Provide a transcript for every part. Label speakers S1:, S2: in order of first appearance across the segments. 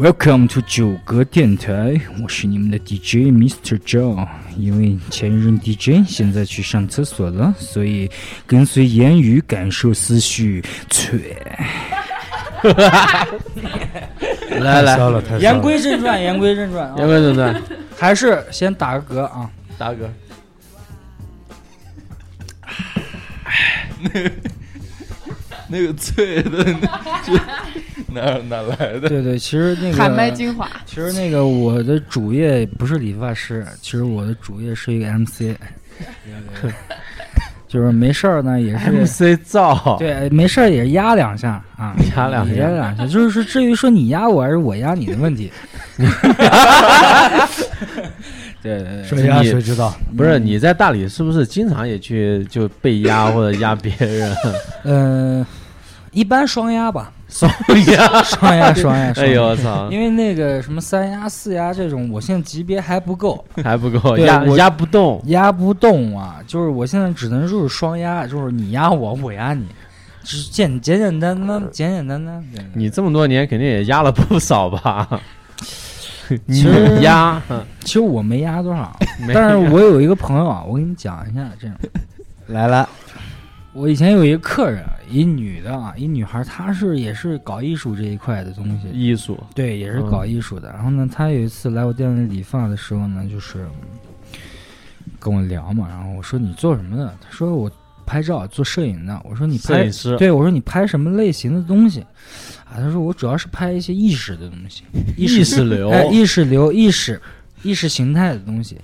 S1: Welcome to 九格电台，我是你们的 DJ Mr. Joe。因为前任 DJ 现在去上厕所了，所以跟随言语感受思绪。切，来
S2: 太
S1: 来，
S2: 骚了，太骚了
S1: 言归正传，言归正传
S3: 言
S1: 啊，
S3: 归正传，
S1: 还是先打个嗝啊。
S3: 大哥， 那个脆的，哪哪来的？
S1: 对对，其实那个
S4: 喊麦精华，
S1: 其实那个我的主业不是理发师，其实我的主业是一个 MC，就是没事儿呢也 是
S2: MC 造，
S1: 对没事儿也是压两下啊，
S2: 压两下
S1: 压两下，就是至于说你压我还是我压你的问 题，对对对，
S2: 谁压
S3: 你
S2: 谁知道？
S3: 不是你在大理是不是经常也去就被压或者压别人？
S1: 嗯、一般双压吧，
S3: 双 压，
S1: 双压双压，
S3: 哎
S1: 双压
S3: 呦我操，
S1: 因为那个什么三压四压这种，我现在级别还不够，
S3: 还不够，
S1: 对
S3: 压
S1: 我
S3: 压不动，
S1: 压不动 啊，就是我现在只能就是双压，就是你压我，我压你，只是简简简单单，简简单单。对
S3: 你这么多年肯定也压了不少吧？你
S1: 实
S3: 压，嗯
S1: 其实我没压多少，
S3: 没
S1: 但是我有一个朋友啊，我跟你讲一下这 样。
S2: 来了，
S1: 我以前有一个客人，一女的啊，一女孩，她是也是搞艺术这一块的东西，
S3: 艺术，
S1: 对，也是搞艺术
S3: 哦
S1: 的。然后呢，她有一次来我店里理发的时候呢，就是跟我聊嘛，然后我说你做什么的？她说我拍照，做摄影的。我说你
S3: 摄
S1: 拍
S3: 影师，
S1: 对，我说你拍什么类型的东西？啊，他说我主要是拍一些意识的东西，
S3: 意
S1: 识
S3: 识流，
S1: 哎，意识流、意识、意识形态的东西。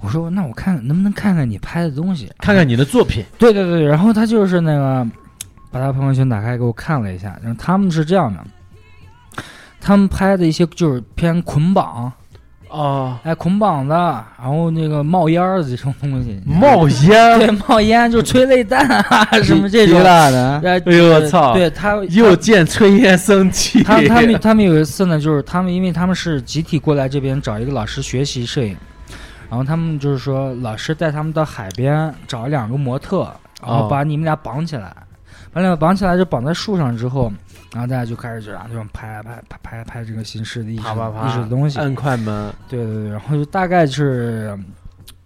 S1: 我说那我看能不能看看你拍的东西？
S3: 看看你的作品，
S1: 对对对，然后他就是那个把他朋友圈打开给我看了一下，然后他们是这样的，他们拍的一些就是偏捆绑，
S3: 哦，
S1: 哎，捆绑的，然后那个冒烟儿的这种东西，
S2: 冒烟，
S1: 对冒烟就是催泪弹 啊 什么这种，
S2: 辣的，
S1: 哎
S3: 哎呦我操，
S1: 对他
S3: 又见炊烟升起，
S1: 他他们他们有一次呢，就是他们因为他们是集体过来这边找一个老师学习摄影，然后他们就是说老师带他们到海边找两个模特，然后
S3: 哦
S1: 把你们俩绑起来，把两个绑起来就绑在树上之后，然后大家就开始就啊这种拍拍拍拍拍这个形式的艺术
S3: 啪啪啪
S1: 艺术的东西，啊
S3: 按快门，
S1: 对对对，然后就大概是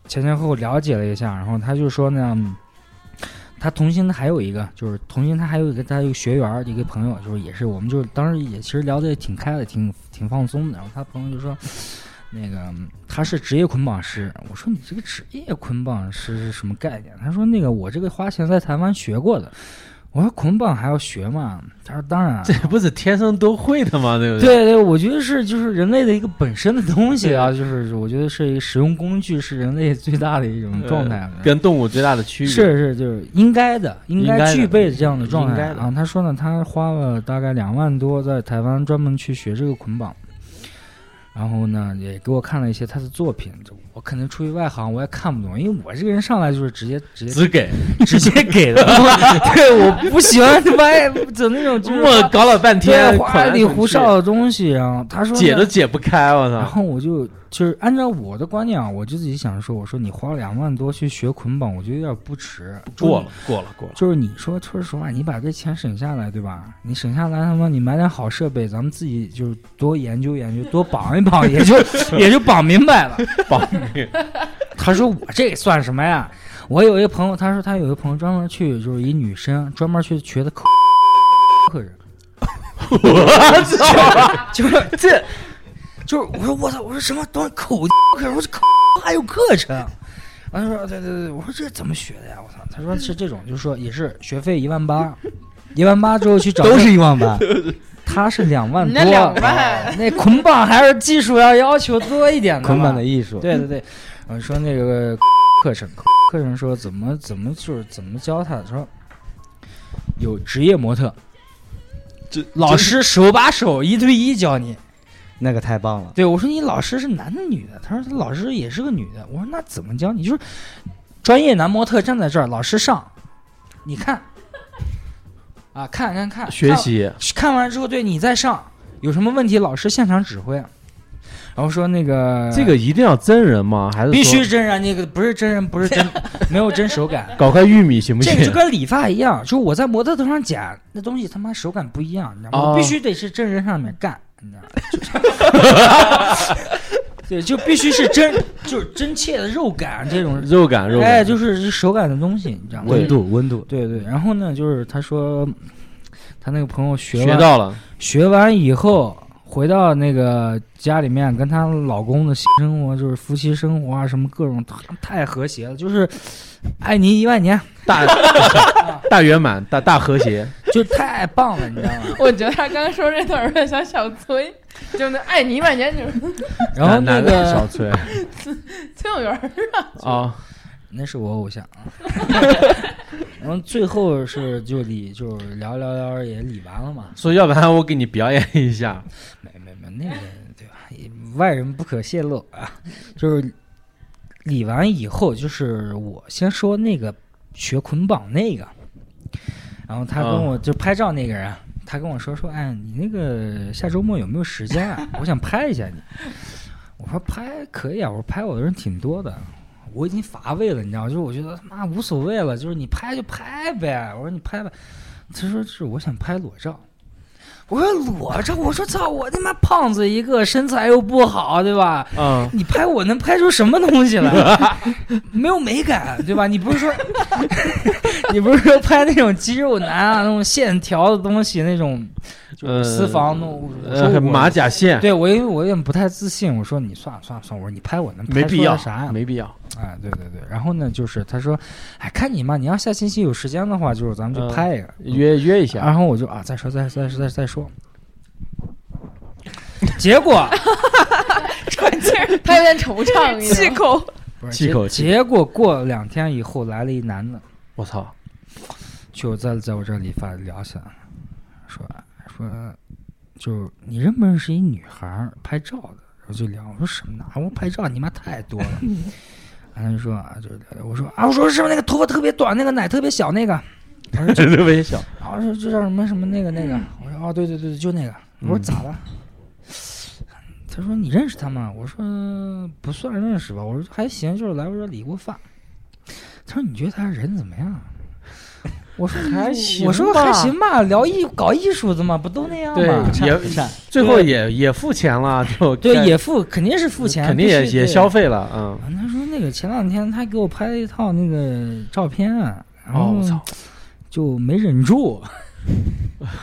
S1: 前前后后了解了一下，然后他就说呢，嗯他同行的还有一个，就是同行他还有一个他有一个学员儿一个朋友，就是也是我们就是当时也其实聊的也挺开的，挺挺放松的。然后他朋友就说， 那个他是职业捆绑师，我说你这个职业捆绑师是什么概念？他说那个我这个花钱在台湾学过的。我说捆绑还要学吗？他说当然啊。
S3: 这不是天生都会的吗？对不？
S1: 对对，我觉得是就是人类的一个本身的东西啊，就是我觉得是一个使用工具，是人类最大的一种
S3: 呃
S1: 状态了。
S3: 跟动物最大的区别
S1: 是是，就是应该的，应
S3: 应该
S1: 该
S3: 的
S1: 具备这样的状态
S3: 应该
S1: 啊。他说呢，他花了大概两万多在台湾专门去学这个捆绑，然后呢也给我看了一些他的作品。我可能出于外行，我也看不懂，因为我这个人上来就是直接直接
S3: 只给
S1: 直接给 的，对，我不喜欢 歪整那种就是
S3: 我搞了半天
S1: 对，花里胡哨
S3: 捆来捆
S1: 的东西。然后他说
S3: 去，解
S1: 呢
S3: 都解不开，我
S1: 然
S3: 操！
S1: 后我就就是按照我的观念啊，我就自己想说，我说你花两万多去学捆绑，我觉得有点不值。
S3: 过了，过了， 过了，
S1: 就是你说，说实话，你把这钱省下来，对吧？你省下来，他妈你买点好设备，咱们自己就是多研究研究，多绑一绑，也就 也就绑明白了。
S3: 绑 你
S1: 他说我这算什么呀？我有一个朋友，他说他有一个朋友专门去，就是一女生专门去学的口客人，
S3: 我操！
S1: 就是
S3: 这
S1: 就是我说我操，我说什么东西口课，我说口还有课程。然后他说对对对，我说这怎么学的呀？我操！他说是这种，就是说也是学费一万八， 一万八之后去找
S2: 都是一万八，
S1: 他是两万多，啊
S4: 那两万
S1: 那捆绑还是技术要要求多一点的吧
S2: 捆绑的艺术，
S1: 对对对，我说那个课程，课程说怎么怎么就是怎么教他，说有职业模特，
S3: 这
S1: 老师手把手一对一教你。
S2: 那个太棒了，
S1: 对我说你老师是男的女的？他说他老师也是个女的。我说那怎么教你？就是专业男模特站在这儿，老师上，你看啊，看看看，
S3: 学习
S1: 看看完之后对你再上，有什么问题老师现场指挥。啊然后说那个
S4: 这个一定要真人吗？还是
S1: 必
S4: 说
S1: 须真人，那个不是真人，不是真，没有真手感。
S4: 搞块玉米行不
S1: 这
S4: 行
S1: 个？就跟理发一样，就是我在模特头上剪那东西，他妈手感不一样，你知道吗？
S4: 哦
S1: 我必须得是真人上面干，你知道吗？就 对，就必须是真，就是真切的肉感啊这种，
S4: 肉感肉感，
S1: 哎，就是是手感的东西，你知道吗？
S2: 温度温度，
S1: 对对，然后呢，就是他说，他那个朋友学
S4: 学
S1: 完
S4: 到了，
S1: 学完以后，回到那个家里面，跟她老公的性生活，就是夫妻生活啊，什么各种太太和谐了，就是爱你一万年，
S4: 大 大圆满，大大和谐，
S1: 就是太棒了，你知 道吗？
S5: 我觉得他刚刚说这段儿有点像小崔，就那爱你万年就是
S1: 然后那
S4: 男的小
S1: 个
S4: 崔
S5: 崔永元儿，
S4: 啊，
S1: 那是我偶像 啊。然后最后是就理就是聊聊聊也理完了嘛，
S4: 说要不然我给你表演一下，
S1: 没没没那个对吧？也外人不可泄露啊，就是理完以后，就是我先说那个学捆绑那个，然后他
S4: 啊
S1: 跟我就拍照那个人，他跟我说说，哎，你那个下周末有没有时间啊？我想拍一下你。我说拍可以啊，我说拍我的人挺多的。我已经乏味了，你知道吗？就是我觉得他妈无所谓了，就是你拍就拍呗。我说你拍吧，他说是我想拍裸照。我说裸照，我说操，我他妈胖子一个，身材又不好，对吧？
S4: 嗯，
S1: 你拍我能拍出什么东西来？没有美感，对吧？你不是说， 你不是说拍那种肌肉男啊，那种线条的东西，那种就是私房弄。我说
S4: 呃
S1: 我
S4: 马甲线，
S1: 对我因为我有点不太自信，我说你算了算了算了，我说你拍我能拍
S4: 没必
S1: 出来
S4: 要
S1: 啥呀？
S4: 没必要，
S1: 哎，对对对，然后呢，就是他说，哎，看你嘛，你要下星期有时间的话，就是咱们
S4: 嗯
S1: 就拍一个。
S4: 约约一
S1: 然
S4: 下，
S1: 后我就啊，再说，再再再再说。结 果
S5: 关键是 他有点惆怅，你知道吗
S6: 口，
S1: 不是
S4: 气口
S1: 结
S4: 气
S1: 结果过了两天以后来了一男的，
S4: 我操，
S1: 就在在我这里发聊起来了，说说，就你认不认识一女孩儿拍照的？然后就聊，我说什么呢？啊我拍照你妈太多 了。然后他就说啊，就是聊我说啊，我说是不是那个头发特别短，那个奶特别小那个？他说就
S4: 特别小，
S1: 然后说这叫什么什么那个那个，我说哦对对对，就那个。我说
S4: 嗯
S1: 咋了？他说你认识他吗？我说不算认识吧，我说还行，就是来我这理过发。他说你觉得他人怎么样啊？我说
S4: 还
S1: 我
S4: 行
S1: 我说
S4: 吧
S1: 还行吧，聊艺搞艺术的嘛，不都那样
S4: 对
S1: 吗？
S4: 也最后也也付钱了，就该
S1: 对，也付肯定是付钱，
S4: 肯定也
S1: 必须
S4: 也
S1: 对
S4: 消费了，嗯，
S1: 啊他说那个前两天他给我拍了一套那个照片，啊然
S4: 哦，
S1: 后
S4: 我操，
S1: 就没忍 住，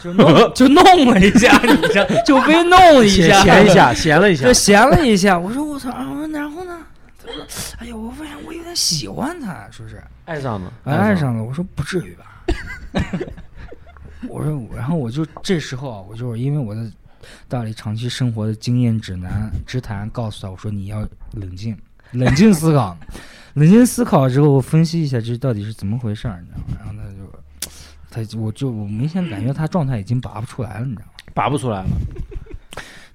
S1: 就弄就弄了一下，你 知道，就被弄了一
S4: 闲
S1: 下，
S4: 闲一 下，闲了一下
S1: 就，闲了一下。我说我操，啊我说然后呢？他说，哎呀，我发现我有点喜欢他，说是
S4: 爱上了，
S1: 哎爱上了。我说不至于吧？ 我说，然后我就这时候啊，我就是因为我的道理长期生活的经验指南之谈告诉他，我说你要冷静，冷静思考， 冷静思考之后分析一下这到底是怎么回事儿，你知道吗？然后他就，他我就我明显感觉他状态已经拔不出来了，你知道吗？
S4: 拔不出来了，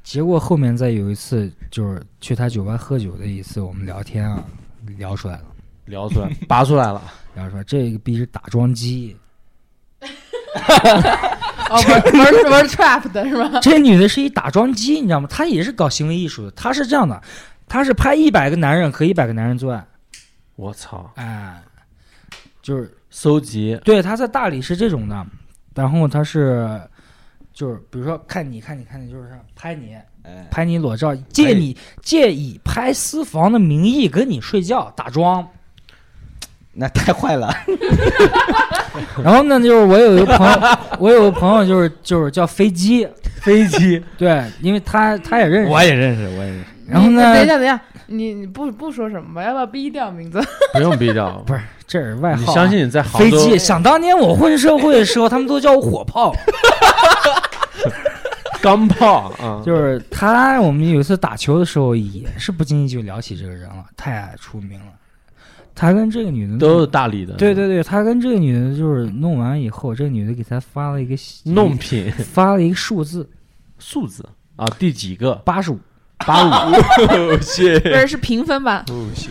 S1: 结果后面再有一次，就是去他酒吧喝酒的一次，我们聊天啊，聊出来了，
S4: 聊出来，拔出来了，
S1: 然后说这个逼是打桩机，
S5: 哦， 玩玩玩 trap 的是吧？
S1: 这女的是一打桩机，你知道吗？她也是搞行为艺术的。她是这样的，她是拍一百个男人和一百个男人做爱，
S4: 我操，
S1: 哎，就是
S4: 收集，
S1: 对，她在大理是这种的。然后她是，就是比如说看你看你看你，就是拍你
S2: 哎，
S1: 拍你裸照，借你借以拍私房的名义跟你睡觉打桩。
S2: 那太坏了，
S1: 然后呢，就是我有一个朋友，我有个朋友就是就是叫飞机，
S4: 飞机，
S1: 对，因为他他也认识。
S2: 也认识，我也认识，
S1: 然后呢
S5: 你，等一下，等一下，你你不不说什么吧？要不要逼掉名 字？
S4: 不用逼掉，
S1: 不是这是外
S4: 你
S1: 号啊、
S4: 相信你在杭
S1: 飞
S4: 州，
S1: 机，想当年我混社会的时候，他们都叫我火炮。
S4: 钢炮啊，
S1: 就是他，我们有一次打球的时候，也是不经意就聊起这个人了，太出名了。他跟这个女的
S4: 都是大理的，
S1: 对对对，他跟这个女的就是弄完以后，这个女的给他发了一个
S4: 弄品
S1: 发了一个数字
S4: 数字啊，第几个？
S1: 八十五，
S4: 八五，
S3: 哦谢
S6: 不是是评分吧？
S3: 哦谢，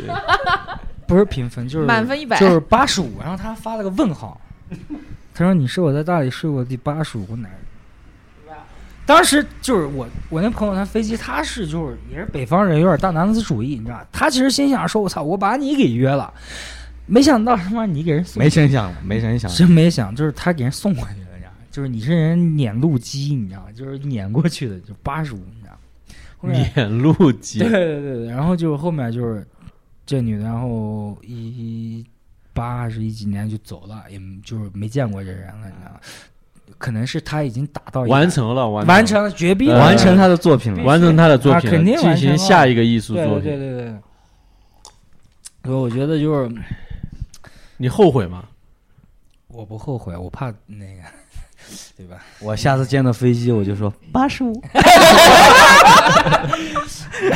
S1: 不是评分，就是
S6: 满分一百
S1: 就是八十五。然后他发了个问号，他说：“你是我在大理睡过的第八十五个男人。”当时就是我我那朋友，他飞机他是就是也是北方人，有点大男子主义，你知道吧？他其实心想说：“我操，我把你给约了，没想到他妈你给人送
S2: 没声响了，没声
S4: 啊
S2: 响了。
S1: 真没想，就是他给人送过去了，你知道吗就是你是人撵路机，你知道吗就是撵过去的，就八十五，你知道吗后面
S4: 免路机
S1: 对对对对，然后就后面就是这女的，然后一八还是一几年就走了，也就是没见过这人了，你知道吗？可能是他已经达到一个
S4: 完成了，完
S1: 完
S4: 成
S1: 成了绝壁
S4: 呃
S1: 了
S2: 完成他的作品了，
S4: 完成他的作
S1: 啊
S4: 品
S1: 肯定
S4: 了，
S1: 完成
S4: 进行
S1: 了
S4: 下一个艺术
S1: 对
S4: 作
S1: 对对
S4: 品。
S1: 对对。所以我觉得就是
S4: 你后 悔吗？
S1: 我不后悔，我怕那个， 对吧？
S2: 我下次见到飞机我就说八十五，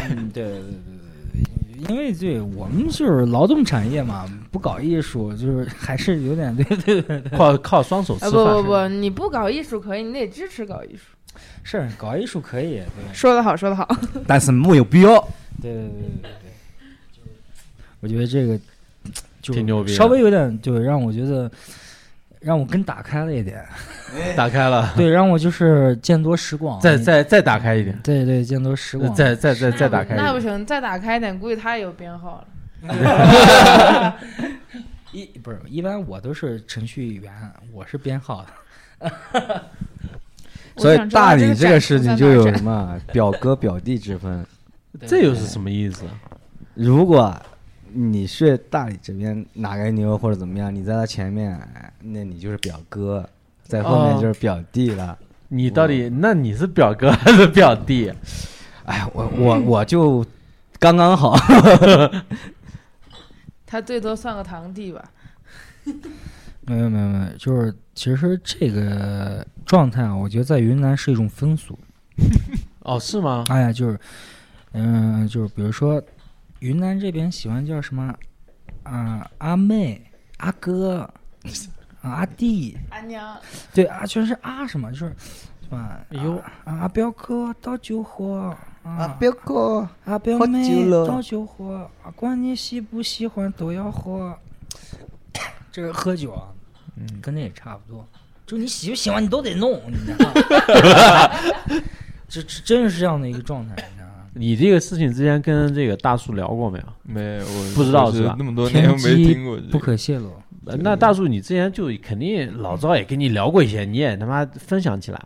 S1: 嗯，对对对对对，因为对我们就是劳动产业嘛，不搞艺术就是还是有点对对对，
S4: 靠靠双手吃饭
S5: 啊不不
S4: 是吧
S5: 不，你不搞艺术可以，你得支持搞艺术。
S1: 是搞艺术可以，对。
S5: 说得好，说得好。
S2: 但是没有必要。
S1: 对对对对对对， 我觉得这个就
S4: 挺牛逼的
S1: 稍微有点对，让我觉得让我更打开了一 点，
S4: 打开了，
S1: 对，让我就是见多识广，
S4: 再再再打开一点，
S1: 对对见多识广，
S4: 再再再再打开一
S5: 那不
S4: 点。
S5: 行，再打开一点，估计他也有编号了。
S1: 一不是一般我都是程序员，我是编号的，
S2: 所
S5: 我想
S2: 以
S5: 知道
S2: 大理
S5: 这
S2: 这
S5: 个
S2: 个事情就有什么表哥表弟之分。
S4: 这又是什么意思？
S2: 如果你是大理这边哪个牛或者怎么样，你在他前面，那你就是表哥，在后面
S4: 哦
S2: 就是表弟了。
S4: 你到底那你是表哥还是表弟？
S2: 哎，我我我就刚刚好，
S5: 他最多算个堂弟吧。
S1: 没有没有没有，就是其实这个状态啊，我觉得在云南是一种风俗，
S4: 哦，是吗？
S1: 哎呀，就是，嗯、就是比如说，云南这边喜欢叫什么啊、阿妹、阿哥、啊阿弟，
S5: 阿娘，
S1: 对啊，全是啊什么，就是是吧？
S4: 哎呦
S1: 啊，阿彪哥倒酒喝啊，
S2: 表哥，
S1: 阿彪
S2: 喝
S1: 妹
S2: 酒了
S1: 倒酒喝，啊，管你喜不喜欢都要喝。 这个喝酒啊，
S4: 嗯
S1: 跟那也差不多，就你喜不喜欢你都得弄，你知道吗？ 这这真是这样的一个状态，你知道吗？
S4: 你这个事情之前跟这个大叔聊过没有？
S3: 没我
S4: 不知道
S3: 我
S4: 是吧
S3: 那么多年没听过这个，
S1: 不可泄露。
S4: 呃那大叔，你之前就肯定老赵也跟你聊过一些，你也他妈分享起来。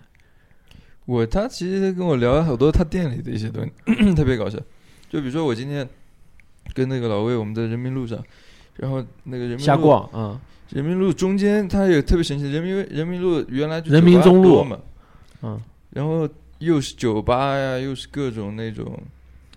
S3: 我他其实跟我聊了好多他店里的一些东西， 特别搞笑。就比如说我今天跟那个老魏，我们在人民路上，然后那个人民
S4: 瞎
S3: 路
S4: 逛，嗯，
S3: 人民路中间，它有特别神奇，人民人民路原来就
S4: 人民
S3: 酒吧
S4: 中路
S3: 多嘛，
S4: 嗯，
S3: 然后又是酒吧呀，又是各种那种，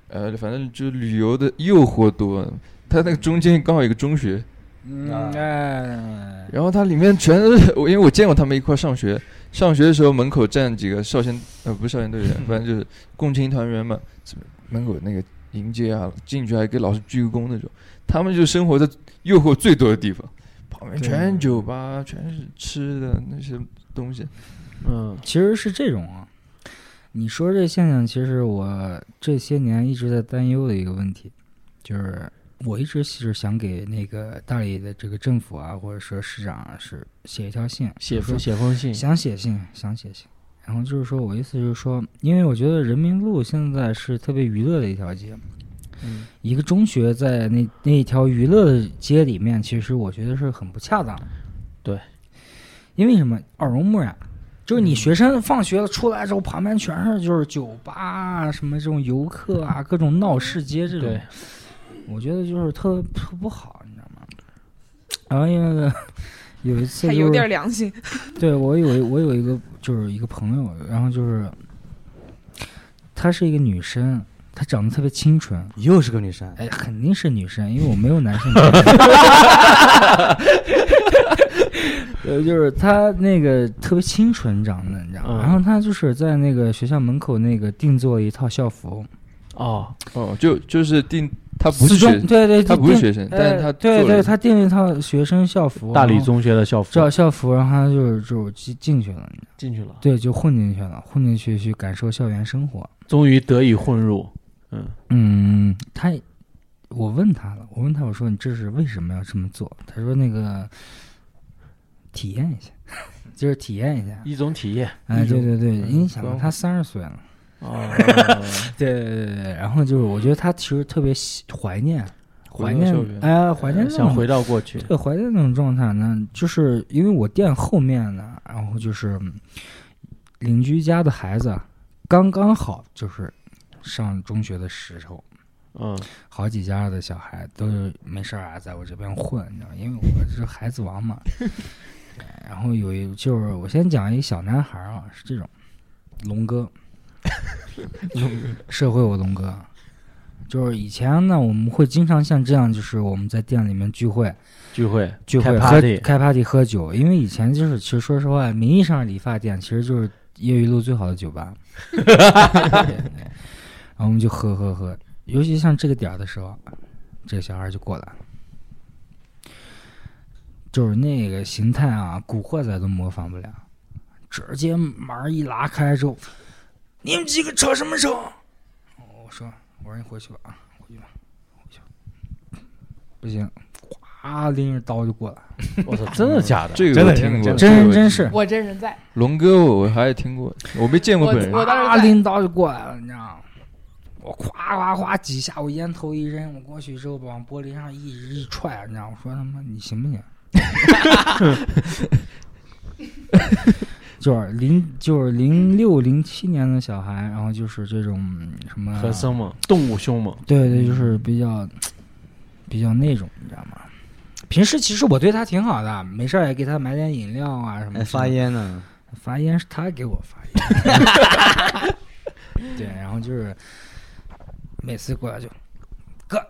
S3: 呃，反正就是旅游的诱惑多。它那个中间刚好有个中学，啊
S1: 嗯，哎，
S3: 然后它里面全都是我，因为我见过他们一块儿上学。上学的时候，门口站几个少先，呃，不是少先队员，反正就是共青团员嘛，什么门口那个迎接啊，进去还给老师鞠个躬那种。他们就生活在诱惑最多的地方，旁边全是酒吧，全是吃的那些东西。
S4: 嗯，
S1: 其实是这种啊。你说这现象，其实我这些年一直在担忧的一个问题，就是我一直是想给那个大理的这个政府啊，或者说市长啊，是写一条信，
S4: 写
S1: 说
S4: 封写封信，
S1: 想写信，想写信。然后就是说我意思就是说，因为我觉得人民路现在是特别娱乐的一条街，
S4: 嗯
S1: 一个中学在那那一条娱乐的街里面，其实我觉得是很不恰当的。
S4: 对，嗯
S1: 因为什么？耳濡目染，就是你学生放学了出来之后，旁边全是就是酒吧啊，什么这种游客啊，各种闹市街这种
S4: 对，
S1: 我觉得就是特特不好，你知道吗？然后因为 有一次
S5: 还
S1: 就
S5: 有
S1: 是
S5: 点良心。
S1: 对我有一我有一个就是一个朋友，然后就是她是一个女生，她长得特别清纯，
S2: 又是个女生，
S1: 哎，肯定是女生，因为我没有男生。 呃，就是她那个特别清纯长得，你知道吗？
S4: 嗯
S1: 然后她就是在那个学校门口那个定做了一套校服，
S4: 哦，
S3: 哦，就就是定他不是
S1: 四
S3: 学
S1: 中
S3: 生，
S1: 对对，
S3: 他
S1: 就
S3: 不是
S1: 定
S3: 学生，
S1: 呃
S3: 但是他
S1: 对
S3: 做了
S1: 对，她定了一套学生校服，
S4: 大理
S1: 然后
S4: 中学的校服
S1: 这套校服，然后她就是就进进去了，
S4: 进去了，
S1: 对，就混进去了，混进去去感受校园生活。
S4: 终于得以混入。嗯，
S1: 嗯，他，我问他了，我问他，我说你这是为什么要这么做？他说那个，体验一下， 就是体验一下。
S4: 一种体验
S1: 哎，
S3: 一种
S1: 对对对，
S3: 嗯
S1: 因为你想
S3: 光
S1: 他三十岁了，
S3: 哦，
S1: 对对对对对。然后就是，我觉得他其实特别喜怀念， 怀
S3: 回到
S1: 念
S3: 校园，呃
S1: 哎，怀念那
S4: 想
S1: 种
S4: 回到过去，
S1: 对，怀念那种状态呢，就是因为我店后面呢，然后就是嗯邻居家的孩子，刚刚好就是上中学的时候，
S4: 嗯，
S1: 好几家的小孩都是没事儿啊，在我这边混，你知道，因为我是孩子王嘛。然后有一就是我先讲一小男孩儿啊，是这种龙哥，社会我龙哥，就是以前呢我们会经常像这样，就是我们在店里面聚会，
S4: 聚会
S1: 聚会
S4: 开
S1: 喝
S4: party，
S1: 开 party 喝酒，因为以前就是其实说实话，名义上是理发店，其实就是业余路最好的酒 吧。然后我们就喝喝喝，尤其像这个点儿的时候，这个小孩儿就过来了，就是那个形态啊，古惑仔都模仿不了，直接门儿一拉开之后，你们几个吵什么吵？我说我说你回去吧啊，回去吧，回去吧，不行，咵拎着刀就过来了。
S4: 我操，真的假的？
S3: 这个
S2: 真
S3: 我
S2: 的
S3: 听
S2: 真的
S3: 过，这个我
S1: 真
S3: 听
S1: 真是
S3: 过
S5: 我真人在，
S3: 龙哥，我我还听过，我没见过本
S5: 我
S3: 人，
S5: 当时
S1: 啊
S5: 在
S1: 拎刀就过来了，你知道吗？我夸夸夸几下，我烟头一扔，我过去之后往玻璃上一一踹，你知道吗？我说他妈你行不行？ 就是零就是零六零七年的小孩，然后就是这种什么
S4: 很生猛，动物凶猛，
S1: 对对，就是比较比较那种，你知道吗？平时其实我对他挺好的，没事儿也给他买点饮料啊什么
S2: 哎，
S1: 的。
S2: 发烟呢？
S1: 发烟是他给我发烟，对，然后就是每次过来就哥，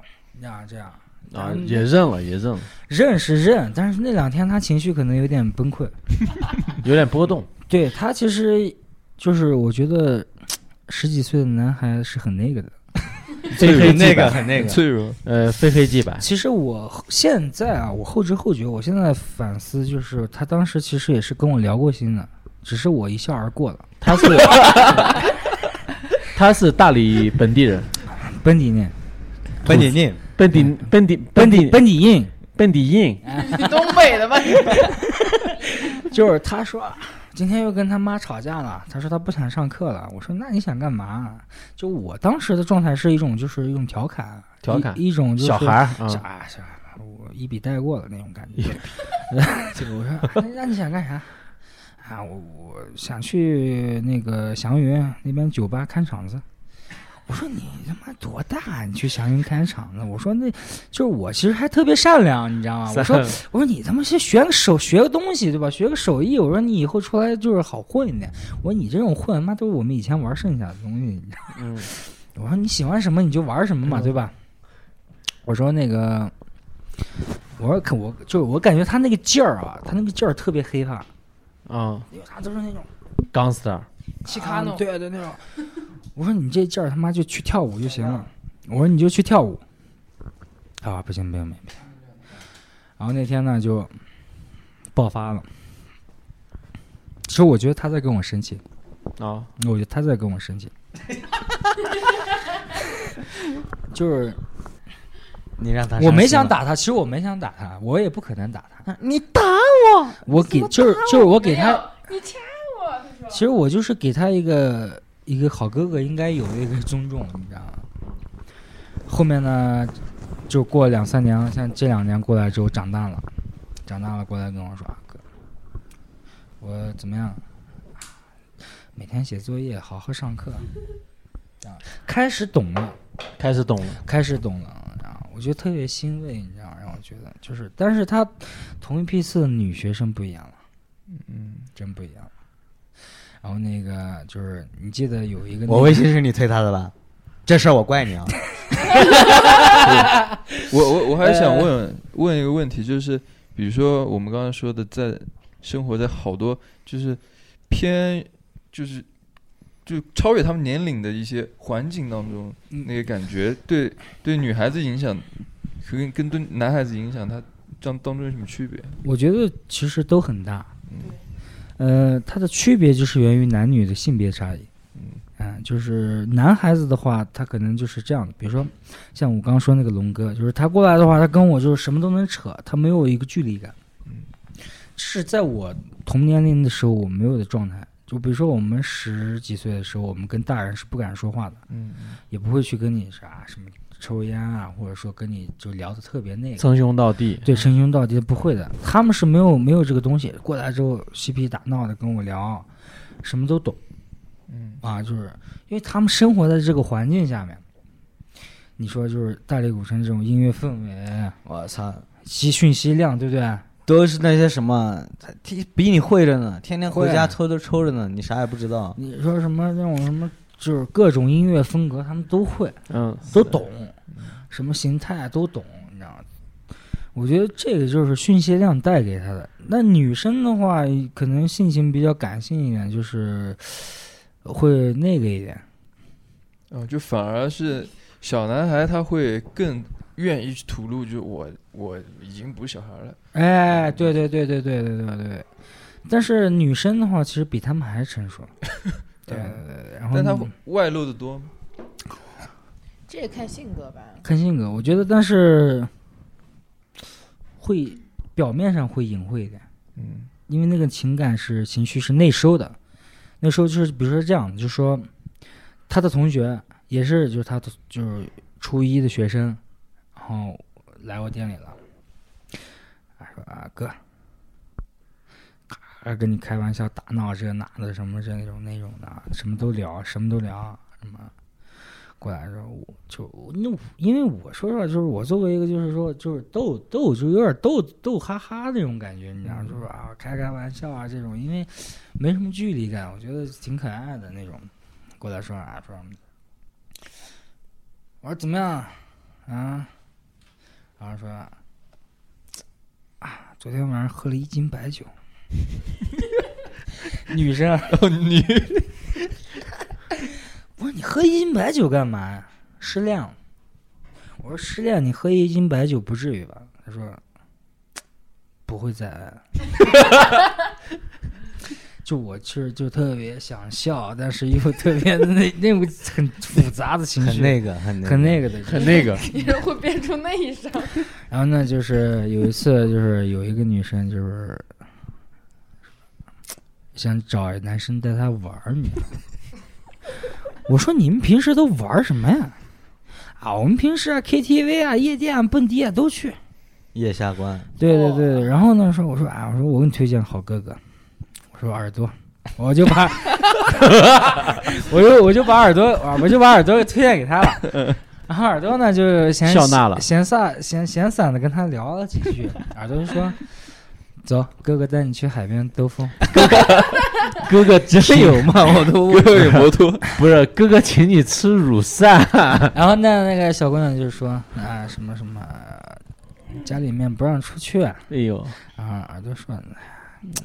S1: 这样这样
S4: 啊，
S1: 嗯
S4: 也认了，也认了，
S1: 认是认，但是那两天他情绪可能有点崩溃，
S4: 有点 波动，
S1: 对他其实就是我觉得十几岁的男孩是很那个的。
S4: 非黑即
S2: 那个
S4: 白，
S2: 很那 个，
S3: 脆弱，
S4: 呃，非黑即白，
S1: 其实我后现在啊，我后知后觉，我现在反思，就是他当时其实也是跟我聊过心的，只是我一笑而过了。
S4: 他是 他是大理本地人，
S1: 本地人，
S2: 本姐你
S4: 本地本地
S1: 本
S4: 本啊
S1: 地
S4: 地
S1: 本地人，
S4: 本地硬，
S5: 东北的吧？ 你
S1: 就是他说今天又跟他妈吵架了，他说他不想上课了。我说那你想干嘛？就我当时的状态是一种就是一种调侃，
S4: 调侃
S1: 一一种就是
S4: 小孩儿
S1: 小
S4: 啊，
S1: 孩儿小孩儿我一笔带过了那种感觉。 这个我说哎那那你想干啥？啊，我我想去那个祥云那边酒吧看场子。我说你他妈多大？你去祥云看场子？我说那就是我其实还特别善良，你知道吗？我说我说你他妈先学个手学个东西对吧？学个手艺，我说你以后出来就是好混一点。我说你这种混，妈都是我们以前玩剩下的东西，你知道吗？
S4: 嗯
S1: 我说你喜欢什么你就玩什么嘛，对吧？我说那个，我说可我就是我感觉他那个劲儿啊，他那个劲儿特别黑怕，
S4: 啊
S1: 因为他都是那种
S4: ，gangster，
S5: 奇卡
S1: 啊
S5: 诺，
S1: 对对那种。 我说你这劲儿他妈就去跳舞就行了，我说你就去跳舞。啊，不行不行不行。不行然后那天呢就爆发了，其实我觉得他在跟我生气，
S4: 啊，
S1: 我觉得他在跟我生气，就是
S2: 你让他
S1: 我没想，打他，其实我没想打他，我也不可能打他。
S5: 啊
S2: 你打
S1: 我给就是就是我给
S5: 没
S1: 他，
S5: 有，你掐我，他
S1: 其实
S5: 说
S1: 我就是给他一个一个好哥哥应该有的一个尊重，你知道吗？后面呢，就过两三年，像这两年过来之后长大了，长大了过来跟我说啊哥，我怎么样？每天写作业，好好上课。啊，开始懂了，
S4: 开始懂了，
S1: 开始懂了，然后我觉得特别欣慰，你知道吗，让我觉得就是，但是他同一批次的女学生不一样了，嗯，真不一样了。然后那个就是你记得有一个、那个，
S2: 我微信是你推他的吧？这事儿我怪你啊！
S3: 我我我还
S1: 呃
S3: 想问问一个问题，就是比如说我们刚刚说的，在生活在好多就是偏就是就超越他们年龄的一些环境当中，
S1: 嗯
S3: 那个感觉对对女孩子影响和跟跟对男孩子影响，它当当中有什么区别？
S1: 我觉得其实都很大，呃，它的区别就是源于男女的性别差异。
S3: 嗯
S1: 嗯，就是男孩子的话，他可能就是这样的，比如说像我刚刚说
S3: 嗯
S1: 那个龙哥，就是他过来的话，他跟我就是什么都能扯，他没有一个距离感。是在我同年龄的时候我没有的状态。就比如说我们十几岁的时候，我们跟大人是不敢说话的，
S3: 嗯，
S1: 也不会去跟你啥什么抽烟啊，或者说跟你就聊的特别那个。
S4: 称兄道弟，
S1: 对，称兄道弟不会的，他们是没有没有这个东西。过来之后嬉皮打闹的跟我聊，什么都懂。
S3: 嗯
S1: 啊，就是因为他们生活在这个环境下面。你说就是大理古城这种音乐氛围，
S2: 我操，
S1: 吸讯息量，对不对？
S2: 都是那些什么，他他比你会着呢，天天回
S1: 会啊
S2: 家偷偷抽着呢，你啥也不知道。
S1: 你说什么那种什么，就是各种音乐风格，他们都会，
S4: 嗯，
S1: 都懂，什么形态都懂，你知道吗？我觉得这个就是讯息量带给他的。那女生的话，可能性情比较感性一点，就是会那个一点。
S3: 哦，就反而是小男孩他会更愿意去吐露，就是我我已经不是小孩了，
S1: 哎，对对对对对对对对。但是女生的话，其实比他们还成熟。对对对对。然后，
S3: 但他会外露的多吗？
S5: 这也看性格吧。
S1: 看性格，我觉得，但是会表面上会隐晦一点，
S3: 嗯
S1: 因为那个情感是情绪是内收的。那时候就是，比如说这样，就是说他的同学也是，就是他的就是初一的学生，然后来我店里了，他说啊哥，啊跟你开玩笑打闹这那的什么这那种那种的，什么都聊，什么都聊，什么过来之后我就那我因为我说实话就是我作为一个就是说就是逗逗就有点逗逗哈哈那种感觉，你知道就是啊开开玩笑啊这种，因为没什么距离感，我觉得挺可爱的那种。过来说啊说，我说怎么样啊？然后说啊，昨天晚上喝了一斤白酒， 女生啊，
S3: 哦，你
S1: 我说你喝一斤白酒干嘛呀？失恋了。我说失恋你喝一斤白酒不至于吧？他说不会再爱了。 就我其实就特别想笑，但是又特别 的那那种很复杂的情
S2: 很
S1: 绪，
S2: 那个，很
S1: 嗯很
S2: 那
S1: 那
S2: 个，
S1: 个的，
S4: 很那个，
S5: 你人会变出那一声，
S1: 然后呢，就是有一次，就是有一个女生，就是想找男生带她玩儿，你知道吗我说你们平时都玩儿什么呀？啊，我们平时啊 KTV 啊、夜店啊、蹦迪啊都去。
S2: 腋下关，
S1: 对对对，然后呢，说我说啊，我说我给你推荐好哥哥，我说耳朵，我就把， 我就我就把耳朵，我就把耳朵推荐给他了。然后耳朵呢就嫌
S4: 笑纳了
S1: 闲散闲闲散的跟他聊了几句，耳朵就说：“走，哥哥带你去海边兜风。
S4: 哥哥 真有吗？我都
S3: 哥哥有摩托，
S4: 不是哥哥，请你吃乳扇，”
S1: 然后那那个小姑娘就说：“啊什么什么，家里面不让出去、啊。”
S4: 哎呦，
S1: 然后耳朵说：“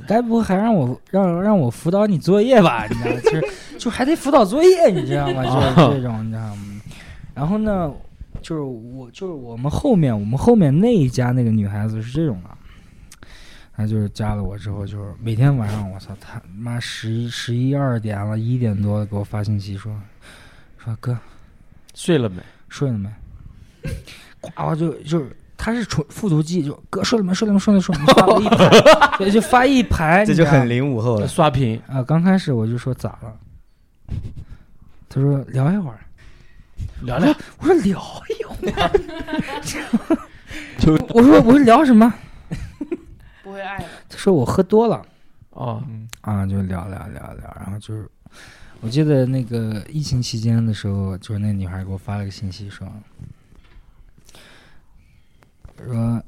S1: 该不会还让我让让我辅导你作业吧？你知道吗，就是 就还得辅导作业，你知道吗？就是这种，你知道吗？然后呢，就是我就是我们后面我们后面那一家那个女孩子是这种的，她就是加了我之后，就是每天晚上我操他妈十一十一二点了，一点多了给我发信息说说哥
S4: 睡了没？
S1: 睡了没？ 呱，我就就是。他是纯复读机，就哥睡了没？睡了没？睡了没？睡了没？发了一 排，对，就发一排，哎你啊
S2: 这就
S1: 知道吗
S2: 很零五后了。
S4: 刷屏，
S1: 啊，刚开始我就说咋了，他说聊一会儿，
S4: 聊聊
S1: 我说聊一会
S3: 就
S1: 儿，我说我说聊什么？
S5: 不会爱的。
S1: 他说我喝多了
S4: 哦，
S3: 嗯
S1: 啊，就聊聊聊聊，然后就是，我记得那个疫情期间的时候，就是那女孩给我发了个信息说，说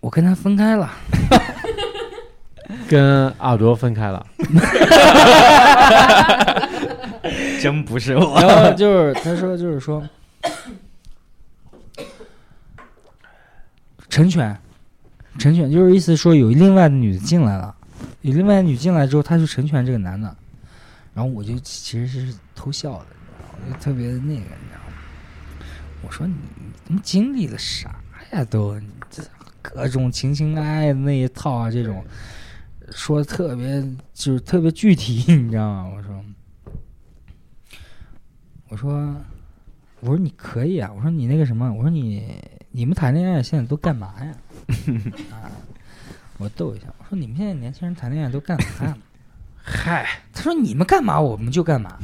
S1: 我跟他分开了，
S4: 跟耳朵分开了，
S2: 真不是我，
S1: 然后就是他说就是说，成全，成全就是意思说有另外的女的进来了，有另外的女进来之后，他就成全这个男的，然后我就其实是偷笑的，你知道吗？我就特别那个，你知道吗？我说你怎么经历了啥呀都，你这各种情情爱爱的那一套啊，这种说的特别就是特别具体，你知道吗？我说。我说，我说你可以啊，我说你那个什么，我说你你们谈恋爱现在都干嘛呀？啊，我逗一下，我说你们现在年轻人谈恋爱都干啥呀？
S4: 嗨，
S1: 他说你们干嘛我们就干嘛。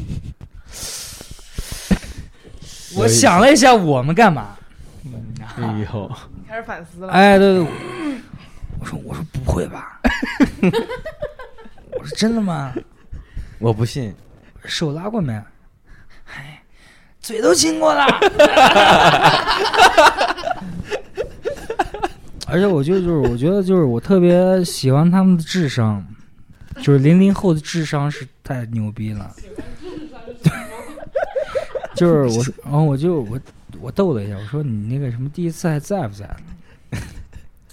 S1: 我想了一下，我们干嘛？
S4: 哎呦，
S5: 开始反思 了。
S1: 哎，对对，我说我说不会吧？ 我说真的吗？
S2: 我不信，
S1: 手拉过没？哎，嘴都亲过了。 而且我觉得就是，我觉得就是我特别喜欢他们的智商，就是零零后的智商是太牛逼了。 就是我，然后我就我我逗了一下，我说你那个什么第一次还在不在？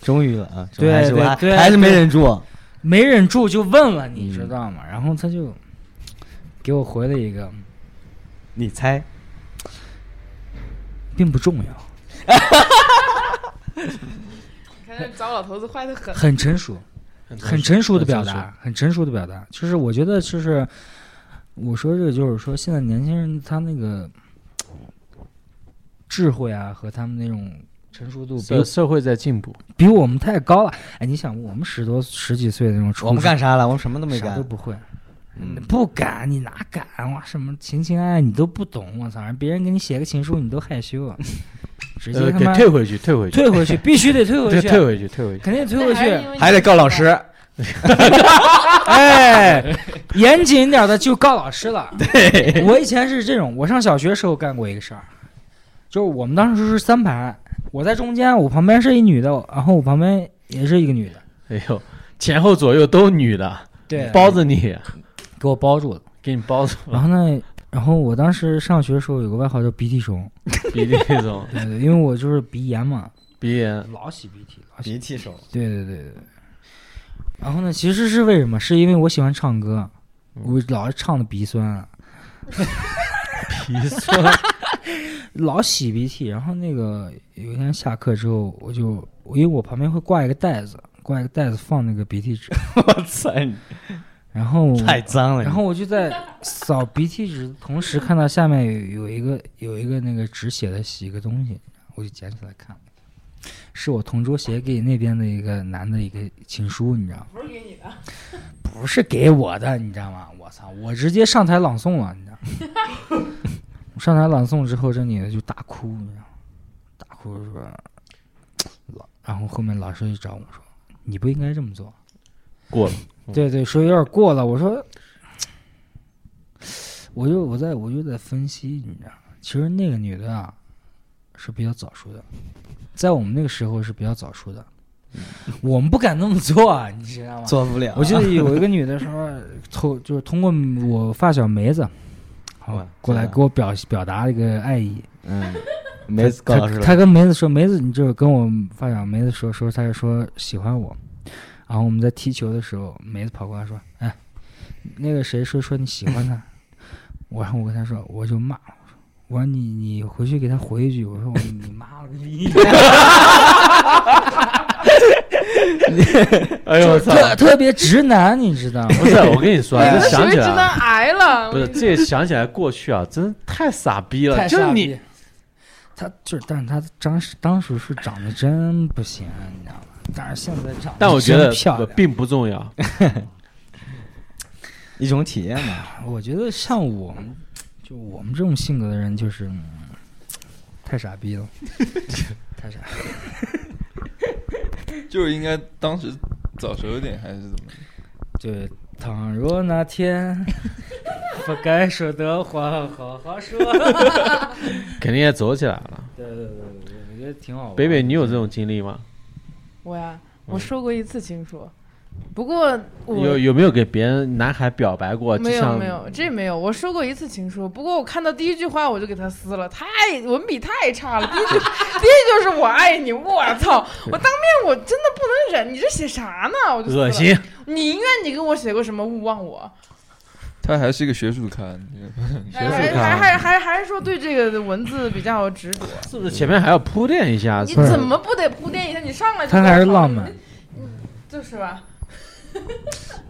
S2: 终于了啊！
S1: 对
S2: 还是
S1: 对
S2: 我还
S1: 对
S2: 还是没
S1: 对
S2: 忍住。
S1: 没忍住就问了，你
S2: 嗯
S1: 知道吗？然后他就给我回了一个，
S2: 你猜？
S1: 并不重要。
S5: 你看这糟老头子坏的很。
S1: 很成熟，很成熟的表
S4: 很
S1: 达，很成熟的表达。就是我觉得，就是我说这个，就是说现在年轻人他那个智慧啊，和他们那种成熟度
S4: 社
S1: 比
S4: 社会在进步，
S1: 比我们太高了。哎，你想，我们十多十几岁的那种初中，
S2: 我们干啥了？我们什么都
S1: 都
S2: 没
S1: 啥
S2: 干
S1: 都。不会。
S2: 嗯
S1: 不敢，你哪敢哇？什么情情爱爱你都不懂，我操！别人给你写个情书，你都害 羞，啊直接
S4: 呃，
S1: 他
S4: 给
S1: 妈
S4: 退回去，退回去，
S1: 退 回去，必须得退回
S4: 对
S1: 去，
S4: 退回去，啊退回去。
S1: 肯定得退回去。
S2: 还得告老师，
S1: 哎，严谨一点的就告老师 了。对，我以前是这种，我上小学时候干过一个事儿，就是我们当时是三排，我在中间，我旁边是一女的，然后我旁边也是一个女的，
S4: 哎呦，前后左右都女的，
S1: 对，
S4: 包着你，
S1: 给我包住了。
S4: 给你包着，
S5: 啊
S1: 然后呢，然后我当时上学的时候有个外号叫鼻涕虫，
S4: 比那 种
S1: 对对，因为我就是鼻炎嘛，
S4: 鼻炎，
S1: 老洗鼻涕，老洗。
S2: 鼻涕手。
S1: 对对对对。然后呢，其实是为什么？是因为我喜欢唱歌，我老是唱的鼻酸、 啊。
S4: 鼻酸，
S1: 老洗鼻涕，然后那个有一天下课之后，我就我因为我旁边会挂一个袋子，挂一个袋子放那个鼻涕 纸，
S2: 我操，你
S1: 然后我
S2: 太脏了。
S1: 嗯然后我就在扫鼻涕纸的同时看到下面有有一个有一个那个纸写的一个东西，我就捡起来看，是我同桌写给那边的一个男的一个情书，你知道吗？
S5: 不是给你的，
S1: 不是给我的，你知道吗？我操，我直接上台朗诵了，你知道吗？ 我上台朗诵之后，这女的就大哭，你知道吗？大哭说，老，然后后面老师就找我说，你不应该这么做。
S4: 过了，
S2: 嗯
S1: 对对，说有点过了。我说，我就我在我就在分析，你知道吗，其实那个女的啊是比较早熟的，在我们那个时候是比较早熟的，我们不敢那么做，啊，你知道吗？
S2: 嗯做不了。
S1: 我记得有一个女的说，通就是通过我发小梅子，好
S2: 哇啊
S1: 过来
S2: 真的
S1: 给我表表达了一个爱意。
S2: 嗯，没告
S1: 她
S2: 老师了。
S1: 她跟梅子说，梅子你就是跟我发小梅子说说，她就说喜欢我。然后我们在踢球的时候，梅子跑过来说：“哎，那个谁说说你喜欢他。” 我然后我跟她说，我就骂我说：“我说你你回去给他回一句，我说我你妈了个 逼。”
S4: 哎呦我操！
S1: 特特别直男，你知道吗？
S4: 不是，我跟你说啊，
S5: 你
S4: 这
S5: 们属
S4: 想
S5: 于
S4: 起
S5: 直
S4: 来
S5: 男癌了。
S4: 不是，这想起来过去啊，真太傻逼了。
S1: 太
S4: 就
S1: 傻
S4: 是你
S1: 逼，他就是，但是他当时当时是长得真不行，你知道吗？但是现在长得
S4: 但我觉得
S1: 真漂
S4: 不
S1: 亮，
S4: 并不重 要。
S2: 一种体验嘛。
S1: 我觉得像我们就我们这种性格的人，就是、嗯太傻逼了， 太傻。
S3: 就应该当时早熟一点还是怎么？
S1: 对，倘若那天不该说的话，好好说。
S4: 肯定也走起来了。
S1: 对对对对，我觉得挺好玩。
S4: 北北，你有这种经历吗？
S5: 我呀，我说过一次情书，不过
S4: 有
S5: 我
S4: 有没有给别人男孩表白过？就
S5: 没有
S4: 像
S5: 没有，这没有，我说过一次情书，不过我看到第一句话我就给他撕了，太文笔太差了。第一句第一句就是我爱你，我操！我当面我真的不能忍，你这写啥呢？我就撕了
S4: 恶。心。
S5: 你宁愿你跟我写过什么勿忘我，
S3: 他还是一个学术咖，你知道
S5: 还
S3: 吗
S4: 术
S5: 哎还
S4: 咖
S5: 还还还还是说对这个文字比较执着？
S4: 是不是前面还要铺垫一下？
S5: 你
S1: 不是
S5: 怎么不得铺垫一下？你上来就
S1: 他还是
S5: 给我讨
S1: 浪漫，
S5: 就是吧？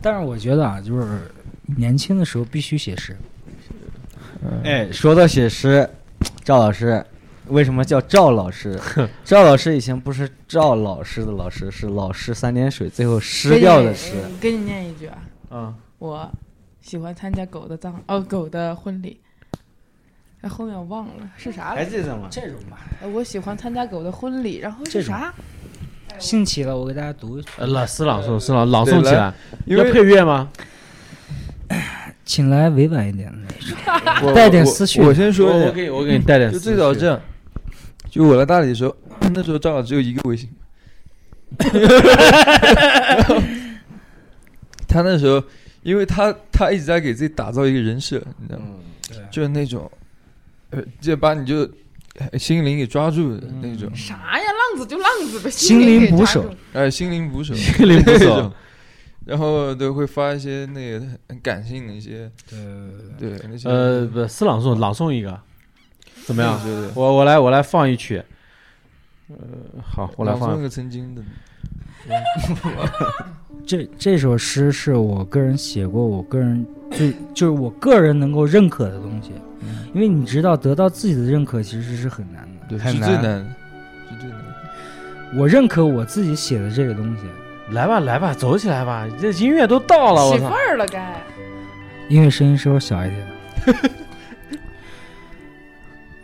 S1: 但是我觉得啊，就是年轻的时候必须写诗。
S2: 嗯哎，说到写诗，赵老师，为什么叫赵老 师？赵老师以前不是赵老师的老师，是老师三点水最后湿掉的湿。
S5: 给你念一句啊，
S4: 嗯，
S5: 我喜欢参加狗的葬哦狗的婚礼，哎后面我忘了是啥来着。
S2: 记得吗？
S1: 这种吧，
S5: 哎我喜欢参加狗的婚礼，然后
S1: 这
S5: 是
S1: 种
S5: 啥？
S1: 兴起了，我给大家读一读。
S4: 呃朗诗朗诵，诗朗朗
S3: 对
S4: 诵起
S3: 来
S4: 来，
S3: 因
S4: 要
S3: 为
S4: 配乐吗？
S1: 请来委婉一点的那种。
S3: 我
S1: 带点思绪
S3: 我我先
S4: 我
S3: 说一
S4: 我
S3: 下，
S4: 给我给你带点思
S3: 就
S4: 绪，
S3: 最早这样，就我来大理的时候，那时候正好只有一个微信。 他那时候，因为他他一直在给自己打造一个人设，你知道吗？
S2: 嗯，
S3: 就是那种，呃，就把你就呃心灵给抓住的那
S4: 嗯
S3: 种，
S5: 啥呀？浪子就浪子呗，
S1: 心灵
S5: 给
S1: 捕
S5: 抓
S1: 手
S5: 住。
S3: 哎，心灵捕 手，
S4: 心灵捕手
S3: 那种。然后都会发一些那个很感性的一些，
S1: 对
S3: 对那些
S4: 呃，不，诗朗诵，朗诵一个，怎么样？
S3: 对啊对对
S4: 我我来我来放一曲，呃，好，我来
S3: 朗诵
S4: 放
S3: 一，个曾经的，
S1: 这这首诗是我个人写过，我个人最就是我个人能够认可的东西，因为你知道得到自己的认可其实是很难的。
S3: 对，
S2: 太
S3: 是最
S2: 难
S3: 难的，是最难的。
S1: 我认可我自己写的这个东西，
S4: 来吧来吧，走起来吧，这音乐都到了，我
S5: 起
S4: 操
S5: 份！儿了该。
S1: 音乐声音稍微小一点。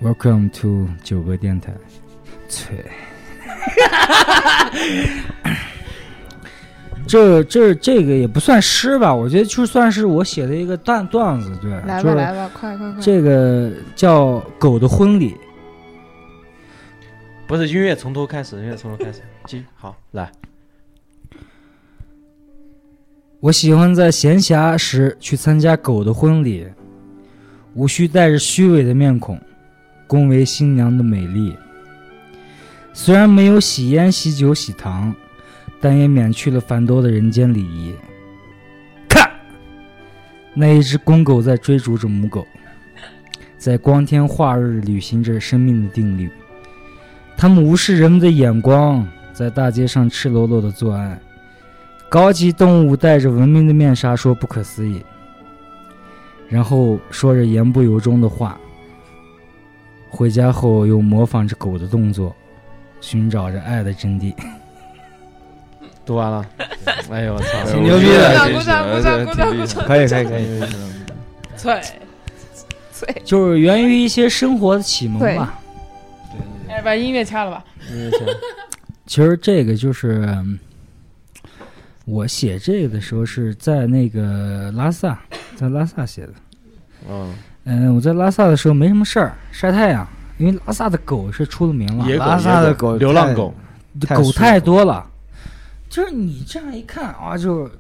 S1: Welcome to 九哥电台，催。这这这个也不算诗吧，我觉得就算是我写的一个段段子，对，
S5: 来
S1: 就
S5: 吧
S1: 是
S5: 来吧，快快快！
S1: 这个叫《狗的婚礼》，
S4: 不是音乐从头开始，音乐从头 开始，继续好来，
S1: 我喜欢在闲暇时去参加狗的婚礼，无需带着虚伪的面孔，恭维新娘的美丽。虽然没有喜烟、喜酒、喜糖，但也免去了繁多的人间礼仪。看，那一只公狗在追逐着母狗，在光天化日履行着生命的定律。它们无视人们的眼光，在大街上赤裸裸的作案。高级动物戴着文明的面纱说不可思议，然后说着言不由衷的话。回家后又模仿着狗的动作，寻找着爱的真谛。
S4: 读完 了，哎呦我操！
S2: 挺牛逼的
S5: 鼓掌鼓掌鼓掌鼓掌
S2: 可以可以可以。
S5: 脆，
S1: 就是源于一些生活的启蒙
S5: 对
S1: 吧。
S5: 哎，把音乐掐了吧。
S4: 音乐起来
S1: 其实这个就是嗯我写这个的时候是在那个拉萨，在拉萨写的。
S4: 嗯，
S1: 嗯，我在拉萨的时候没什么事儿，晒太阳，因为拉萨的狗是出了名了。
S4: 野狗
S2: 拉萨的
S4: 野
S2: 狗
S4: 流浪
S2: 太
S4: 狗，
S2: 太
S1: 狗
S2: 舒服
S1: 太多了，就是你这样一看啊，就是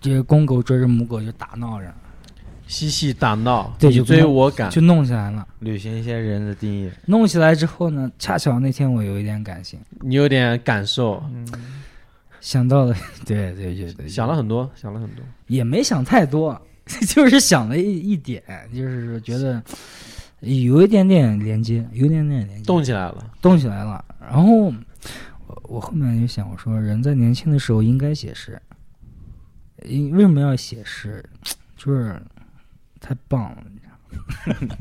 S1: 这个公狗追着母狗就打闹着，
S4: 嬉戏打闹，
S1: 对
S4: 你
S1: 就不
S4: 追
S1: 弄
S4: 我赶，
S1: 就弄起来了。
S2: 履行一些人的定 义。
S1: 弄起来之后呢，恰巧那天我有一点感性，
S4: 你有点感受，
S1: 想到了，对对对对，
S4: 想了很多，想了很多。
S1: 也没想太多， 就是想了一一点，就是说觉得有一点点连接，有一点点连接，
S4: 动起来了，
S1: 动起来了。然后我我后面就想，我说人在年轻的时候应该写诗，因为什么要写诗？就是太棒了，你知道吗？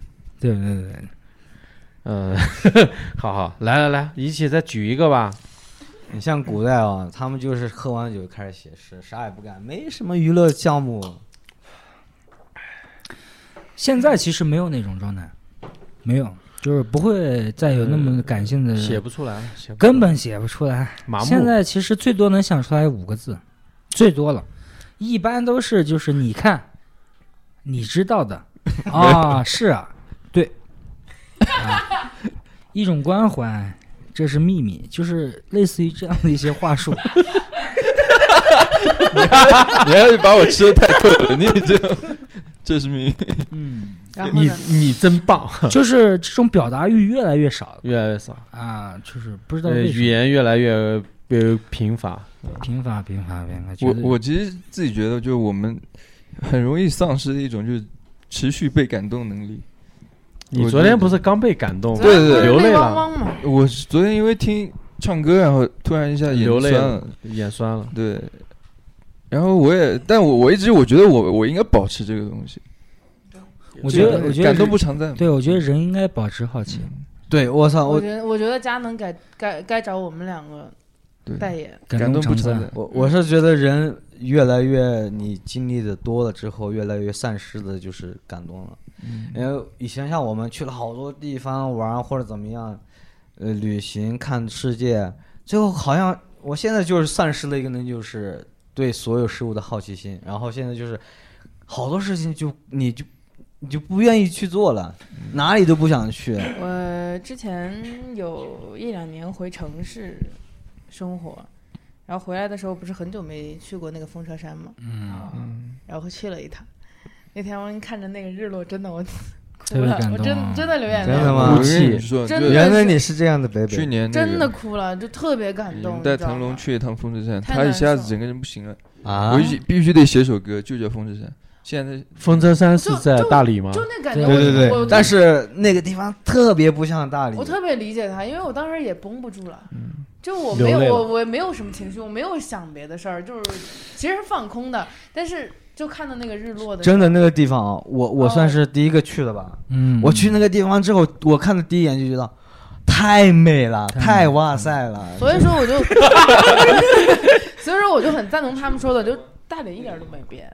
S1: 对对对对，
S4: 嗯， 好好，来来来，一起再举一个吧。
S2: 你像古代啊，他们就是喝完酒开始写诗，啥也不干，没什么娱乐项目。
S1: 现在其实没有那种状态，没有，就是不会再有那么感性的，
S4: 写不出来，写不出来
S1: 根本写不出来。
S4: 麻木。
S1: 现在其实最多能想出来五个字，最多了，一般都是就是你看，你知道的啊，是啊，对，啊，一种关怀，这是秘密，就是类似于这样的一些话术。
S3: 你还是把我吃的太透了，你这这是命运。
S1: 嗯，
S5: 然后
S4: 你
S5: 呢？
S4: 你真 棒，
S1: 就是这种表达欲越来越少
S4: 越来越少，
S1: 了啊，就是不知道
S4: 呃，
S1: 为什
S4: 语
S1: 么
S4: 言越来越被贫乏。
S1: 贫乏贫乏贫乏，觉
S3: 我
S1: 得
S3: 我其实自己觉得，就是我们很容易丧失的一种就是持续被感动能力。
S4: 你
S3: 我
S4: 昨
S3: 觉
S4: 天
S3: 得
S4: 不是刚被感动吗？
S3: 对对对
S4: 流泪
S5: 汪
S4: 了，
S5: 汪嘛。
S3: 我是昨天因为听唱歌，然后突然一下眼
S4: 流泪
S3: 酸了，
S4: 眼酸了。
S3: 对。然后我也，但我我一直我觉得我我应该保持这个东西，
S1: 我觉得，
S3: 对
S1: 我觉得
S3: 感动
S1: 人
S3: 不常在嘛。
S1: 对，我觉得人应该保持好奇，
S2: 对我
S4: 啊
S2: 操，
S5: 我
S2: 我
S5: 觉得我觉得佳能该该该找我们两个
S3: 对，
S5: 代言，
S3: 感动不
S1: 常
S3: 常
S1: 在
S3: 在。。
S2: 我我是觉得人越来越你经历的多了之后，越来越散失的就是感动了。因为以前像我们去了好多地方玩或者怎么样，呃，旅行看世界，最后好像我现在就是丧失了一个呢，就是对所有事物的好奇心。然后现在就是好多事情就你就你就不愿意去做了，哪里都不想去。
S5: 我之前有一两年回城市生活，然后回来的时候不是很久没去过那个风车山嘛，嗯，然后去了一趟。那天我看着那个日落，真的我
S1: 特
S5: 哭
S1: 别
S5: 了
S1: 感，
S5: 我
S1: 动啊
S5: 真真的流眼
S2: 真
S5: 泪
S2: 的
S5: 了，
S2: 吗
S3: 我跟嗯你说，
S5: 真
S3: 就
S5: 的
S3: 是
S2: 原来你是这样的，北
S3: 去
S2: 北。
S3: 年那
S5: 真的
S3: 个
S5: 哭了，就特别感动。
S3: 你
S5: 你
S3: 带
S5: 知道
S3: 唐龙
S5: 吗
S3: 去一趟风之山，
S5: 太
S3: 他一
S5: 难
S3: 下
S5: 受
S3: 子整个人不行了，
S2: 啊
S3: 我，必须必须得写首歌，就叫风之山。现在
S4: 风车山是
S5: 就
S4: 在
S5: 就
S4: 大理吗？
S5: 就那感觉，
S1: 对
S5: 我
S2: 啊对对
S5: 我
S2: 对，但是那个地方特别不像大理
S5: 我。特别理解他，因为我当时也绷不住了，就我
S4: 流
S5: 没有
S4: 泪了
S5: 我我没有什么情绪，我没有想别的事儿，就是其实是放空的，但是就看到那个日落的时候，
S2: 真的那个地方啊，我
S5: 哦
S2: 我算是第一个去的吧。
S1: 嗯，
S2: 我去那个地方之后，我看的第一眼就觉得太美了，
S1: 美
S2: 太哇塞了。
S5: 所以说我就，所以说我就很赞同他们说的，就大理一点都没变，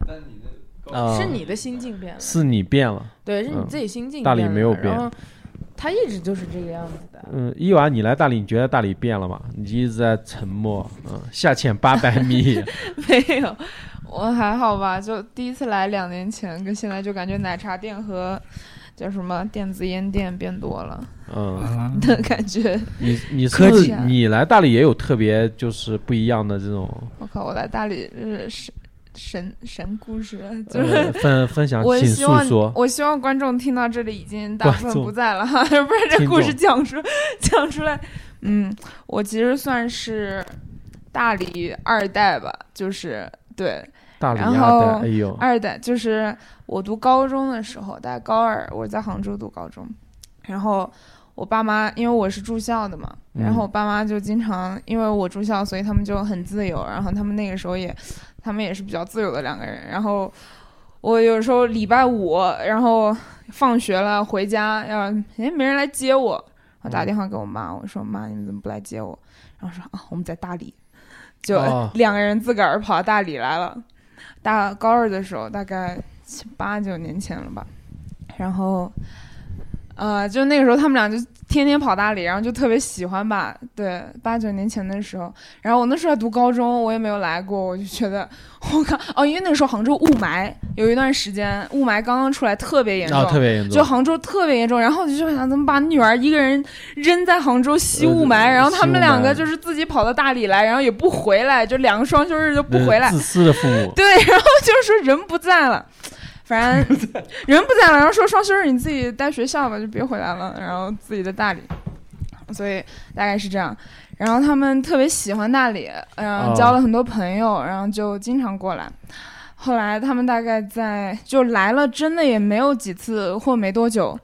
S4: 啊
S5: 是你的心境变了，
S4: 是你变了。
S5: 对，是你
S4: 嗯
S5: 自己心境
S4: 大理
S5: 变了
S4: 没有变
S5: 然后他一直就是这个样子的。
S4: 嗯，伊娃，你来大理，你觉得大理变了吗？你一直在沉默，嗯，下潜八百 米，
S6: 没有，我还好吧。就第一次来两年前，跟现在就感觉奶茶店和叫什么电子烟店变多了
S4: 嗯，
S1: 啊
S6: 的感觉。
S4: 你你是
S6: 科
S4: 不
S6: 技
S4: 是
S6: 啊
S4: 你来大理也有特别就是不一样的这种
S6: 我靠，我来大理是神神神故事，就
S4: 呃
S6: 是。
S4: 分分享，
S6: 我
S4: 请
S6: 希
S4: 诉
S6: 望
S4: 说。
S6: 我希望观众听到这里已经大部
S4: 观
S6: 分
S4: 众
S6: 不在了哈，不然这
S4: 听
S6: 故事
S4: 众
S6: 讲出讲出来，嗯，我其实算是大理二代吧，就是对，
S4: 大理
S6: 然
S4: 二代，
S6: 后
S4: 哎呦，
S6: 二代就是我读高中的时候，大概高二，我在杭州读高中，然后我爸妈因为我是住校的嘛，
S4: 嗯
S6: 然后我爸妈就经常因为我住校，所以他们就很自由，然后他们那个时候也，他们也是比较自由的两个人，然后。我有时候礼拜五，然后放学了回家，要哎没人来接我，我打电话给我妈，我说妈，你们怎么不来接我？然后说啊，我们在大理，就
S4: 哦
S6: 两个人自个儿跑到大理来了。大高二的时候，大概七八九年前了吧。然后，呃，就那个时候他们俩就天天跑大理，然后就特别喜欢吧。对，八九年前的时候，然后我那时候还读高中，我也没有来过，我就觉得我靠哦，因为那个时候杭州雾霾有一段时间，雾霾刚刚出来特别严重，
S4: 啊，特别严重，
S6: 就杭州特别严重，然后我就想怎么把女儿一个人扔在杭州吸雾霾，
S4: 呃
S6: 然后他
S4: 吸雾
S6: 们
S4: 霾
S6: 两个就是自己跑到大理来，然后也不回来，就两个双休日就不回来
S4: 自，私的父 母，
S6: 对，然后就是说人不在了，反正人不在了，然后说双休日你自己待学校吧，就别回来了，然后自己在大理，所以大概是这样。然后他们特别喜欢大理，然后
S4: 哦
S6: 交了很多朋友，然后就经常过来。后来他们大概在就来了，真的也没有几次或没多久，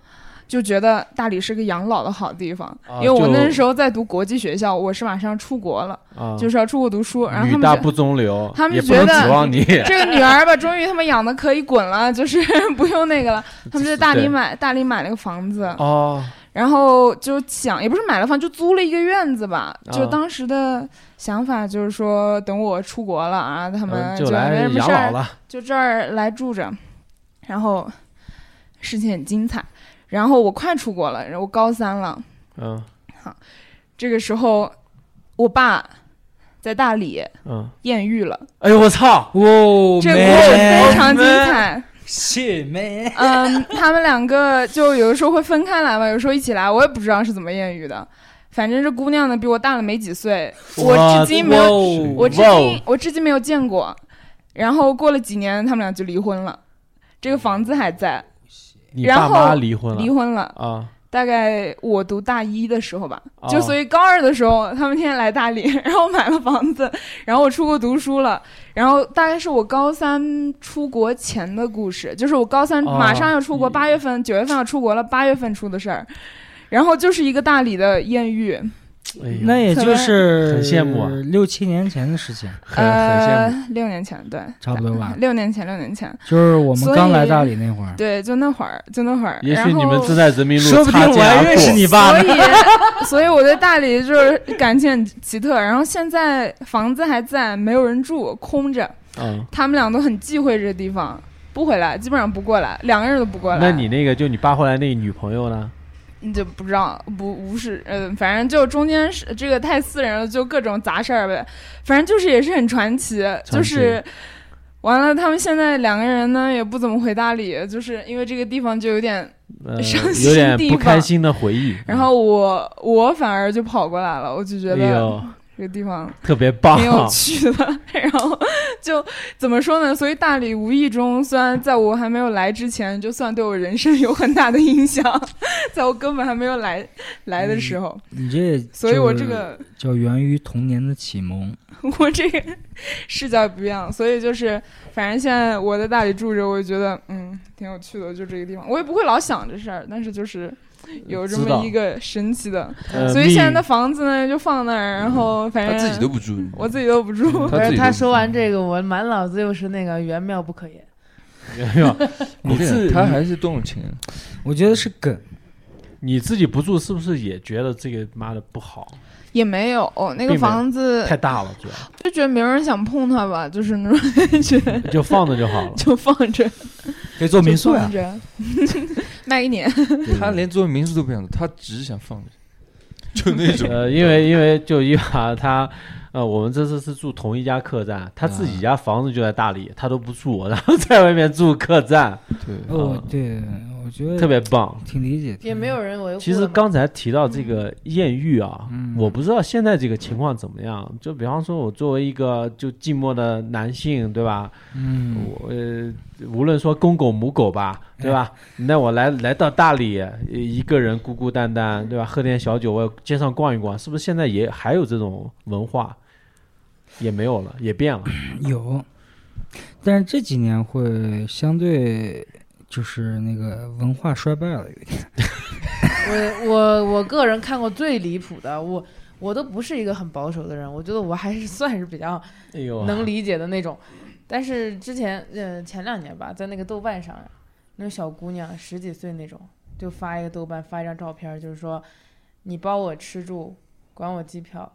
S6: 就觉得大理是个养老的好地方。
S4: 啊
S6: 因为我那
S4: 就
S6: 时候在读国际学校，我是马上出国了，
S4: 啊，
S6: 就是要出国读书。然后他
S4: 女
S6: 们
S4: 大
S6: 就
S4: 不中留，
S6: 他们
S4: 也
S6: 觉
S4: 不能
S6: 得
S4: 指望 你，
S6: 这个女儿吧，终于他们养的可以滚了，就是 不用那个 了。他们在大理买大理买了个房子，
S4: 哦，
S6: 然后就想也不是买了房，就租了一个院子吧。就
S4: 哦
S6: 当时的想法就是说，等我出国了啊，他们
S4: 嗯就
S6: 没
S4: 来
S6: 什么
S4: 养
S6: 事
S4: 老
S6: 儿，
S4: 了，
S6: 就这儿来住着。然后事情很精彩。然后我快出国了，我高三了，
S4: 嗯
S6: 这个时候我爸在大理
S4: 嗯，
S6: 艳遇了，
S4: 哎呦我操，
S1: 哇，
S4: Oh，
S6: 这个故事
S1: 美
S6: 非常精彩。
S1: 谢妹，
S6: 嗯，他们两个就有的时候会分开来嘛，有时候一起来，我也不知道是怎么艳遇的。反正这姑娘呢比我大了没几岁，我至今没有，
S1: 有
S6: 我至
S4: 哇
S6: 今
S4: 哦
S6: 我至今没有见过。然后过了几年，他们俩就离婚了，这个房子还在，
S4: 你
S6: 然
S4: 爸
S6: 后
S4: 妈离婚
S6: 离
S4: 了
S6: 婚了。
S4: 啊，
S6: 大概我读大一的时候吧，
S4: 哦
S6: 就所以高二的时候，他们天天来大理， 然后买了房子，然后我出国读书了，然后大概是我高三出国前的故事，就是我高三
S4: 哦
S6: 马上要出国，
S4: 你
S6: 八、月份、九月份要出国了，八月份出的事儿，然后就是一个大理的艳遇，
S4: 哎呦
S1: 那也
S6: 特
S1: 就
S6: 别
S1: 是
S4: 很羡慕啊
S1: 六七年前的事情，
S4: 很很羡
S6: 呃
S4: 慕。，
S6: 六年前对，
S1: 差不多吧
S6: 六年前，六年前，
S1: 就是我们
S6: 所以
S1: 刚来大理那会儿。
S6: 对，就那会儿，就那会儿。
S4: 也许
S6: 然后
S4: 你们正在人民路
S1: 说不定
S4: 擦
S1: 我
S4: 肩
S1: 还
S4: 而
S1: 认识
S4: 过。
S1: 你爸呢。
S6: 所以， 所以我对大理就是感情很奇特。然后现在房子还在，没有人住，空着。
S4: 嗯，
S6: 他们俩都很忌讳这个地方，不回来，基本上不过来，两个人都不过来。
S4: 那你那个就你爸后来那个女朋友呢？
S6: 你就不让不无视，嗯、反正就中间是这个太私人了，就各种杂事儿呗。反正就是也是很传奇，
S4: 奇
S6: 就是完了，他们现在两个人呢也不怎么回大理，就是因为这个地方就有点。
S4: 呃
S6: 伤，心
S4: 有点
S6: 地
S4: 不开
S6: 方
S4: 心的回忆。
S6: 然后我我反而就跑过来了，我就觉
S4: 哎
S6: 得
S4: 呦，
S6: 这个地方
S4: 特别棒
S6: 挺，有趣的。然后就怎么说呢？所以大理无意中，虽然在我还没有来之前，就算对我人生有很大的影响，在我根本还没有来来的时候，
S1: 你这，
S6: 所以我这个
S1: 叫源于童年的启蒙。
S6: 我这个视角不一样。所以就是，反正现在我在大理住着，我就觉得嗯挺有趣的，就这个地方，我也不会老想这事儿，但是就是有这
S2: 知道
S6: 么一个神奇的。
S4: 呃
S6: 所以现在
S4: 命
S6: 的房子呢就放那儿，然后反
S3: 他
S6: 正
S3: 自己都不住，
S6: 我自己都不住。
S5: 不
S3: 自
S5: 是哎
S3: 己
S5: 他
S3: 都
S5: 说完这个，我满脑子又是那个缘妙不可言。
S4: 没有，你
S3: 你
S4: 自
S3: 他还是动情，
S1: 我觉得是梗，
S4: 你自己不住，是不是也觉得这个妈的不好，
S6: 也没有那
S4: 并没
S6: 个
S4: 有
S6: 房子
S4: 太大了，主要
S6: 就觉得没有人想碰它吧， 就是那种感觉，。
S4: 就放着就好了
S6: 就放 着，
S1: 可以做啊民宿
S6: 就
S1: 呀
S6: 放。着， 卖给你。
S3: 他连作为民宿都不想做，他只是想放着，就那种。
S4: 呃，因为因为就伊娃她，呃，我们这次是住同一家客栈，她自己家房子就在大理，她都不住，然后在外面住客栈，
S3: 对，
S1: 哦，对，我觉得
S4: 特别棒。
S1: 挺理解。挺
S5: 也没有人维护。
S4: 其实刚才提到这个艳遇啊，
S1: 嗯
S4: 我不知道现在这个情况怎么样。就比方说，我作为一个就寂寞的男性，对吧？
S1: 嗯，
S4: 我呃，无论说公狗母狗吧，对吧？那我来来到大理，呃一个人孤孤单单，对吧？喝点小酒，我街上逛一逛，是不是现在也还有这种文化？也没有了，也变了。
S1: 有，但是这几年会相对就是那个文化衰败了，有一点。
S5: 我我我个人看过最离谱的，我我都不是一个很保守的人，我觉得我还是 算是比较
S4: 哎呦
S5: 能理解的那种。但是之前呃前两年吧，在那个豆瓣上呀，那种小姑娘十几岁那种，就发一个豆瓣发一张照片儿，就是说你包我吃住，管我机票，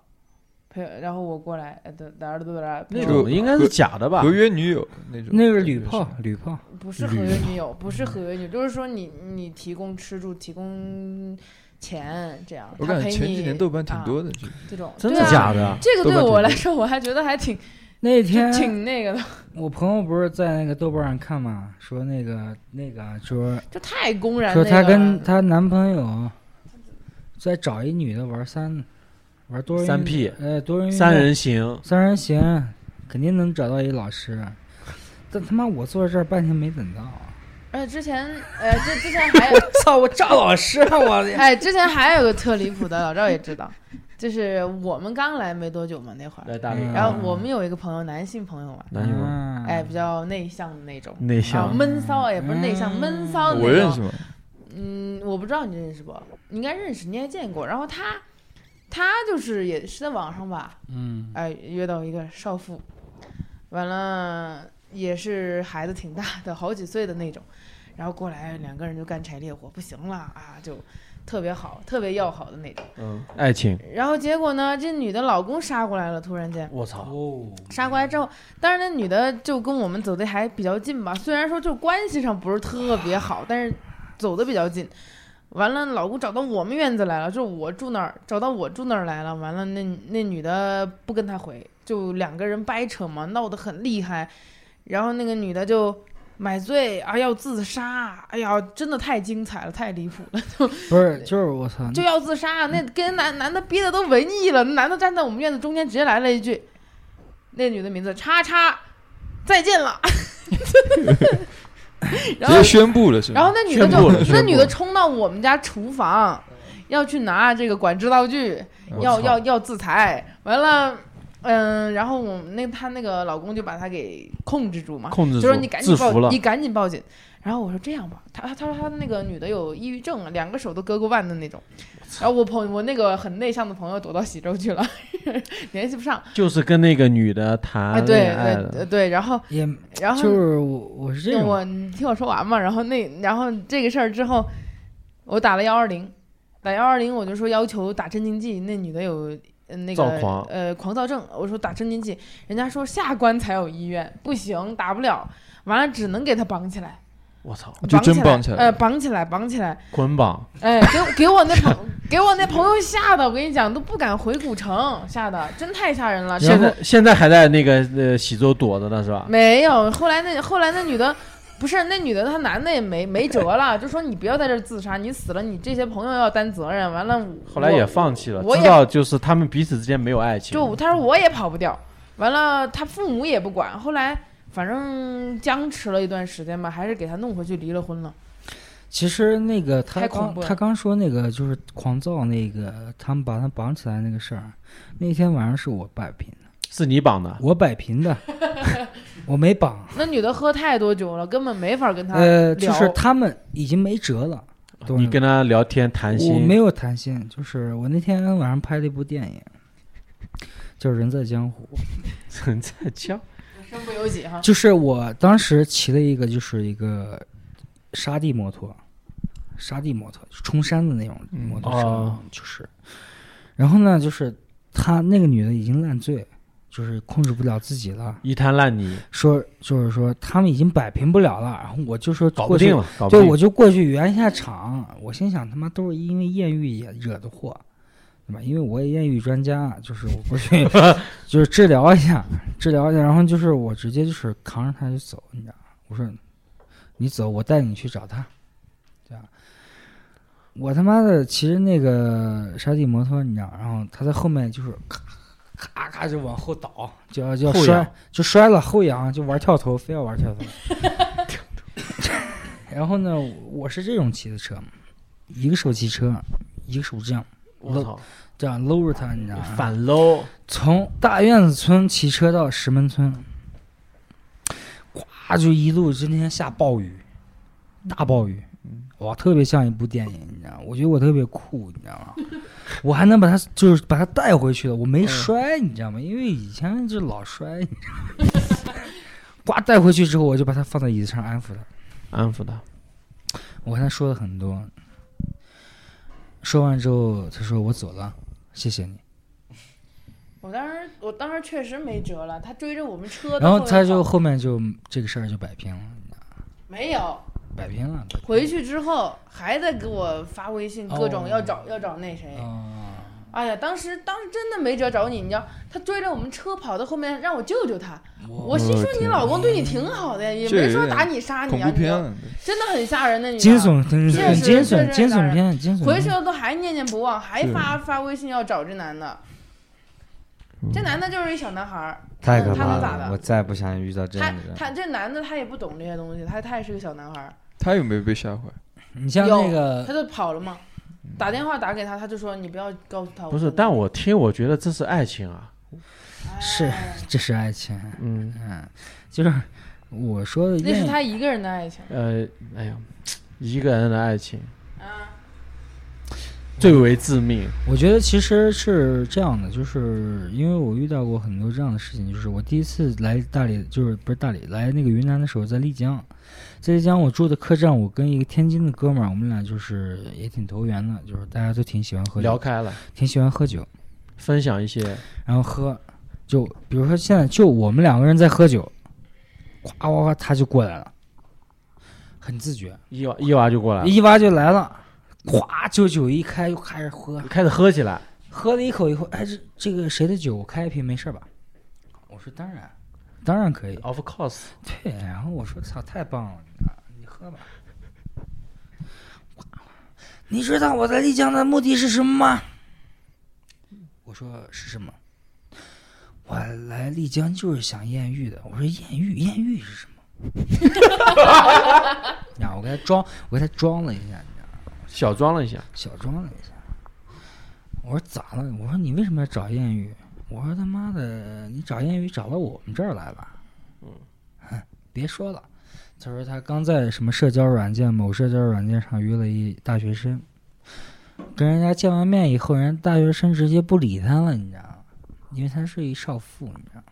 S5: 陪然后我过来，呃，哒哒哒哒哒，
S4: 那
S5: 陪
S4: 种
S5: 我
S4: 应该是假的吧
S3: 合？约女友那种，
S1: 那是铝炮，铝炮。
S5: 不是合约女友，不是合约女友，就是说你你提供吃住，提供钱这样。
S3: 我
S5: 他
S3: 感觉
S5: 陪
S3: 前几
S5: 你
S3: 年豆瓣挺
S5: 啊
S3: 多的，这个
S5: 这种，
S4: 真的
S5: 对啊
S4: 假的？
S5: 这个
S3: 豆
S5: 对
S3: 瓣
S5: 我
S3: 挺
S5: 来
S3: 多
S5: 说，我还觉得还挺
S1: 那天
S5: 挺那个的，
S1: 我朋友不是在那个豆瓣上看嘛，说那个那个啊说
S5: 就太公然那
S1: 说
S5: 个
S1: 她
S5: 了。
S1: 跟她男朋友在找一女的玩三玩多人
S4: 三 P
S1: 呃多人运
S4: 三
S1: 动
S4: 人行，
S1: 三人行，肯定能找到一老师。但他妈我坐这儿半天没等 到，
S5: 呃，之前呃，这之前还有
S1: 操！我赵老师，我
S5: 哎，之前还有个特离谱的，老赵也知道，就是我们刚来没多久嘛那会
S4: 来
S5: 儿，
S4: 大理，
S1: 嗯
S5: 然后我们有一个朋友，男性朋友嘛，
S4: 男性吗
S5: 哎，比较内向的那种。
S4: 内
S5: 啊，
S4: 向，
S5: 闷骚也不是内向，闷骚的
S3: 嗯我
S5: 那
S3: 认
S5: 种
S3: 识。吗？
S5: 嗯，我不知道你认识不，你应该认识，你也见过。然后他，他就是也是在网上吧，
S1: 嗯，
S5: 哎，约到一个少妇，完了也是孩子挺大的，好几岁的那种，然后过来两个人就干柴烈火，不行了啊，就特别好，特别要好的那种。
S4: 嗯，爱情，
S5: 然后结果呢，这女的老公杀过来了，突然间
S4: 我操，
S1: 哦，
S5: 杀过来之后，但是那女的就跟我们走的还比较近吧，虽然说就关系上不是特别好，但是走的比较近。完了，老公找到我们院子来了，就是我住那儿，找到我住那儿来了。完了，那那女的不跟他回，就两个人掰扯嘛，闹得很厉害。然后那个女的就买醉啊，要自杀，哎呀，真的太精彩了，太离谱了，
S1: 不是，就是我操，
S4: 嗯
S5: 就要自杀。那跟男男的憋的都文艺了，那男的站在我们院子中间，直接来了一句，那女的名字叉叉，再见 了。 然后
S3: 直接宣布了是
S5: 然后
S3: 吗？
S5: 那女的
S4: 宣布
S5: 就
S4: 了
S5: 那
S4: 宣布
S5: 女的冲到我们家厨房，要去拿这个管制刀具，
S3: 我
S5: 要
S4: 操
S5: 要要自裁。完了，嗯，然后我们那她那个老公就把她给控制住嘛，
S4: 控制
S5: 就说
S4: 住
S5: 你赶紧
S4: 制服
S5: 报，
S4: 了
S5: 你赶紧报警。然后我说这样吧，她她说她那个女的有抑郁症，两个手都割过腕的那种。然后我朋我那个很内向的朋友躲到喜洲去了， 联系不上。
S4: 就是跟那个女的谈
S5: 啊，对
S4: 恋爱了
S5: 对对，然后
S1: 也
S5: 然后
S1: 就是我我是这
S5: 那
S1: 种，
S5: 我你听我说完嘛，然后那然后这个事儿之后，我打了幺二零，打幺二零我就说要求打镇静剂，那女的有呃那
S4: 躁
S5: 个
S4: 狂
S5: 呃狂躁症，我说打镇静剂，人家说下关才有医院，不行打不了，完了只能给她绑起来，
S4: 我操，
S3: 就真绑
S5: 起
S3: 起
S5: 来，
S3: 来
S5: 呃
S3: 了
S5: 绑起来绑起来，
S4: 捆绑
S5: 哎给我给我那朋给我那朋友吓得，我跟你讲都不敢回古城，吓得真太吓人了，
S4: 现
S5: 然后
S4: 在现在还在那个呃喜洲躲着呢是吧？
S5: 没有，后来那后来那女的，不是那女的，她男的也没没辙了，就说你不要在这儿自杀，你死了你这些朋友要担责任。完了我，
S4: 后来也放弃了，
S5: 我
S4: 知
S5: 也
S4: 道就是他们彼此之间没有爱情，
S5: 就她说我也跑不掉，完了她父母也不管，后来反正僵持了一段时间吧，还是给她弄回去离了婚了。
S1: 其实那个他
S5: 太恐
S1: 刚
S5: 怖了
S1: 他刚说那个就是狂躁那个，他们把他绑起来那个事儿，那天晚上是我摆平的，
S4: 是你绑的，
S1: 我摆平 的，我没绑。
S5: 那女的喝太多酒了，根本没法跟她
S1: 呃，就
S5: 聊。
S1: 是他们已经没辙了，懂
S4: 哦你
S1: 吗
S4: 跟他聊天谈
S1: 我
S4: 心
S1: 没，有谈心，就是我那天晚上拍了一部电影，叫《人在江湖》。
S4: 人 在 教，
S5: 身不由己哈。
S1: 就是我当时骑了一个，就是一个沙地摩托，沙地摩托，冲山的那种
S3: 嗯
S1: 摩托车，
S4: 哦
S1: 就是。然后呢，就是她那个女的已经烂醉，就是控制不了自己了，
S4: 一滩烂泥，
S1: 说就是说他们已经摆平不了了。然后我就说
S4: 搞
S1: 过
S4: 不
S1: 去
S4: 定了，搞不
S1: 对，
S4: 定
S1: 我。就过去圆一下场。我心想，他妈都是因为艳遇也惹的祸，对吧？因为我也艳遇专家，就是我过去就是治疗一下，治疗一下，然后就是我直接就是扛着他就走，你知道吗？我说你走，我带你去找他，对吧？我他妈的骑着那个沙地摩托，你知道，然后他在后面就是咔咔咔就往后倒，就要就要
S4: 后
S1: 摔
S4: 仰，
S1: 就摔了后仰，就玩跳投，非要玩跳投。 然后呢，我是这种骑的车，一个手骑车，一个手这样
S4: 我操，
S1: 这样搂着他，你知道吗？
S4: 反 low，
S1: 从大院子村骑车到石门村，咵就一路今天下暴雨，大暴雨，哇，特别像一部电影，你知道吗？我觉得我特别酷，你知道吗？ 我还能把他就是把他带回去了，我没摔，你知道吗？因为以前就老摔，你知道吗？ 呱带回去之后，我就把他放在椅子上安抚他。
S4: 安抚他，
S1: 我跟他说了很多，说完之后，他说我走了，谢谢你。
S5: 我当时我当时确实没辙了，她追着我们车，
S1: 然后
S5: 她
S1: 他
S5: 面
S1: 就
S5: 跑
S1: 后面就这个事儿就摆平了，
S5: 没有。
S1: 摆平了。
S5: 回去之后还在给我发微信，各
S1: 哦
S5: 种要找、要找那谁。
S1: 啊，
S5: 哎呀，当时当时真的没辙找你，你知道，他追着我们车跑到后面让我救救他。我心说你老公对
S1: 嗯
S5: 你挺好的呀，也
S3: 这
S5: 没
S3: 有
S5: 说
S3: 点
S5: 打你杀
S3: 恐
S5: 你啊，
S3: 怖
S5: 你知
S3: 片
S5: 道
S3: 啊，
S5: 真的很吓人的女
S1: 惊
S5: 的。
S1: 悚，真是
S5: 确
S1: 很
S5: 实
S1: 惊
S5: 确
S1: 悚，
S5: 实
S1: 惊
S5: 当
S1: 悚
S5: 然
S1: 片，惊悚
S5: 回去
S1: 片。
S5: 了都还念念不忘，还发发微信要找这男的。
S3: 嗯
S5: 这男的就是一小男孩儿，
S2: 太可
S5: 他
S2: 怕
S5: 能咋的
S2: 我再不想遇到这
S5: 他
S2: 样的人。
S5: 他这男的他也不懂这些东西，他他也是个小男孩儿，
S3: 他有没有被吓 坏？
S1: 你像
S5: 有
S1: 那
S5: 他
S1: 个，
S5: 就跑了嘛。打电话打给他，他就说你不要告诉他。
S4: 不是，
S5: 真的
S4: 但我听我觉得这是爱情啊，
S1: 是这是爱情，
S4: 嗯，
S1: 嗯，就是我说的
S5: 那是
S1: 艳
S5: 他一个人的爱情。
S4: 呃，哎呀，一个人的爱情
S5: 嗯
S4: 最为致命，
S1: 我觉得其实是这样的，就是因为我遇到过很多这样的事情，就是我第一次来大理，就是不是大理，来那个云南的时候，在丽江，在丽江我住的客栈，我跟一个天津的哥们儿，我们俩就是也挺投缘的，就是大家都挺喜欢喝
S4: 聊
S1: 酒，
S4: 开了，
S1: 挺喜欢喝酒，
S4: 分享一些
S1: 然后喝，就比如说现在就我们两个人在喝酒，呱呱呱，他就过来了，很自觉，
S4: 一娃一娃就过来了，
S1: 一挖就来了，咵，就酒一开又开始喝，
S4: 开始喝起来，
S1: 喝了一口以后，哎，这这个谁的酒？我开一瓶没事儿吧？我说当然，当然可以。
S4: of course，
S1: 对，然后啊我说操，太棒了，你看你喝吧。你知道我在丽江的目的是什么吗？我说是什么？我来丽江就是想艳遇的。我说艳遇，艳遇是什么？ 然后我给他装，我给他装了一下，你知道吗
S4: 小装了一下，
S1: 小装了一下。我说咋了？我说你为什么要找艳遇？我说他妈的，你找谚语找到我们这儿来了，嗯，别说了。他说他刚在什么社交软件某社交软件上约了一大学生，跟人家见完面以后，人家大学生直接不理他了，你知道吗？因为他是一少妇，你知道吗？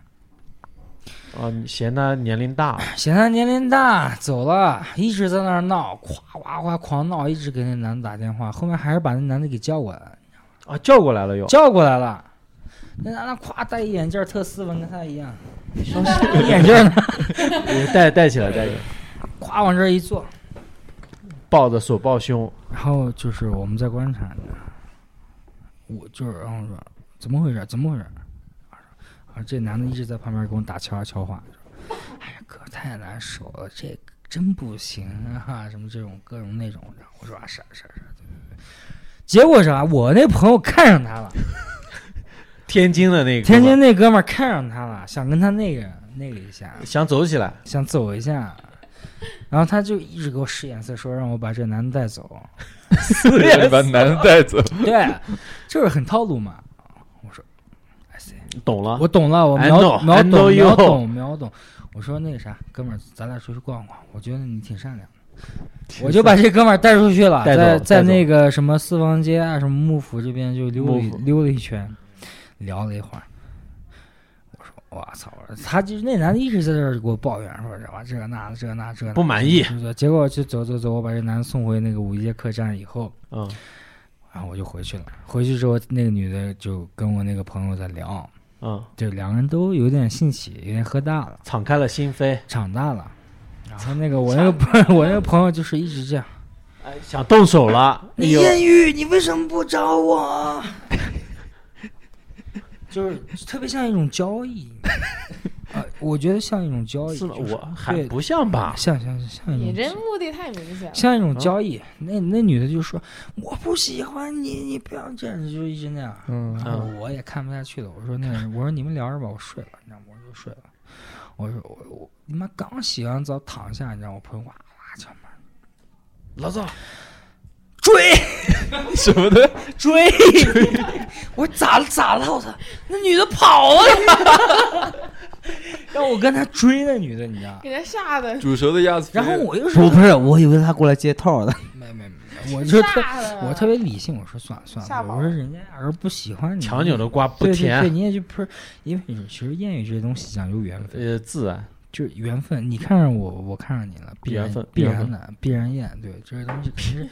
S4: 啊，你嫌他年龄大，
S1: 嫌他年龄大，走了，一直在那儿闹，咵咵咵狂闹，一直给那男的打电话，后面还是把那男的给叫过来了，
S4: 啊，叫过来了又。
S1: 叫过来了。那男的咵戴一眼镜儿，特斯文，跟他一样，一眼镜儿 呢，
S4: 也带带起来，带起来，
S1: 咵往这儿一坐，
S4: 抱着手抱胸，
S1: 然后就是我们在观察着，我就是然后说怎么回事？怎么回事？啊，这男的一直在旁边跟我打悄啊悄话，说：“哎呀，哥太难受了，这真不行啊，什么这种各种那种。”然后我说：“啊，是啊是啊是啊。对”对对结果啥？我那朋友看上他了，
S4: 天津的那个，
S1: 天津那哥们儿看上他了，想跟他那个那个一下，
S4: 想走起来，
S1: 想走一下，然后他就一直给我使眼色，说让我把这男的带走。
S5: 啊
S3: 把男的带走，
S1: 对，就是很套路嘛。我说，I 哎 see，
S4: 懂了。
S1: 我懂了，我
S4: 啊 I
S1: 秒
S4: know,
S1: 秒
S4: I
S1: 懂
S4: know
S1: 秒
S4: you.
S1: 懂秒懂。我说那个啥，哥们儿，咱俩出去逛逛，我觉得你挺善良的。我就把这哥们儿带出去了，
S4: 带走
S1: 在在
S4: 带走
S1: 那个什么四方街啊，什么幕府这边就溜了一
S4: 幕府
S1: 溜了一圈，聊了一会儿。我说我操！我说他就是那男的一直在这儿给我抱怨，说这哇这那的这那这那
S4: 不满意
S1: 是不是结果就走走走，我把这男的送回那个五一街客栈以后，
S4: 嗯，
S1: 然后我就回去了。回去之后，那个女的就跟我那个朋友在聊，
S4: 嗯，
S1: 就两个人都有点兴起，有点喝大了，
S4: 敞开了心扉，
S1: 长大了。然后那个我那个朋我那个朋友 就是一直这样，
S4: 哎想动手了，哎呦，
S1: 狱，你为什么不找我？就是特别像一种交 易，呃，我觉得像一种交易，
S4: 是吗？
S1: 就是
S4: 我还
S1: 对
S4: 不像吧？
S1: 像像像一
S5: 你
S1: 种
S5: 这目的太明显了。
S1: 像一种
S4: 啊
S1: 交易。那那女的就说：“我不喜欢你，你不要这样。”就一直那样。
S3: 嗯，
S1: 然后我也看不下去了，我说那我说你们聊着吧，我睡了，你知道吗？我就睡了。我说我我你妈刚洗完澡躺下，你知道我朋友哇哇敲门，
S4: 老赵，
S1: 追
S3: 什么的，
S1: 追， 我说咋了咋了？我操，那女的跑了，让我跟她追那女的，你知道吗？
S5: 给人吓的，
S3: 煮熟的鸭子。
S1: 然后我又
S2: 不
S1: 说
S2: 不是，我以为他过来接套
S5: 哦
S2: 的。
S1: 没没没，我就特
S5: 吓的。
S1: 我特别理性，我说算了算
S5: 吓
S1: 了，
S5: 跑
S1: 我说人家压根儿不喜欢你，
S4: 强扭的瓜不
S1: 对对对，
S4: 甜，啊
S1: 你也就不是，因为你其实谚语这些东西讲究缘分。
S4: 呃，自然，
S1: 就是缘分，你看上我，我看上你了，必然
S4: 缘分
S1: 必
S4: 缘
S1: 然
S4: 分
S1: 的，必然厌。对，这些东西肯定是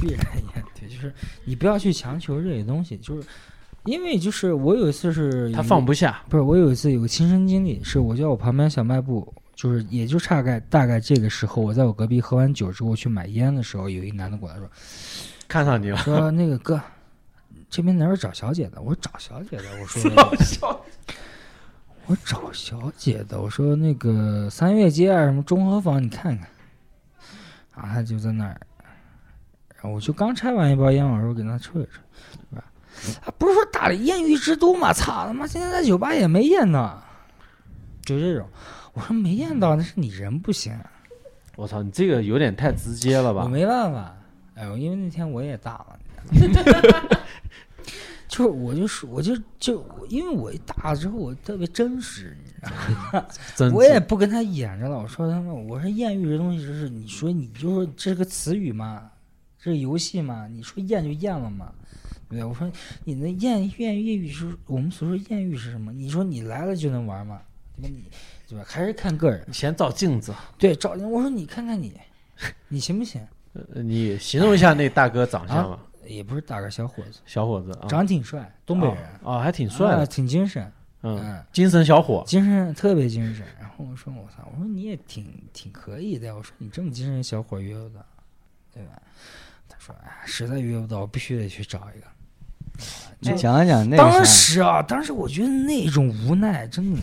S1: 必然厌。对，就是你不要去强求这些东西，就是因为就是我有一次是
S4: 他
S1: 有
S4: 放不下，
S1: 不是我有一次有个亲身经历，是我在我旁边小卖部，就是也就大概大概这个时候，我在我隔壁喝完酒之后去买烟的时候，有一男的过来说
S4: 看上你了，
S1: 说那个哥，这边哪有找小姐的？我说找小姐的，我说找小我说找小姐的，我说那个三月街啊，什么中和坊，你看看。然后他就在那儿，然后我就刚拆完一包烟，我说给他抽一抽，是吧？啊，不是说打了烟雨之都嘛，操他妈，现在在酒吧也没烟呢，就这种。我说没验到，那是你人不行，
S4: 我操，你这个有点太直接了
S1: 我
S4: 吧？
S1: 没办法，哎呦，因为那天我也大了，你知道吗？就是我就说，我就就我因为我一大了之后，我特别真实，你知道吗
S4: 真
S1: 我也
S4: 挚
S1: 不跟他演着了。我说他妈，我说艳遇这东西，就是你说你就说这是个词语嘛，这是游戏嘛，你说艳就艳了嘛，对不对？我说你那艳艳艳遇是我们所说艳遇是什么？你说你来了就能玩吗？对吧？你对吧？还是看个人。
S4: 你先照镜子，
S1: 对，赵我说你看看你，你行不行？
S4: 呃你形容一下那大哥长相吧，
S1: 也不是打个小伙子。
S4: 小伙子啊，
S1: 长得挺帅，东北人，
S5: 哦
S4: 啊，还挺帅
S1: 啊
S4: 的，
S1: 挺精神，
S4: 嗯，
S1: 嗯，
S4: 精神小伙，
S1: 精神特别精神。然后我说我操，我说你也挺挺可以的呀，我说你这么精神小伙约不到，对吧？他说哎，实在约不到，我必须得去找一个。
S2: 你讲一讲那
S1: 当
S2: 个啥，
S1: 时啊，当时我觉得那种无奈，真的，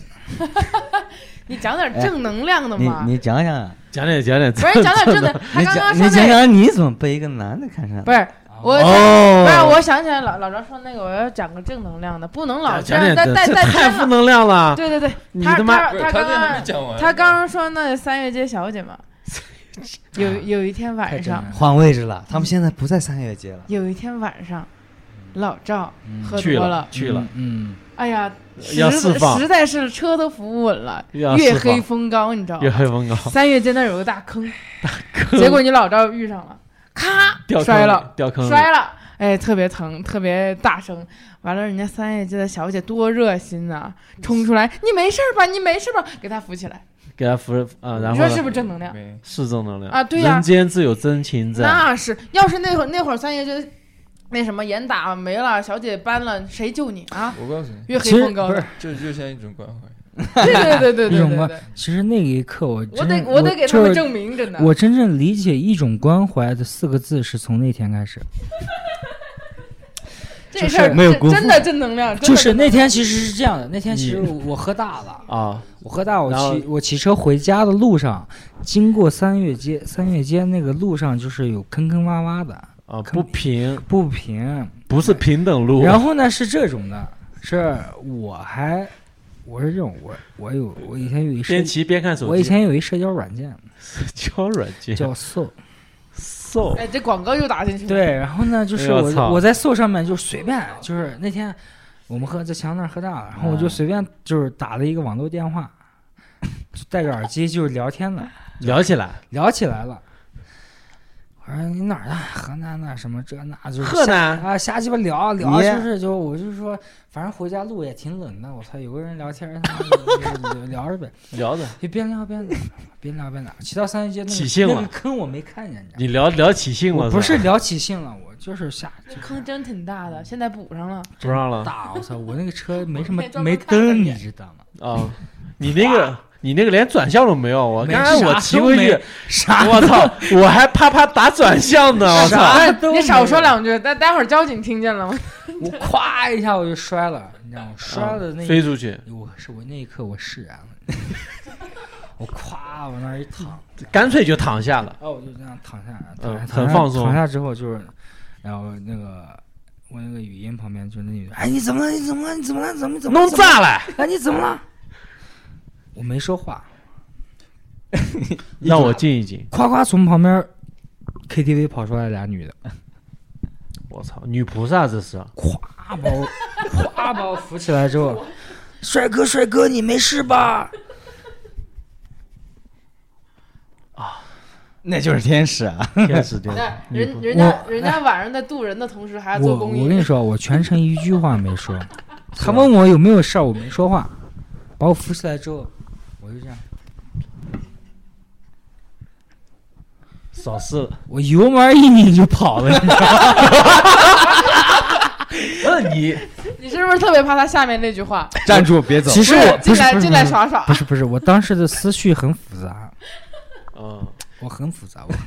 S5: 你讲点正能量的
S2: 你
S5: 嘛。
S2: 你讲讲，
S4: 讲点讲点，
S5: 不是讲点正能，他
S2: 你
S5: 刚刚
S2: 讲
S5: 说
S2: 你讲
S5: 那
S2: 讲你怎么被一个男的看上
S5: 不？是我想。
S4: 哦
S5: 不是，我想起来老老张说那个，我要讲个正能量的，不能老这
S4: 讲
S5: 样
S4: 点
S5: 带
S4: 哎这
S5: 带
S4: 这
S5: 带
S4: 太
S5: 偏
S4: 负
S5: 了。
S4: 能量 了，
S5: 对对对，
S4: 你
S5: 他
S4: 他妈
S5: 他他刚
S3: 刚还没
S5: 刚
S3: 讲完，
S5: 他刚刚说那三月街小 姐嘛，有有一天
S1: 太
S5: 晚
S1: 正
S5: 上，
S1: 了。
S2: 换位置了，他们现在不在三月街了。
S5: 有一天晚上，老赵
S1: 嗯
S5: 喝
S4: 嗯去
S5: 多
S4: 了去了，
S1: 嗯，嗯
S5: 哎呀，实
S4: 要释放
S5: 实在是车都扶不稳了，
S4: 要
S5: 月
S4: 释放
S5: 黑风高，你知道
S4: 月
S5: 吗？
S4: 黑风高，
S5: 三月街那儿有个大坑，结果你老赵遇上了，咔
S4: 掉坑
S5: 摔
S4: 里
S5: 了，
S4: 掉坑里，
S5: 摔了，哎，特别疼，特别大声。完了，人家三月街的小姐多热心呐、冲出来，你没事儿吧？你没事吧？给她扶起来，
S4: 给他扶啊，然后
S5: 你说
S4: 呢
S5: 是不是正能量？
S3: 没
S4: 是正能量
S5: 啊对呀
S4: 人间自有真情在，
S5: 那是，要是那会儿那会儿三爷就那什么严打没了，小姐搬了，谁救你啊？
S3: 我告诉你，
S5: 月黑
S1: 其实
S5: 风高
S1: 不
S5: 的
S1: 是，
S3: 这就像一种关怀。
S5: 对对对对
S1: 一
S5: 对
S1: 种
S5: 对
S1: 关
S5: 对，
S1: 其实那一刻我
S5: 我
S1: 真
S5: 得
S1: 正
S5: 我得给他
S1: 就
S5: 们
S1: 是
S5: 证明，啊真的。
S1: 我真正理解一种关怀的四个字是从那天开始，
S5: 这事儿
S2: 没有
S5: 这
S2: 辜负
S5: 真的正能量，真的嗯
S1: 就是那
S5: 正能
S1: 天
S5: 量
S1: 其实是这样的，那天其实
S4: 你
S1: 我我喝大了，
S4: 啊，
S1: 我喝大，我
S4: 然后
S1: 骑我骑车回家的路上，经过三月街，三月街那个路上就是有坑坑洼洼的
S4: 啊，
S1: 坑
S4: 不平，
S1: 不平，
S4: 不是平等路。
S1: 然后呢是这种的，是我还我是这种我我有我以前有一社
S4: 边骑边看手机。
S1: 我以前有一社交软件
S4: 交软件
S1: 叫 Soul，
S4: 瘦
S5: 哎，这广告又打进去了。
S1: 对，然后呢，就是
S4: 哎呦
S1: 我
S4: 操
S1: 我在 Soul 上面就随便，就是那天我们喝在强那儿喝大了，然后我就
S4: 啊
S1: 随便就是打了一个网络电话，就戴着耳机就是聊天了，
S4: 聊起 来，
S1: 聊起来了。我说你哪儿的？啊河南的什么这那就是
S4: 河
S1: 瞎
S4: 南
S1: 啊，瞎鸡巴聊聊，
S2: 你
S1: 就是就我就说，反正回家路也挺冷的，我操，有个人聊天儿，他 妈就就就聊着呗，
S4: 聊着，
S1: 就边聊边聊，啊边聊边聊。骑到三月街
S4: 起
S1: 那
S4: 兴
S1: 个那
S4: 了
S1: 个坑我没看见，你知道吗
S4: 你聊聊起兴了
S1: 我
S4: 吧，
S1: 不是聊起兴了，我就是下
S5: 这坑真挺大的，现在补上了。
S4: 不让了啊、
S1: 大，我操，我那个车没什么
S5: 我专门
S1: 没
S5: 看了
S1: 灯，
S5: 一
S1: 你
S5: 眼
S1: 知道吗？
S4: 啊你那个你那个连转向都没有，我
S1: 没
S4: 刚才我骑过
S1: 啥都
S4: 去，
S1: 啥
S4: 我 操，我还啪啪打转向呢，我操，
S1: 啥
S5: 哎
S1: 都
S5: 你少说
S1: 没有，
S5: 两句，待待会儿交警听见了吗？
S1: 我咵一下我就摔了，你知道吗？摔了那
S4: 啊飞
S1: 一
S4: 出去，
S1: 我是我那一刻我释然了， 我咵往那儿一躺，
S4: 干脆就躺下了，
S1: 啊，我就这样躺下，躺
S4: 嗯
S1: 下
S4: 很
S1: 躺下
S4: 放松
S1: 躺下之后就是，然后那个我那个语音旁边就那女的，哎，你怎么了？你怎么了？你怎么了？怎么怎么
S4: 弄
S1: 了？
S4: 炸了，
S1: 哎，你怎么了？我没说话，
S4: 让我静一静，
S1: 夸夸从旁边 KTV 跑出来俩女的，
S4: 我操，女菩萨这 是，啊
S1: 咵把我 咵把我扶起来之后，帅哥帅哥，你没事吧？
S2: 那就是天使啊！
S4: 天使天
S5: 那
S4: 使，女
S5: 人
S4: 菩
S5: 人家人家晚上在渡人的同时还要
S1: 我
S5: 做公益。
S1: 我跟你说，我全程一句话没 说。他问我有没有事儿，我没说话。把我扶起来之后，我就这样，
S4: 少试了，
S1: 我油门一拧就跑了。
S4: 那你
S5: 你是不是特别怕他下面那句话？
S2: 站住，别 走！
S1: 其实我不
S5: 进
S1: 是
S5: 来
S1: 不是
S5: 进来啊耍 耍
S1: 不。是不是，我当时的思绪很复杂，
S4: 嗯，
S1: 我很复杂，我很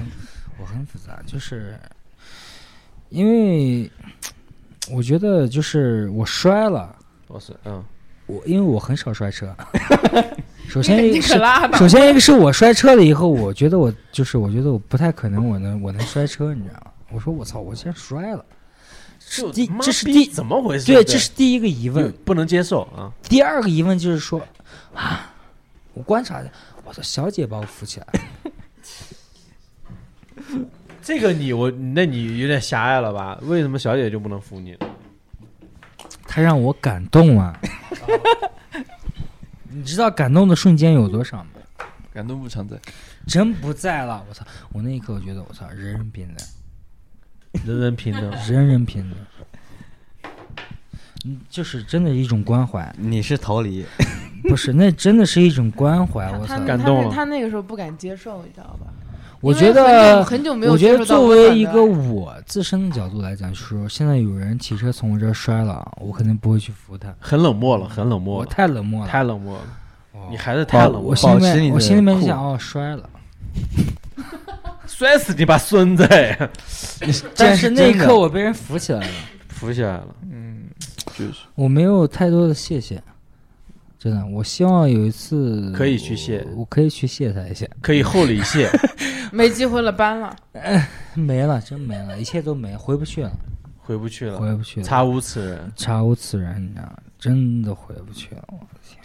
S1: 我很复杂，就是因为我觉得就是我摔了，
S4: 我是嗯，
S1: 我因为我很少摔 车，首
S5: 你可
S1: 先一个
S5: 你可
S1: 是
S5: 拉倒
S1: 首！先一个是我摔车了以后，我觉得我就是我觉得我不太可能我能我能摔车，你知道吗？我说我操，我竟然摔了，
S4: 就是
S1: 第
S4: 妈
S1: 这是
S4: 逼
S1: 第
S4: 怎么回事？
S1: 对，这是第一个疑
S4: 不
S1: 问。
S4: 不能接受啊，
S1: 第二个疑问就是说啊，我观察一下，我操，小姐把我扶起来，
S4: 这个你我那你有点狭隘了吧？为什么小姐就不能服你？
S1: 她让我感动 啊！你知道感动的瞬间有多少吗？
S3: 感动不常在，
S1: 真不在了，我操！我那一刻我觉得我操，人人平等，
S4: 人人平等，
S1: 人人平等，嗯，就是真的一种关怀，
S2: 你是逃离，
S1: 不是那真的是一种关怀，哎我操
S5: 他！
S4: 感
S5: 他
S4: 动
S5: 那
S4: 了
S5: 他那个时候不敢接受，你知道吧？
S1: 我
S5: 因
S1: 觉
S5: 为很久
S1: 得，
S5: 很久没有
S1: 我觉
S5: 接
S1: 得
S5: 触到
S1: 作
S5: 温
S1: 为
S5: 暖
S1: 一
S5: 的
S1: 个 我自身的角度来讲，就是说现在有人骑车从我这儿摔了，啊我肯定不会去扶他，
S4: 很冷漠了，很冷漠
S1: 我
S4: 了，
S1: 太冷漠了，
S4: 太冷漠了，
S1: 哦
S4: 你还是太冷
S1: 我
S4: 漠
S1: 心
S4: 了，
S1: 里
S2: 保持你
S1: 面
S2: 的
S1: 我心里面就
S2: 酷
S1: 想，哦，摔了。
S4: 摔死你吧孙子！
S1: 但是那一刻
S2: 我
S1: 我被人扶起来了，
S4: 扶起来了，
S3: 嗯，就是
S1: 我没有太多的谢谢，真的，我希望有一次
S4: 可以去谢
S1: 我可以去谢他一下。
S4: 可以厚礼 谢，
S5: 没机会了，搬了。
S1: 没了，真没了，一切都没了，回不去了，
S4: 回不去了，
S1: 回不去了，
S4: 查无此人。
S1: 查无此人，你知道吗？真的回不去了，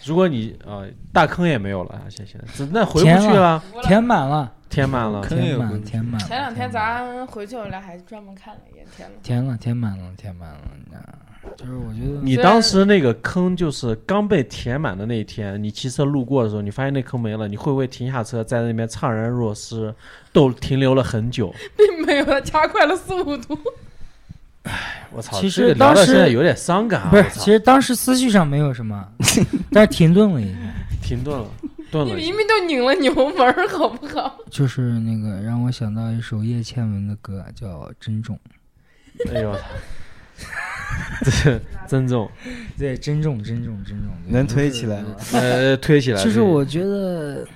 S4: 如果你啊、大坑也没有了，现现在只那回
S1: 填
S4: 不去了，
S1: 填满了，
S4: 填满了，
S3: 坑也
S1: 填
S3: 回不
S1: 满，
S3: 去
S1: 填满了。
S5: 前两天
S1: 填满了
S5: 咱回去，我俩还专门看了一眼天了。
S1: 填了，填满了，填满了，你知道吗？就是我觉得
S4: 你当时那个坑就是刚被填满的那一天，你骑车路过的时候，你发现那坑没了，你会不会停下车在那边怅然若失，都停留了很久？
S5: 并没有，它加快了速度。
S4: 我操，
S1: 其实
S4: 这个聊到
S1: 当时
S4: 现在有点伤感啊！
S1: 不
S4: 我
S1: 是，
S4: 操
S1: 其实当时思绪上没有什么， 但是停顿了一下，
S4: 停顿了，顿
S5: 你
S4: 了一下
S5: 明明都拧了油门儿，好不好？
S1: 就是那个让我想到一首叶倩文的歌，叫《珍重》。
S4: 哎呦，我操这尊重，
S1: 对，珍重，珍重，珍重。对
S2: 能推起来吗？
S4: 呃，推起来。
S1: 就是
S4: 推起来
S1: 我觉得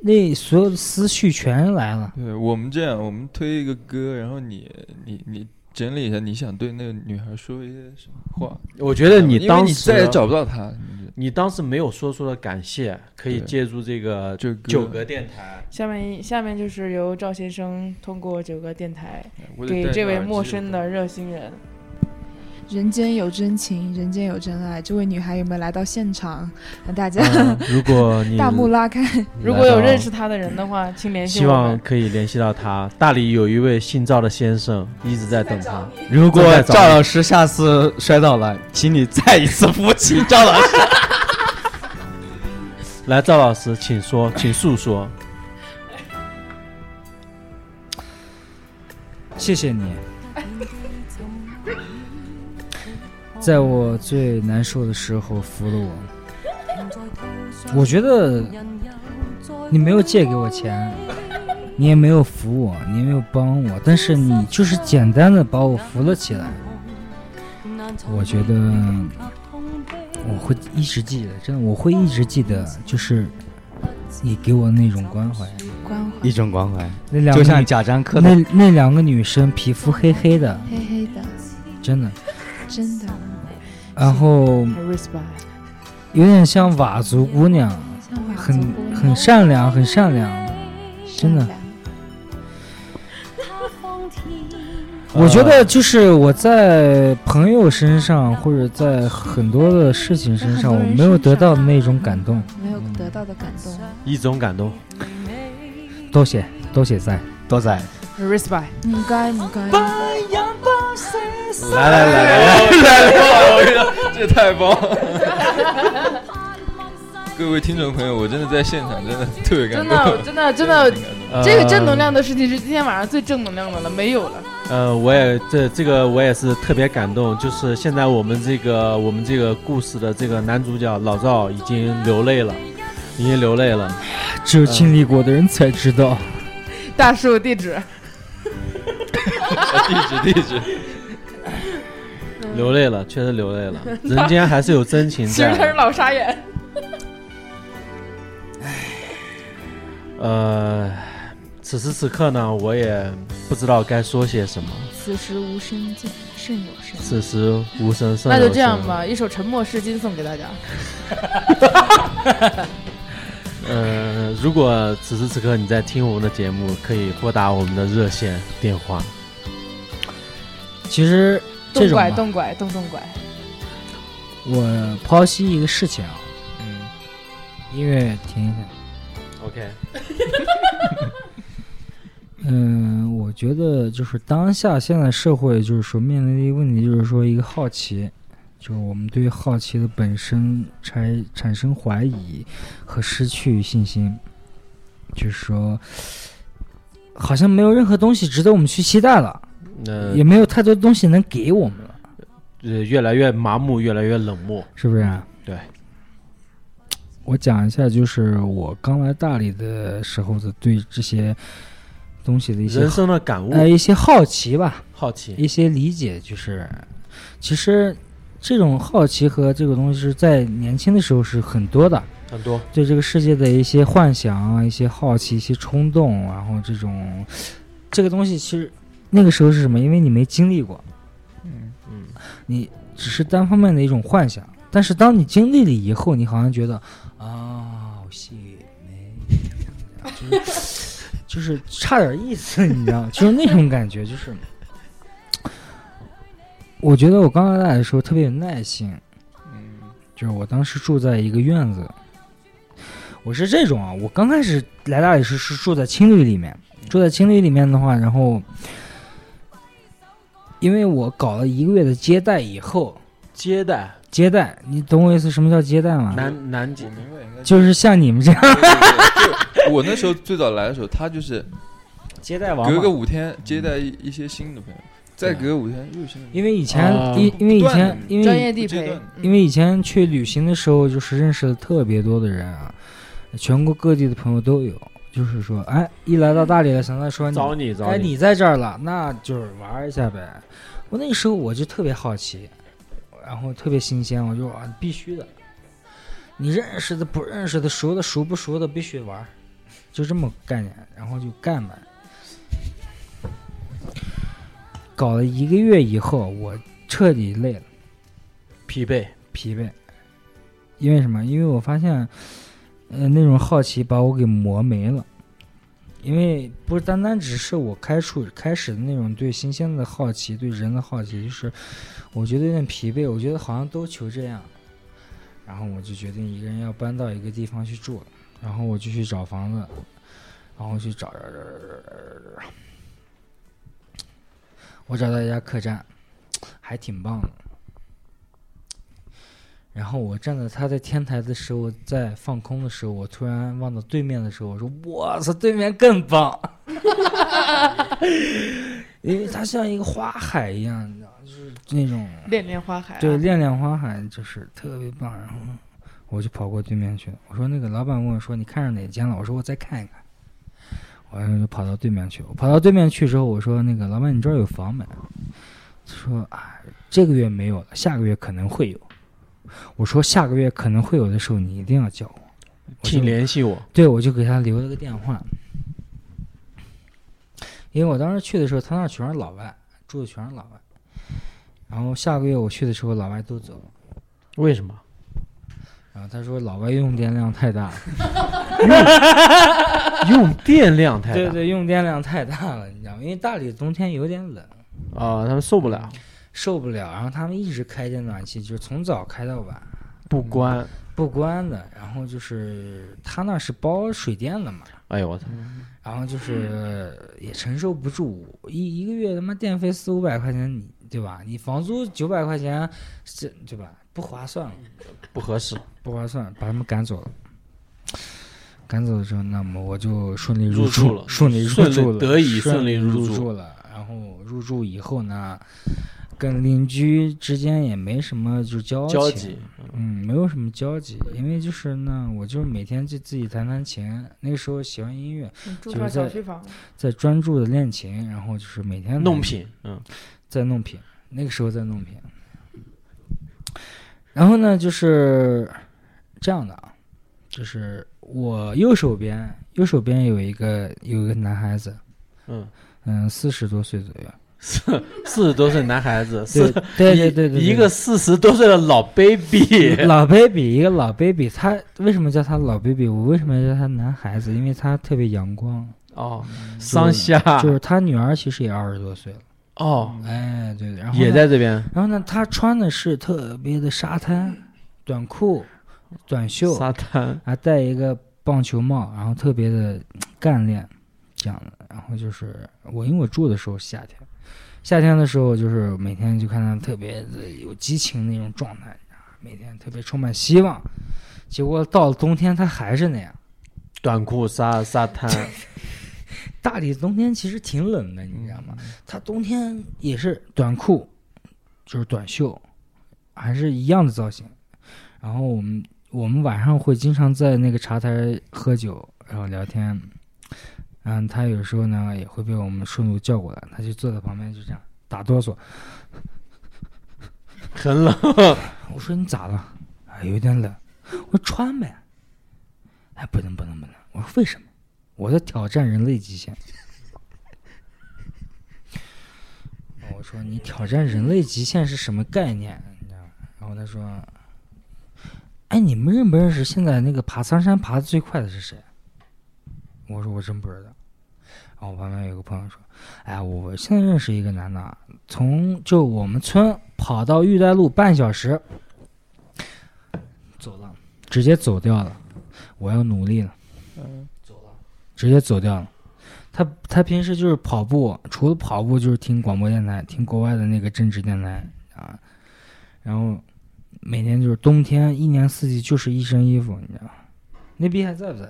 S1: 那所有的思绪全来了。
S3: 对我们这样，我们推一个歌，然后你你你整理一下，你想对那个女孩说一些什么话？
S4: 我觉得你
S3: 因为
S4: 当
S3: 你
S4: 时
S3: 再也找不到她，你
S4: 你当时没有说出的感谢，可以
S3: 对
S4: 借助这个
S3: 这
S4: 九格电台，
S5: 下面下面就是由赵先生通过九个电台
S3: 我得戴
S5: 给
S3: 着
S5: 这位
S3: 耳机
S5: 陌生的热心人，
S6: 人间有真情，人间有真爱。这位女孩有没有来到现场？让大家、
S4: 嗯如果 你
S6: 大幕拉开。
S5: 如果有
S4: 来到
S5: 认识他的人的话，请联系
S4: 希
S5: 我
S4: 望
S5: 们。
S4: 可以联系到他。大理有一位姓赵的先生一直在等他。
S2: 如
S4: 正在
S2: 果
S4: 找
S2: 赵老师下次摔倒了，请你再一次扶起赵老师。
S4: 来，赵老师，请说， 请诉说。
S1: 谢谢你，在我最难受的时候扶了我。我觉得你没有借给我钱，你也没有扶我，你也没有帮我，但是你就是简单的把我扶了起来。我觉得我会一直记得，真的，我会一直记得，就是你给我那种关怀。
S6: 关怀
S2: 一种关怀，
S1: 那两个
S2: 就像
S1: 女
S2: 贾樟柯
S1: 那
S2: 的，
S1: 那两个女生皮肤黑黑的，
S6: 黑黑的，
S1: 真的，
S6: 真的
S1: 然后
S5: I respect。
S1: 有点像佤族姑娘，
S6: 像马
S1: 很
S6: 祖姑
S1: 很善良，很善良。真的
S6: 善良
S1: 我觉得就是我在朋友身上，或者在很多的事情身上，我没有得到那种感动。
S6: 没有得到的感动。
S4: 一种感动，
S1: 多谢，多谢在。
S2: 多仔，
S5: respect。
S6: 唔该唔该，
S4: 来来来来来，
S3: 这哎太棒了！各位听众朋友，我真的在现场，真的特别感
S5: 真
S3: 动，
S5: 的，真的，真 的，
S3: 感动。
S4: 呃
S5: 这个正能量的事情是今天晚上最正能量的了，没有了。
S4: 呃，我也这这个我也是特别感动，就是现在我们这个我们这个故事的这个男主角老赵已经流泪了，已经流泪了。
S5: 嗯
S1: 只有经历过的人才知道。
S5: 大叔地 址，
S3: 地址地址，
S4: 流泪了，确实流泪 了。人间还是有真情
S5: 其实
S4: 在
S5: 他是
S4: 的。
S5: 老沙眼。
S4: 呃，此时此刻呢，我也不知道该说些什么。
S6: 此时无声见胜有声。
S4: 此时无声胜有
S5: 那
S4: 声。
S5: 就这样吧，。一首《沉默是金》送给大家。
S4: 呃，如果此时此刻你在听我们的节目，可以拨打我们的热线电话。
S1: 其实这
S5: 动
S1: 种
S5: 拐，
S1: 吧，
S5: 动拐，动动拐。
S1: 我剖析一个事情啊，
S3: 嗯，
S1: 音乐停一下。
S4: OK，
S1: 嗯，我觉得就是当下现在社会，就是说面临的一个问题，就是说一个好奇，就是我们对好奇的本身产产生怀疑和失去信心，就是说，好像没有任何东西值得我们去期待了，
S4: 那、
S1: 也没有太多东西能给我们了，
S4: 呃越来越麻木，越来越冷漠。
S1: 是不是啊、
S4: 对，
S1: 我讲一下，就是我刚来大理的时候的对这些东西的一些
S4: 人生的感悟、
S1: 呃一些好奇吧。
S4: 好奇，
S1: 一些理解，就是其实这种好奇和这个东西是在年轻的时候是很多的，
S4: 很多。
S1: 对这个世界的一些幻想啊、一些好奇、一些冲动，然后这种这个东西其实那个时候是什么？因为你没经历过，
S4: 嗯，
S1: 你只是单方面的一种幻想。但是当你经历了以后，你好像觉得啊，我谢没，就是就是差点意思，你知道吗？就是那种感觉，就是我觉得我刚刚来的时候特别有耐心，
S3: 嗯
S1: 就是我当时住在一个院子，我是这种啊，我刚开始来大理时是住在青旅里面，住在青旅里面的话，然后因为我搞了一个月的接待以后，
S4: 接待
S1: 接待，你懂我意思？什么叫接待吗？
S4: 南南极
S3: 我明白应该
S1: 就是像你们 这样，
S3: 对对对就我那时候最早来的时候，他就是
S4: 接待王
S3: 隔个
S4: 嘛，嗯
S3: 五天接待一一些新的朋友，再隔五天又有新的朋友，
S1: 因为以前
S4: 啊
S1: 因因为以
S3: 不断
S1: 前
S3: 地
S1: 因为
S5: 专业地
S3: 不间
S5: 陪
S3: 断，
S5: 嗯
S1: 因为以前去旅行的时候，就是认识了特别多的人啊，全国各地的朋友都有。就是说，哎，一来到大理了，想到说你，
S4: 找你找
S1: 哎，你在这儿了，那就是玩一下呗。我那时候我就特别好奇，然后特别新鲜，我就啊，必须的。你认识的、不认识的、熟的、熟不熟的，必须玩儿，就这么概念，然后就干呗。搞了一个月以后，我彻底累了。
S4: 疲惫，
S1: 疲惫，因为什么？因为我发现，呃，那种好奇把我给磨没了。因为不单单只是我开处开始的那种对新鲜的好奇，对人的好奇，就是我觉得有点疲惫，我觉得好像都求这样。然后我就决定一个人要搬到一个地方去住，然后我就去找房子，然后去找，我找到一家客栈，还挺棒的。然后我站在他在天台的时候，在放空的时候，我突然望到对面的时候，我说：“我操，对面更棒！” 因为它像一个花海一样，你知道，就是那种
S5: 恋恋花海啊，
S1: 对恋恋花海，就是特别棒。然后我就跑过对面去，我说：“那个老板问我说你看上哪间了？”我说：“我再看一看。”我然后就跑到对面去，我跑到对面去之后，我说：“那个老板，你这儿有房没？”啊他说：“啊，这个月没有了，下个月可能会有。”我说下个月可能会有的时候，你一定要叫我。我就
S4: 请联系我。
S1: 对，我就给他留了个电话，因为我当时去的时候，他那儿全是老外，住的全是老外。然后下个月我去的时候，老外都走了。
S4: 为什么？
S1: 然后他说老外用电量太大了，
S4: 用 电量 太大，
S1: 对对，用电量太大了，你知道吗？因为大理冬天有点冷，
S4: 啊、他们受不了，
S1: 受不了。然后他们一直开着暖气，就是从早开到晚，
S4: 不关。
S1: 不关的。然后就是他那是包水电的嘛，
S4: 哎呦我操！
S1: 然后就是
S4: 嗯
S1: 也承受不住，一一个月他妈电费四五百块钱，你对吧？你房租九百块钱，这对吧？不划算了，
S4: 不合适，
S1: 不划算，把他们赶走了。赶走了之后，那么我就顺利
S4: 入
S1: 住
S4: 住了
S1: 顺利入
S4: 顺利
S1: 住了，
S4: 得以
S1: 顺
S4: 顺利入
S1: 入
S4: 住
S1: 了。然后入住以后呢，跟邻居之间也没什么就交
S4: 交
S1: 情
S4: 集。
S1: 嗯，没有什么交集，因为就是呢，我就是每天就自己弹弹琴，那个时候喜欢音乐，
S5: 嗯住
S1: 就是
S5: 套小
S1: 在
S5: 区房，
S1: 在专注的练琴，然后就是每天
S4: 弄，品，嗯，
S1: 在弄品，那个时候在弄品。然后呢，就是这样的啊，就是我右手边右手边有一个有一个男孩子，
S4: 嗯
S1: 嗯，四十多岁左右，
S4: 四十多岁男孩子，
S1: 对
S4: 四
S1: 对对对对，
S4: 一个四十多岁的老 baby，
S1: 老 baby，一个老 baby，他为什么叫他老 baby？我为什么要叫他男孩子？因为他特别阳光，
S4: 哦，桑夏，
S1: 嗯就是他女儿其实也二十多岁了，
S4: 哦，
S1: 哎，对，对然后呢
S4: 也在这边，
S1: 然后呢，他穿的是特别的沙滩短裤、短袖，
S4: 沙滩，
S1: 还戴一个棒球帽，然后特别的干练，这样的。然后就是我，因为我住的时候夏天，夏天的时候就是每天就看他特别的有激情那种状态，你知道吗每天特别充满希望。结果到了冬天，他还是那样。
S4: 短裤 沙沙滩，
S1: 大理冬天其实挺冷的，你知道吗？他冬天也是短裤，就是短袖，还是一样的造型。然后我们我们晚上会经常在那个茶台喝酒，然后聊天。嗯，他有时候呢也会被我们顺路叫过来，他就坐在旁边就这样打哆嗦。
S4: 很冷，
S1: 我说你咋了？啊，有点冷。我说穿呗。哎，不能不能不能！我说为什么？我在挑战人类极限。哦我说你挑战人类极限是什么概念？你知道吗？然后他说：“哎，你们认不认识现在那个爬苍山爬的最快的是谁？”我说：“我真不知道。”然后我旁边有个朋友说：“哎，我现在认识一个男的啊，从就我们村跑到玉带路半小时，走了，直接走掉了。我要努力了，
S3: 嗯，
S1: 直接走掉了。他他平时就是跑步，除了跑步就是听广播电台，听国外的那个政治电台啊。然后每年就是冬天，一年四季就是一身衣服，你知道吗？那逼还在不在？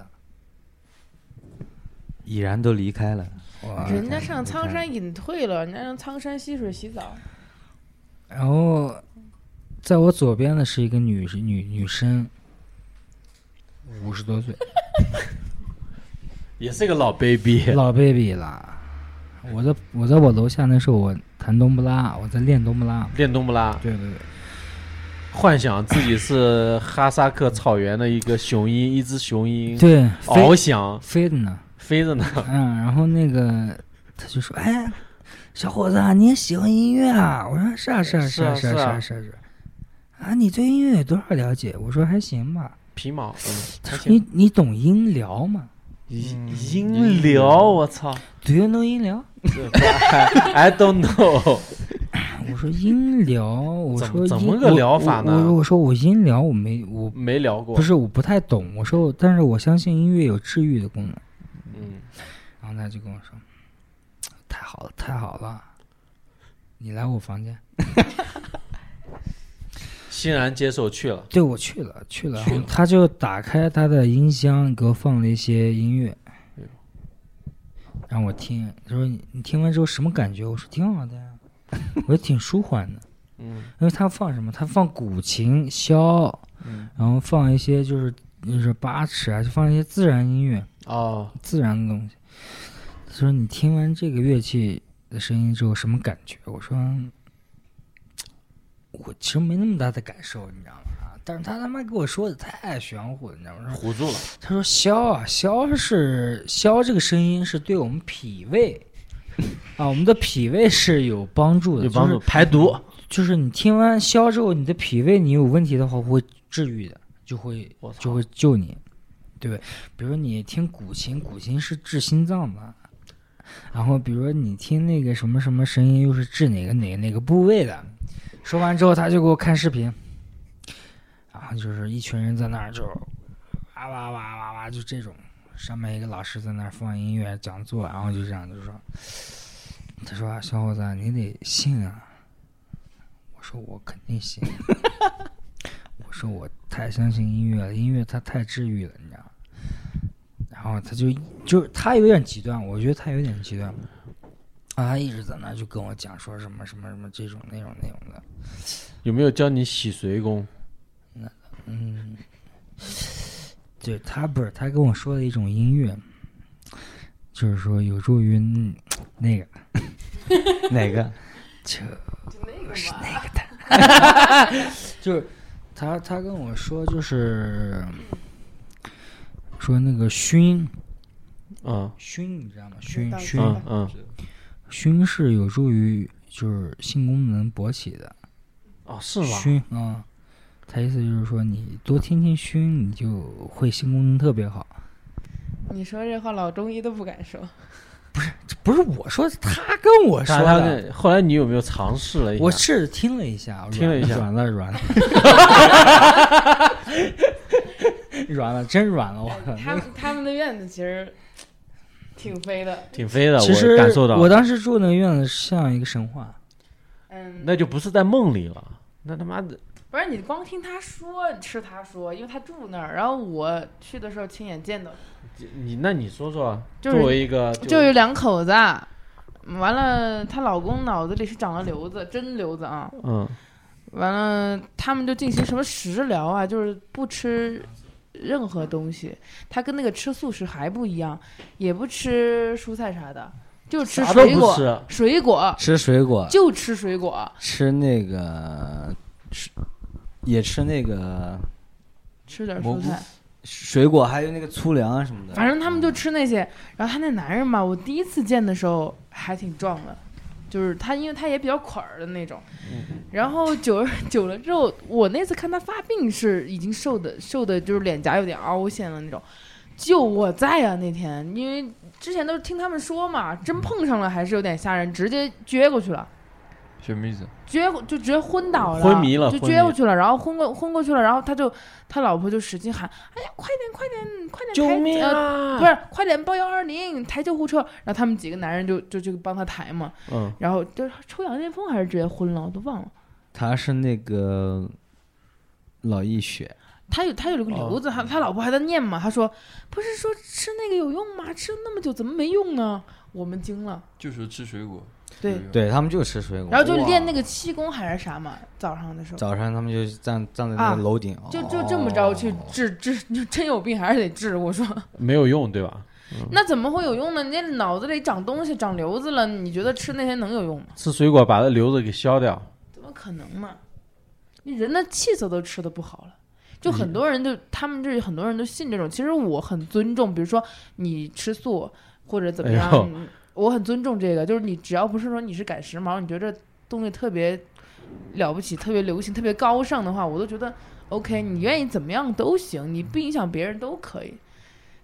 S2: 已然都 离开了。
S1: 哇！
S5: 人家上苍山隐退了，人家上苍山溪水洗澡。
S1: 然后在我左边的是一个女女女生，五十多岁，
S4: 也是个老 baby，
S1: 老 baby 了。我在我在我楼下那时候我弹冬不拉，我在练冬不拉。
S4: 练冬不拉，
S1: 对对对，
S4: 幻想自己是哈萨克草原的一个雄鹰，一只雄鹰
S1: 对飞
S4: 翱翔
S1: 飞着呢，
S4: 飞着呢。
S1: 嗯，然后那个他就说：“哎，小伙子啊，你也喜欢音乐啊？”我说：“是啊，是啊，
S4: 是
S1: 啊，
S4: 啊
S1: 是是
S4: 是啊
S1: 啊，是啊。是啊”啊，你对音乐有多少了解？我说还行吧。
S4: 皮毛，嗯
S1: 他说：“你你懂音疗吗
S3: 嗯
S4: 音疗，我操
S1: ？Do you know 音疗？
S4: ！I don't know，
S1: 我说音疗，我
S4: 怎
S1: 说
S4: 么怎
S1: 音
S4: 么个
S1: 我
S4: 疗法
S1: 我
S4: 呢
S1: 我我说我音疗我没我
S4: 没聊过。
S1: 不，是我不太懂，我说但是我相信音乐有治愈的功能。
S4: 嗯，
S1: 然后他就跟我说：“太好了，太好了，你来我房间。
S4: 欣然接受去了”。
S1: 对，我去了，去了。
S4: 去
S1: 然后
S4: 了
S1: 他就打开他的音箱，给我放了一些音乐
S4: 哎呦，
S1: 让我听。他说你：“你听完之后什么感觉？”我说：“挺好的呀，我觉得挺舒缓的。”
S4: 嗯
S1: 因为他放什么？他放古琴、箫，
S4: 嗯，
S1: 然后放一些就是就是八尺啊，就放一些自然音乐。
S4: 哦，
S1: 自然的东西。他说你听完这个乐器的声音之后什么感觉？我说我其实没那么大的感受，你知道吗？但是他他妈给我说的太玄乎了，你知道吗？
S4: 唬住了。
S1: 他说箫啊，箫是箫这个声音是对我们脾胃。啊，我们的脾胃是有帮助的，
S4: 有帮助
S1: 就是
S4: 排毒，
S1: 就是你听完箫之后，你的脾胃你有问题的话会治愈的，就会
S4: 我操
S1: 就会救你，对不对？比如你听古琴，古琴是治心脏的，然后比如说你听那个什么什么声音，又是治哪个哪个哪个部位的。说完之后，他就给我看视频，然后就是一群人在那儿就哇哇哇哇哇，就这种。上面一个老师在那儿放音乐讲座，然后就这样就说：“他说、小伙子，你得信啊。”我说：“我肯定信。”我说我太相信音乐了，音乐它太治愈了，你知道吗？然后他就就是他有点极端，我觉得他有点极端。啊，他一直在那就跟我讲说什么什么什么这种那种那种的，
S4: 有没有教你洗髓功？
S1: 嗯，对他不是他跟我说的一种音乐，就是说有助于嗯那个
S2: 哪个？
S1: 这是那个的，就是他他跟我说就是说那个熏
S4: 嗯
S1: 熏，你知道吗？熏
S5: 道
S1: 熏
S4: 嗯嗯，
S1: 熏是有助于就是性功能勃起的，
S4: 哦是吗？
S1: 熏啊，他意思就是说你多听听熏，你就会性功能特别好。
S5: 你说这话，老中医都不敢说。
S1: 这不是我说，他跟我说
S4: 他他
S1: 的，
S4: 那后来你有没有尝试了一下？
S1: 我试着听了一下，
S4: 听了一下
S1: 软了软 了，软了真软了，我靠！
S5: 他们他们的院子其实挺飞的，
S4: 挺飞的，
S1: 其实
S4: 我感受到了。
S1: 我当时住那个院子像一个神话，
S5: 嗯，
S4: 那就不是在梦里了，那他妈的
S5: 不是你光听他说是他说，因为他住那儿，然后我去的时候亲眼见到，
S4: 你那你说说，
S5: 就是
S4: 作为一个
S5: 就有两口子啊，完了她老公脑子里是长了瘤子，真瘤子啊，
S4: 嗯
S5: 完了他们就进行什么食疗啊，就是不吃任何东西，他跟那个吃素食还不一样，也不吃蔬菜啥的，就吃
S4: 啥都
S5: 水
S4: 不
S5: 果，
S4: 吃，
S5: 水果
S2: 吃水果，
S5: 就吃水果，
S2: 吃那个，吃也吃那个
S5: 吃点
S2: 蘑
S5: 蔬
S2: 菇
S5: 菜。
S2: 水果，还有那个粗粮啊什么的。
S5: 反正他们就吃那些。然后他那男人嘛，我第一次见的时候还挺壮的，就是他，因为他也比较款儿的那种。
S4: 嗯
S5: 然后久而久了之后，我那次看他发病是已经瘦的，瘦的就是脸颊有点凹陷了那种。就我在啊那天，因为之前都是听他们说嘛，真碰上了还是有点吓人，直接撅过去了。
S3: 什么意思？
S5: 撅过就直接昏倒了，
S4: 昏迷了
S5: 就
S4: 昏迷
S5: 撅过去了，然后昏过昏过去了，然后他就他老婆就使劲喊，哎呀，快点快点快点
S4: 救
S5: 抬
S4: 命
S5: 呃
S4: 啊！
S5: 不是，快点报幺二零，抬救护车。然后他们几个男人就就就帮他抬嘛，
S4: 嗯，
S5: 然后就是抽羊癫疯还是直接昏了，我都忘了。
S2: 他是那个老易学，
S5: 他有他有了
S3: 哦
S5: 个瘤子，他他老婆还在念嘛，他说不是说吃那个有用吗？吃了那么久怎么没用呢？我们惊了，
S3: 就是吃水果。
S5: 对
S3: 有用，
S2: 对他们就吃水果，
S5: 然后就
S2: 哇
S5: 练那个气功还是啥嘛，早上的时候。
S2: 早上他们就站站在那
S5: 啊
S2: 个楼顶，
S5: 就
S2: 哦
S5: 就这么着去治治，就真有病还是得治。我
S3: 嗯
S5: 说
S4: 没有用，对吧？
S5: 那怎么会有用呢？你这脑子里长东西长瘤子了，你觉得吃那些能有用吗？
S4: 吃水果把那瘤子给消掉，
S5: 怎么可能嘛？你人的气色都吃的不好了，就很多人就、他们这很多人都信这种。其实我很尊重，比如说你吃素或者怎么样，
S4: 哎呦
S5: 我很尊重这个。就是你只要不是说你是赶时髦，你觉得这东西特别了不起、特别流行、特别高尚的话，我都觉得 OK。你愿意怎么样都行，你不影响别人都可以。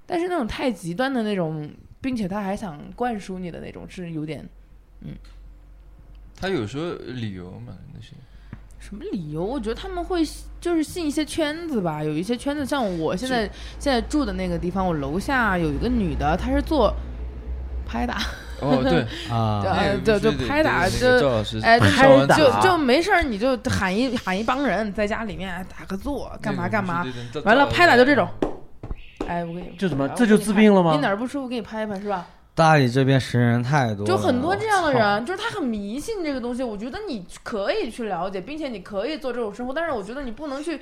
S5: 但是那种太极端的那种，并且他还想灌输你的那种，是有点
S3: 他有时候理由嘛，那些
S5: 什么理由？我觉得他们会就是信一些圈子吧，有一些圈子，像我现在现在住的那个地方，我楼下有一个女的，她是做拍打，
S3: 哦， 对，
S2: 啊，
S5: 呃
S3: 那个
S5: 就
S3: 必须
S5: 就
S3: 得
S5: 拍打
S3: 得那
S5: 就
S3: 个赵老师
S5: 哎，
S3: 上完
S5: 就
S3: 厕所
S5: 就没事儿，你就喊一喊一帮人在家里面哎打个坐，干嘛干嘛，，完
S3: 完
S5: 了拍打就这种，哎，我给你
S4: 就怎么
S5: 我
S4: 这就
S5: 给你
S4: 治
S5: 拍
S4: 病了吗
S5: 你哪儿不舒服给你拍一拍是吧？
S2: 大理这边神人太
S4: 啊
S2: 多了，
S5: 就很多这样的
S2: 我操，
S5: 人，就是他很迷信这个东西。我觉得你可以去了解，并且你可以做这种生活，但是我觉得你不能去，